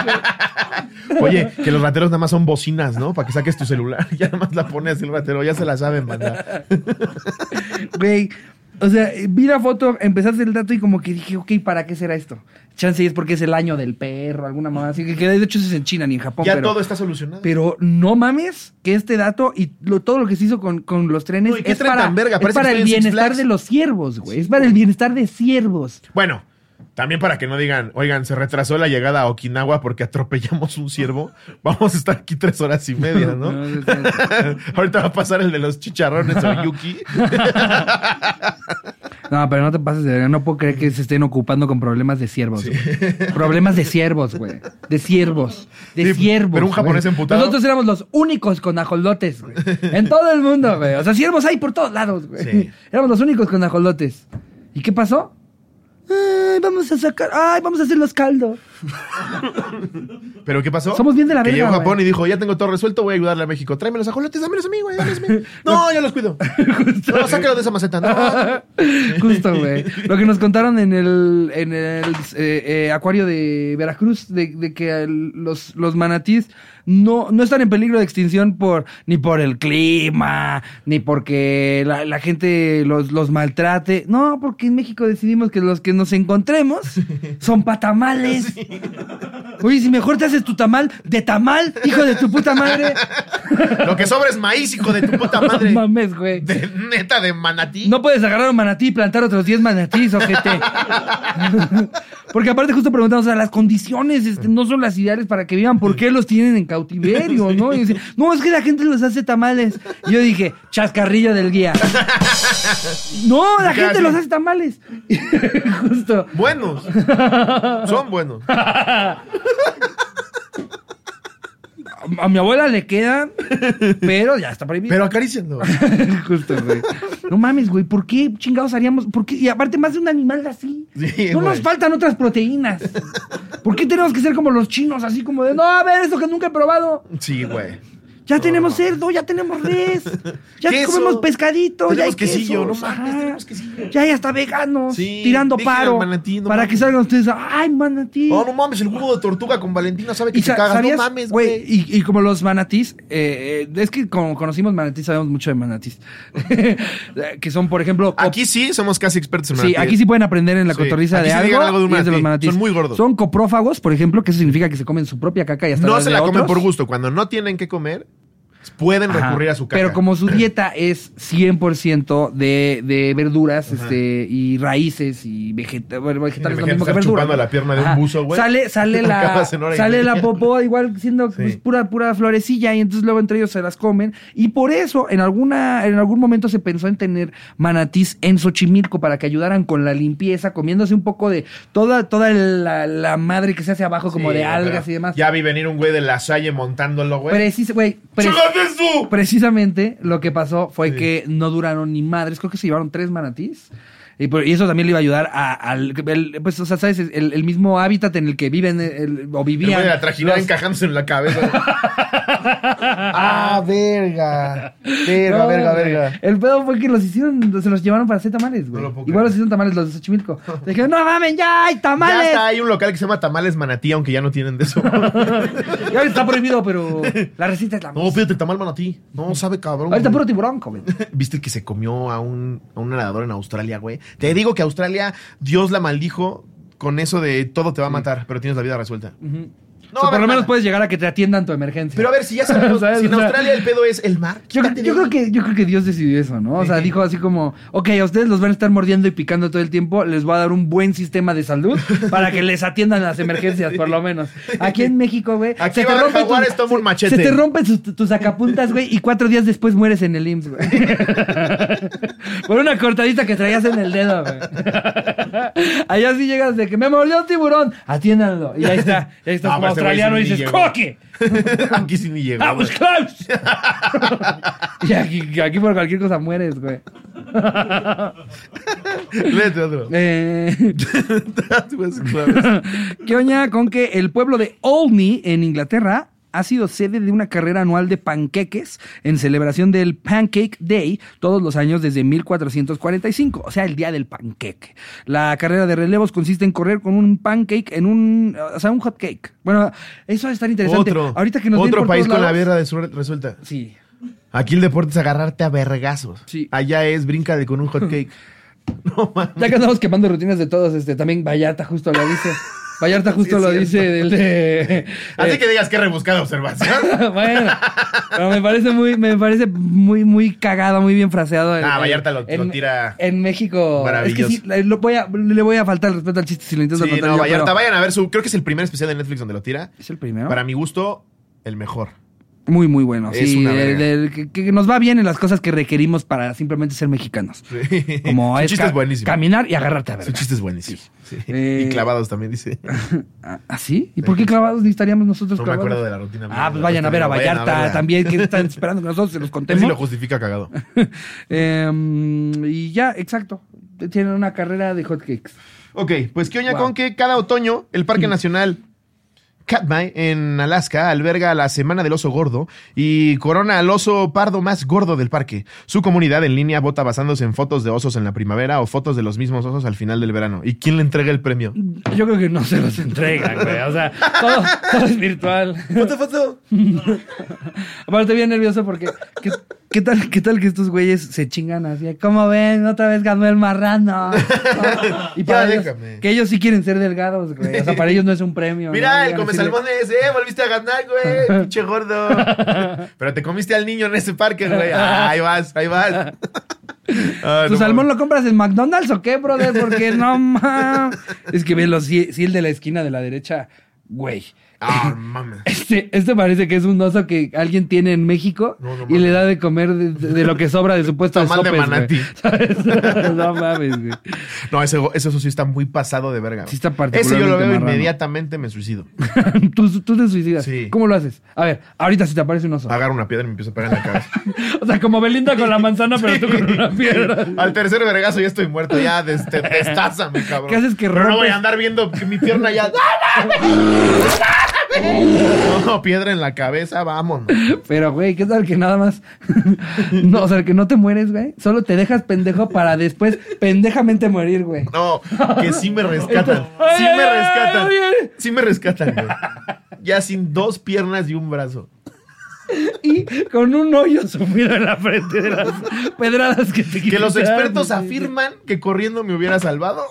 Speaker 1: güey.
Speaker 2: Oye, que los rateros nada más son bocinas, ¿no? Para que saques tu celular. Ya nada más la pones el ratero, ya se la saben, banda.
Speaker 1: Güey, o sea, vi la foto, empezaste el dato y como que dije, ok, ¿para qué será esto? Chance es porque es el año del perro, alguna mamá así. Que, que de hecho eso es en China ni en Japón.
Speaker 2: Ya
Speaker 1: pero,
Speaker 2: todo está solucionado.
Speaker 1: pero no mames que este dato y lo- todo lo que se hizo con, con los trenes
Speaker 2: No, ¿y qué
Speaker 1: es,
Speaker 2: tren
Speaker 1: para,
Speaker 2: tan verga?
Speaker 1: es
Speaker 2: Parece
Speaker 1: para
Speaker 2: que
Speaker 1: el
Speaker 2: estoy en Six
Speaker 1: bienestar
Speaker 2: Flags.
Speaker 1: de los siervos, güey. Es para el bienestar de siervos.
Speaker 2: Bueno, también para que no digan, oigan, se retrasó la llegada a Okinawa porque atropellamos un ciervo. Vamos a estar aquí tres horas y media,
Speaker 1: No,
Speaker 2: ¿no?
Speaker 1: no, no.
Speaker 2: Ahorita va a pasar el de los chicharrones o Yuki.
Speaker 1: No, pero no te pases de verga. No puedo creer que se estén ocupando con problemas de siervos. güey. Problemas de siervos, güey. De siervos. De
Speaker 2: Sí,
Speaker 1: siervos.
Speaker 2: pero un
Speaker 1: güey.
Speaker 2: japonés emputado.
Speaker 1: Nosotros éramos los únicos con ajolotes, güey. En todo el mundo, güey. O sea, siervos hay por todos lados, güey.
Speaker 2: Sí.
Speaker 1: Éramos los únicos con ajolotes. ¿Y qué pasó? Ay, vamos a sacar. Ay, vamos a hacer los caldos.
Speaker 2: ¿Pero qué pasó?
Speaker 1: Somos bien de la
Speaker 2: Que
Speaker 1: verga,
Speaker 2: llegó a Japón
Speaker 1: güey.
Speaker 2: y dijo, ya tengo todo resuelto, voy a ayudarle a México. Tráeme los ajolotes, dámelos a mí, güey, dámelos a mí. No, yo los cuido. No, sácalo de esa maceta, no.
Speaker 1: Justo, güey. Lo que nos contaron en el, en el eh, eh, acuario de Veracruz, de, de que el- los, los manatís no, no están en peligro de extinción por ni por el clima, ni porque la, la gente los, los maltrate. No, porque en México decidimos que los que nos encontremos son patamales. Oye, si mejor te haces tu tamal de tamal, hijo de tu puta madre.
Speaker 2: Lo que sobra es maíz, hijo de tu puta madre.
Speaker 1: No mames, güey.
Speaker 2: De, neta, de manatí.
Speaker 1: No puedes agarrar un manatí y plantar otros 10 manatís, ojete. Porque aparte justo preguntamos, o sea, las condiciones este, no son las ideales para que vivan, ¿por qué los tienen en cautiverio, no? Y dice, no, es que la gente los hace tamales. Y yo dije, chascarrillo del guía. No, la gente los hace tamales. justo.
Speaker 2: Buenos. Son buenos.
Speaker 1: A mi abuela le quedan, pero ya está prohibido.
Speaker 2: Pero acariciando.
Speaker 1: Justo, güey. No mames, güey, ¿por qué chingados haríamos? ¿Por qué? Y aparte, más de un animal así.
Speaker 2: Sí,
Speaker 1: no
Speaker 2: güey.
Speaker 1: nos faltan otras proteínas. ¿Por qué tenemos que ser como los chinos, así como de, no, a ver, eso que nunca he probado?
Speaker 2: Sí, güey.
Speaker 1: Ya tenemos cerdo, ya tenemos res, ya
Speaker 2: Queso.
Speaker 1: comemos pescadito, ya hay
Speaker 2: Tenemos quesillo,
Speaker 1: quesos,
Speaker 2: no mames,
Speaker 1: ajá.
Speaker 2: tenemos quesillo.
Speaker 1: Ya hay hasta veganos
Speaker 2: Sí,
Speaker 1: tirando
Speaker 2: dejen al
Speaker 1: paro
Speaker 2: manatí, no
Speaker 1: para
Speaker 2: mames.
Speaker 1: que salgan ustedes, ay, manatí.
Speaker 2: Oh, no mames, el huevo de tortuga con Valentina sabe que
Speaker 1: Y
Speaker 2: te
Speaker 1: sa-
Speaker 2: cagas.
Speaker 1: ¿sabías,
Speaker 2: no mames, güey.
Speaker 1: Y, y como los manatís, eh, eh, es que como conocimos manatís, sabemos mucho de manatís. que son, por ejemplo, cop-
Speaker 2: Aquí Ah, sí somos casi expertos en
Speaker 1: Sí,
Speaker 2: manatíes.
Speaker 1: aquí sí pueden aprender en la
Speaker 2: Sí,
Speaker 1: cotorriza
Speaker 2: aquí
Speaker 1: de
Speaker 2: sí
Speaker 1: algo,
Speaker 2: digan algo de un
Speaker 1: y es de los
Speaker 2: manatí.
Speaker 1: manatís.
Speaker 2: Son muy gordos.
Speaker 1: Son coprófagos, por ejemplo, que eso significa que se comen su propia caca y hasta
Speaker 2: No
Speaker 1: las
Speaker 2: se
Speaker 1: de
Speaker 2: la comen
Speaker 1: otros.
Speaker 2: por gusto. Cuando no tienen que comer, pueden
Speaker 1: Ajá.
Speaker 2: recurrir a su caca.
Speaker 1: Pero como su dieta es 100% de, de verduras este, y raíces y vegeta- bueno, vegetales,
Speaker 2: Imagínate
Speaker 1: lo mismo que
Speaker 2: estar
Speaker 1: verduras.
Speaker 2: chupando
Speaker 1: ¿no?
Speaker 2: la pierna de un buzo, güey.
Speaker 1: Sale, sale la,
Speaker 2: Acabas en hora y
Speaker 1: sale
Speaker 2: media.
Speaker 1: la popó igual siendo pues, pura, pura florecilla y entonces luego entre ellos se las comen. Y por eso en, alguna, en algún momento se pensó en tener manatís en Xochimilco para que ayudaran con la limpieza, comiéndose un poco de toda, toda la, la madre que se hace abajo como
Speaker 2: Sí,
Speaker 1: de
Speaker 2: o sea,
Speaker 1: algas y demás.
Speaker 2: Ya vi venir un güey de la Salle montándolo, güey.
Speaker 1: Precis- güey, pre-
Speaker 2: ¡Chécate tú!
Speaker 1: Precisamente lo que pasó fue
Speaker 2: Sí.
Speaker 1: que no duraron ni madres. Creo que se llevaron tres manatís. Y, por- y eso también le iba a ayudar a- al. el- pues, o sea, ¿sabes? El, el mismo hábitat en el que viven el- o
Speaker 2: El güey
Speaker 1: vivían.
Speaker 2: de la trajinera
Speaker 1: los-
Speaker 2: encajándose en la cabeza. ah, verga. Verga,
Speaker 1: No,
Speaker 2: verga,
Speaker 1: güey.
Speaker 2: verga.
Speaker 1: El pedo fue que los hicieron, se los llevaron para hacer tamales, güey.
Speaker 2: No lo
Speaker 1: Igual
Speaker 2: puedo creer.
Speaker 1: los hicieron tamales los de Xochimilco. Dijeron, no mamen, ya hay
Speaker 2: Ya
Speaker 1: tamales.
Speaker 2: está, hay un local que se llama Tamales Manatí, aunque ya no tienen de eso. no,
Speaker 1: Ya está prohibido, pero la receta es la misma.
Speaker 2: fíjate, Tamal Manatí. No, sabe cabrón.
Speaker 1: Ahorita
Speaker 2: güey.
Speaker 1: puro tiburón, güey.
Speaker 2: ¿Viste que se comió a un, a un nadador en Australia, güey? Te digo que Australia, Dios la maldijo con eso de todo te va a matar, pero tienes la vida resuelta.
Speaker 1: No,
Speaker 2: va a
Speaker 1: por
Speaker 2: haber
Speaker 1: lo menos
Speaker 2: nada.
Speaker 1: puedes llegar a que te atiendan tu emergencia.
Speaker 2: Pero a ver, si ya sabemos,
Speaker 1: ¿Sabes?
Speaker 2: si en
Speaker 1: O sea,
Speaker 2: Australia el pedo es el mar.
Speaker 1: Yo,
Speaker 2: quítate de
Speaker 1: yo creo
Speaker 2: ahí.
Speaker 1: que, yo creo que Dios decidió eso, ¿no? O sea,
Speaker 2: Sí.
Speaker 1: dijo así como, ok, a ustedes los van a estar mordiendo y picando todo el tiempo, les voy a dar un buen sistema de salud para que les atiendan las emergencias, por lo menos. Aquí en México, güey,
Speaker 2: Aquí va el
Speaker 1: tus-
Speaker 2: jaguar, toma un machete.
Speaker 1: se te rompen sus- tus sacapuntas, güey, y cuatro días después mueres en el IMSS, güey. por una cortadita que traías en el dedo, güey. Allá sí llegas de que me mordió un tiburón, atiéndanlo. Y ahí está, y ahí está
Speaker 2: No,
Speaker 1: como
Speaker 2: pero ese
Speaker 1: australiano
Speaker 2: güey
Speaker 1: y
Speaker 2: sí
Speaker 1: dices,
Speaker 2: llegó.
Speaker 1: ¡coque!
Speaker 2: Aquí sí ni llegó.
Speaker 1: ¡Ah, pues
Speaker 2: güey.
Speaker 1: Klaus! y aquí, aquí por cualquier cosa mueres, güey.
Speaker 2: Léete otro.
Speaker 1: Eh,
Speaker 2: That was close.
Speaker 1: ¿Qué oña con que el pueblo de Olney, en Inglaterra, ha sido sede de una carrera anual de panqueques en celebración del Pancake Day todos los años desde 1445, o sea, el día del panqueque. La carrera de relevos consiste en correr con un pancake en un, o sea, un hot cake. Bueno, eso va a estar interesante.
Speaker 2: Otro.
Speaker 1: Ahorita que nos den
Speaker 2: otro
Speaker 1: por
Speaker 2: país
Speaker 1: todos
Speaker 2: con la
Speaker 1: lados-
Speaker 2: guerra de su- resuelta.
Speaker 1: Sí.
Speaker 2: Aquí el deporte es agarrarte a vergazos.
Speaker 1: Sí. Eh.
Speaker 2: Allá es bríncale con un hot cake. no mames.
Speaker 1: Ya que andamos quemando rutinas de todos, este, también Vallarta justo lo dice. Vallarta justo
Speaker 2: es
Speaker 1: lo
Speaker 2: cierto.
Speaker 1: dice del de. eh,
Speaker 2: Así que digas que rebuscada observación.
Speaker 1: bueno, pero me parece muy, me parece muy, muy cagado, muy bien fraseado. el-
Speaker 2: Ah,
Speaker 1: el-
Speaker 2: Vallarta lo-
Speaker 1: Eh, en- eh,
Speaker 2: lo tira
Speaker 1: En México. Es
Speaker 2: maravilloso.
Speaker 1: que sí, le- lo voy a, le voy a faltar el respeto al chiste si lo intento
Speaker 2: Sí,
Speaker 1: contar
Speaker 2: no,
Speaker 1: yo,
Speaker 2: Vallarta,
Speaker 1: pero-
Speaker 2: vayan a ver su. Creo que es el primer especial de Netflix donde lo tira.
Speaker 1: Es el primero.
Speaker 2: Para mi gusto, el mejor.
Speaker 1: Muy, muy bueno.
Speaker 2: Es
Speaker 1: sí,
Speaker 2: una
Speaker 1: del-
Speaker 2: verga.
Speaker 1: del- que, que nos va bien en las cosas que requerimos para simplemente ser mexicanos. Como
Speaker 2: Su
Speaker 1: es
Speaker 2: chiste
Speaker 1: ca-
Speaker 2: es buenísimo.
Speaker 1: caminar y agarrarte a
Speaker 2: Su
Speaker 1: ver.
Speaker 2: chiste es buenísimo. Sí.
Speaker 1: Eh,
Speaker 2: y clavados también dice.
Speaker 1: ¿Así? Ah, ¿Y por qué clavados necesitaríamos nosotros
Speaker 2: No me
Speaker 1: clavados?
Speaker 2: acuerdo de la rutina.
Speaker 1: Ah, pues vayan a ver a
Speaker 2: Vayan a
Speaker 1: Vallarta
Speaker 2: verla.
Speaker 1: también, que están esperando que nosotros se los
Speaker 2: Él sí lo
Speaker 1: contemos.
Speaker 2: justifica cagado.
Speaker 1: Em, y ya, exacto. Tienen una carrera de hotcakes.
Speaker 2: Ok, pues qué oña
Speaker 1: Wow. Mm.
Speaker 2: con que cada otoño el Parque Nacional Katmai en Alaska alberga la Semana del Oso Gordo y corona al oso pardo más gordo del parque. Su comunidad en línea vota basándose en fotos de osos en la primavera o fotos de los mismos osos al final del verano. ¿Y quién le entrega el premio?
Speaker 1: Yo creo que no se los entregan, güey. O sea, todo, todo es virtual.
Speaker 4: Foto, foto.
Speaker 1: Aparte, bien nervioso porque. ¿qué, qué tal, ¿Qué tal que estos güeyes se chingan así? ¿Cómo ven? Otra vez ganó el marrano. Y para
Speaker 2: Ya,
Speaker 1: ellos-
Speaker 2: déjame.
Speaker 1: que ellos sí quieren ser delgados, güey. O sea, para ellos no es un premio. ¿no?
Speaker 2: Mira, el
Speaker 1: Digan
Speaker 2: come
Speaker 1: así de-
Speaker 2: salmones, eh, volviste a ganar, güey, pinche gordo. Pero te comiste al niño en ese parque, güey. Ah, ahí vas, ahí vas. Ah,
Speaker 1: ¿Tu
Speaker 2: no
Speaker 1: salmón
Speaker 2: mames.
Speaker 1: lo compras en McDonald's o qué, brother? Porque no mames. Es que velo, si, si el de la esquina de la derecha, güey.
Speaker 2: Ah, mames.
Speaker 1: Este, este parece que es un oso que alguien tiene en México
Speaker 2: No, no
Speaker 1: y le
Speaker 2: mames.
Speaker 1: da de comer de, de lo que sobra de su puesto de
Speaker 2: Tamal de
Speaker 1: sopes, güey.
Speaker 2: manatí.
Speaker 1: ¿Sabes? No mames, güey.
Speaker 2: No, ese, ese oso sí está muy pasado de verga. güey.
Speaker 1: Sí está
Speaker 2: Ese yo lo
Speaker 1: particularmente
Speaker 2: veo
Speaker 1: marrano.
Speaker 2: inmediatamente me suicido.
Speaker 1: Tú, tú te suicidas.
Speaker 2: Sí. Ah.
Speaker 1: ¿Cómo lo haces? A ver, ahorita si te aparece un oso.
Speaker 2: Agarro una piedra y me empiezo a pegar en la cabeza.
Speaker 1: O sea, como Belinda con la manzana, pero tú con una piedra.
Speaker 2: Al tercer vergazo ya estoy muerto. Ya des- te- destázame, cabrón.
Speaker 1: ¿Qué haces que
Speaker 2: Pero no voy
Speaker 1: rompes?
Speaker 2: a andar viendo que mi pierna ya. No, piedra en la cabeza, vámonos.
Speaker 1: Pero, güey, ¿qué tal que nada más? no, o sea, que no te mueres, güey. Solo te dejas pendejo para después pendejamente morir, güey.
Speaker 2: No, que sí me rescatan. Sí me rescatan. Sí me rescatan, güey. Ya sin dos piernas y un brazo.
Speaker 1: Y con un hoyo sumido en la frente de las pedradas que te
Speaker 2: Que los
Speaker 1: quitaron,
Speaker 2: expertos
Speaker 1: güey.
Speaker 2: afirman que corriendo me hubiera salvado.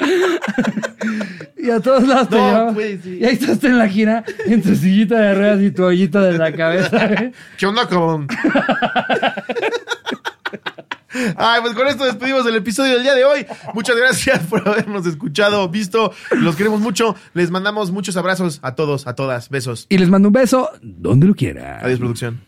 Speaker 1: Y Y a todos lados te
Speaker 4: No,
Speaker 1: llevaba.
Speaker 4: pues, sí.
Speaker 1: Y ahí estás tú en la gira, en tu sillita de ruedas y tu ollita de la cabeza. güey.
Speaker 2: ¿Qué onda, cabrón? Ay, pues con esto despedimos el episodio del día de hoy. Muchas gracias por habernos escuchado, visto. Los queremos mucho. Les mandamos muchos abrazos a todos, a todas. Besos.
Speaker 1: Y les mando un beso donde lo quiera.
Speaker 2: Adiós, producción.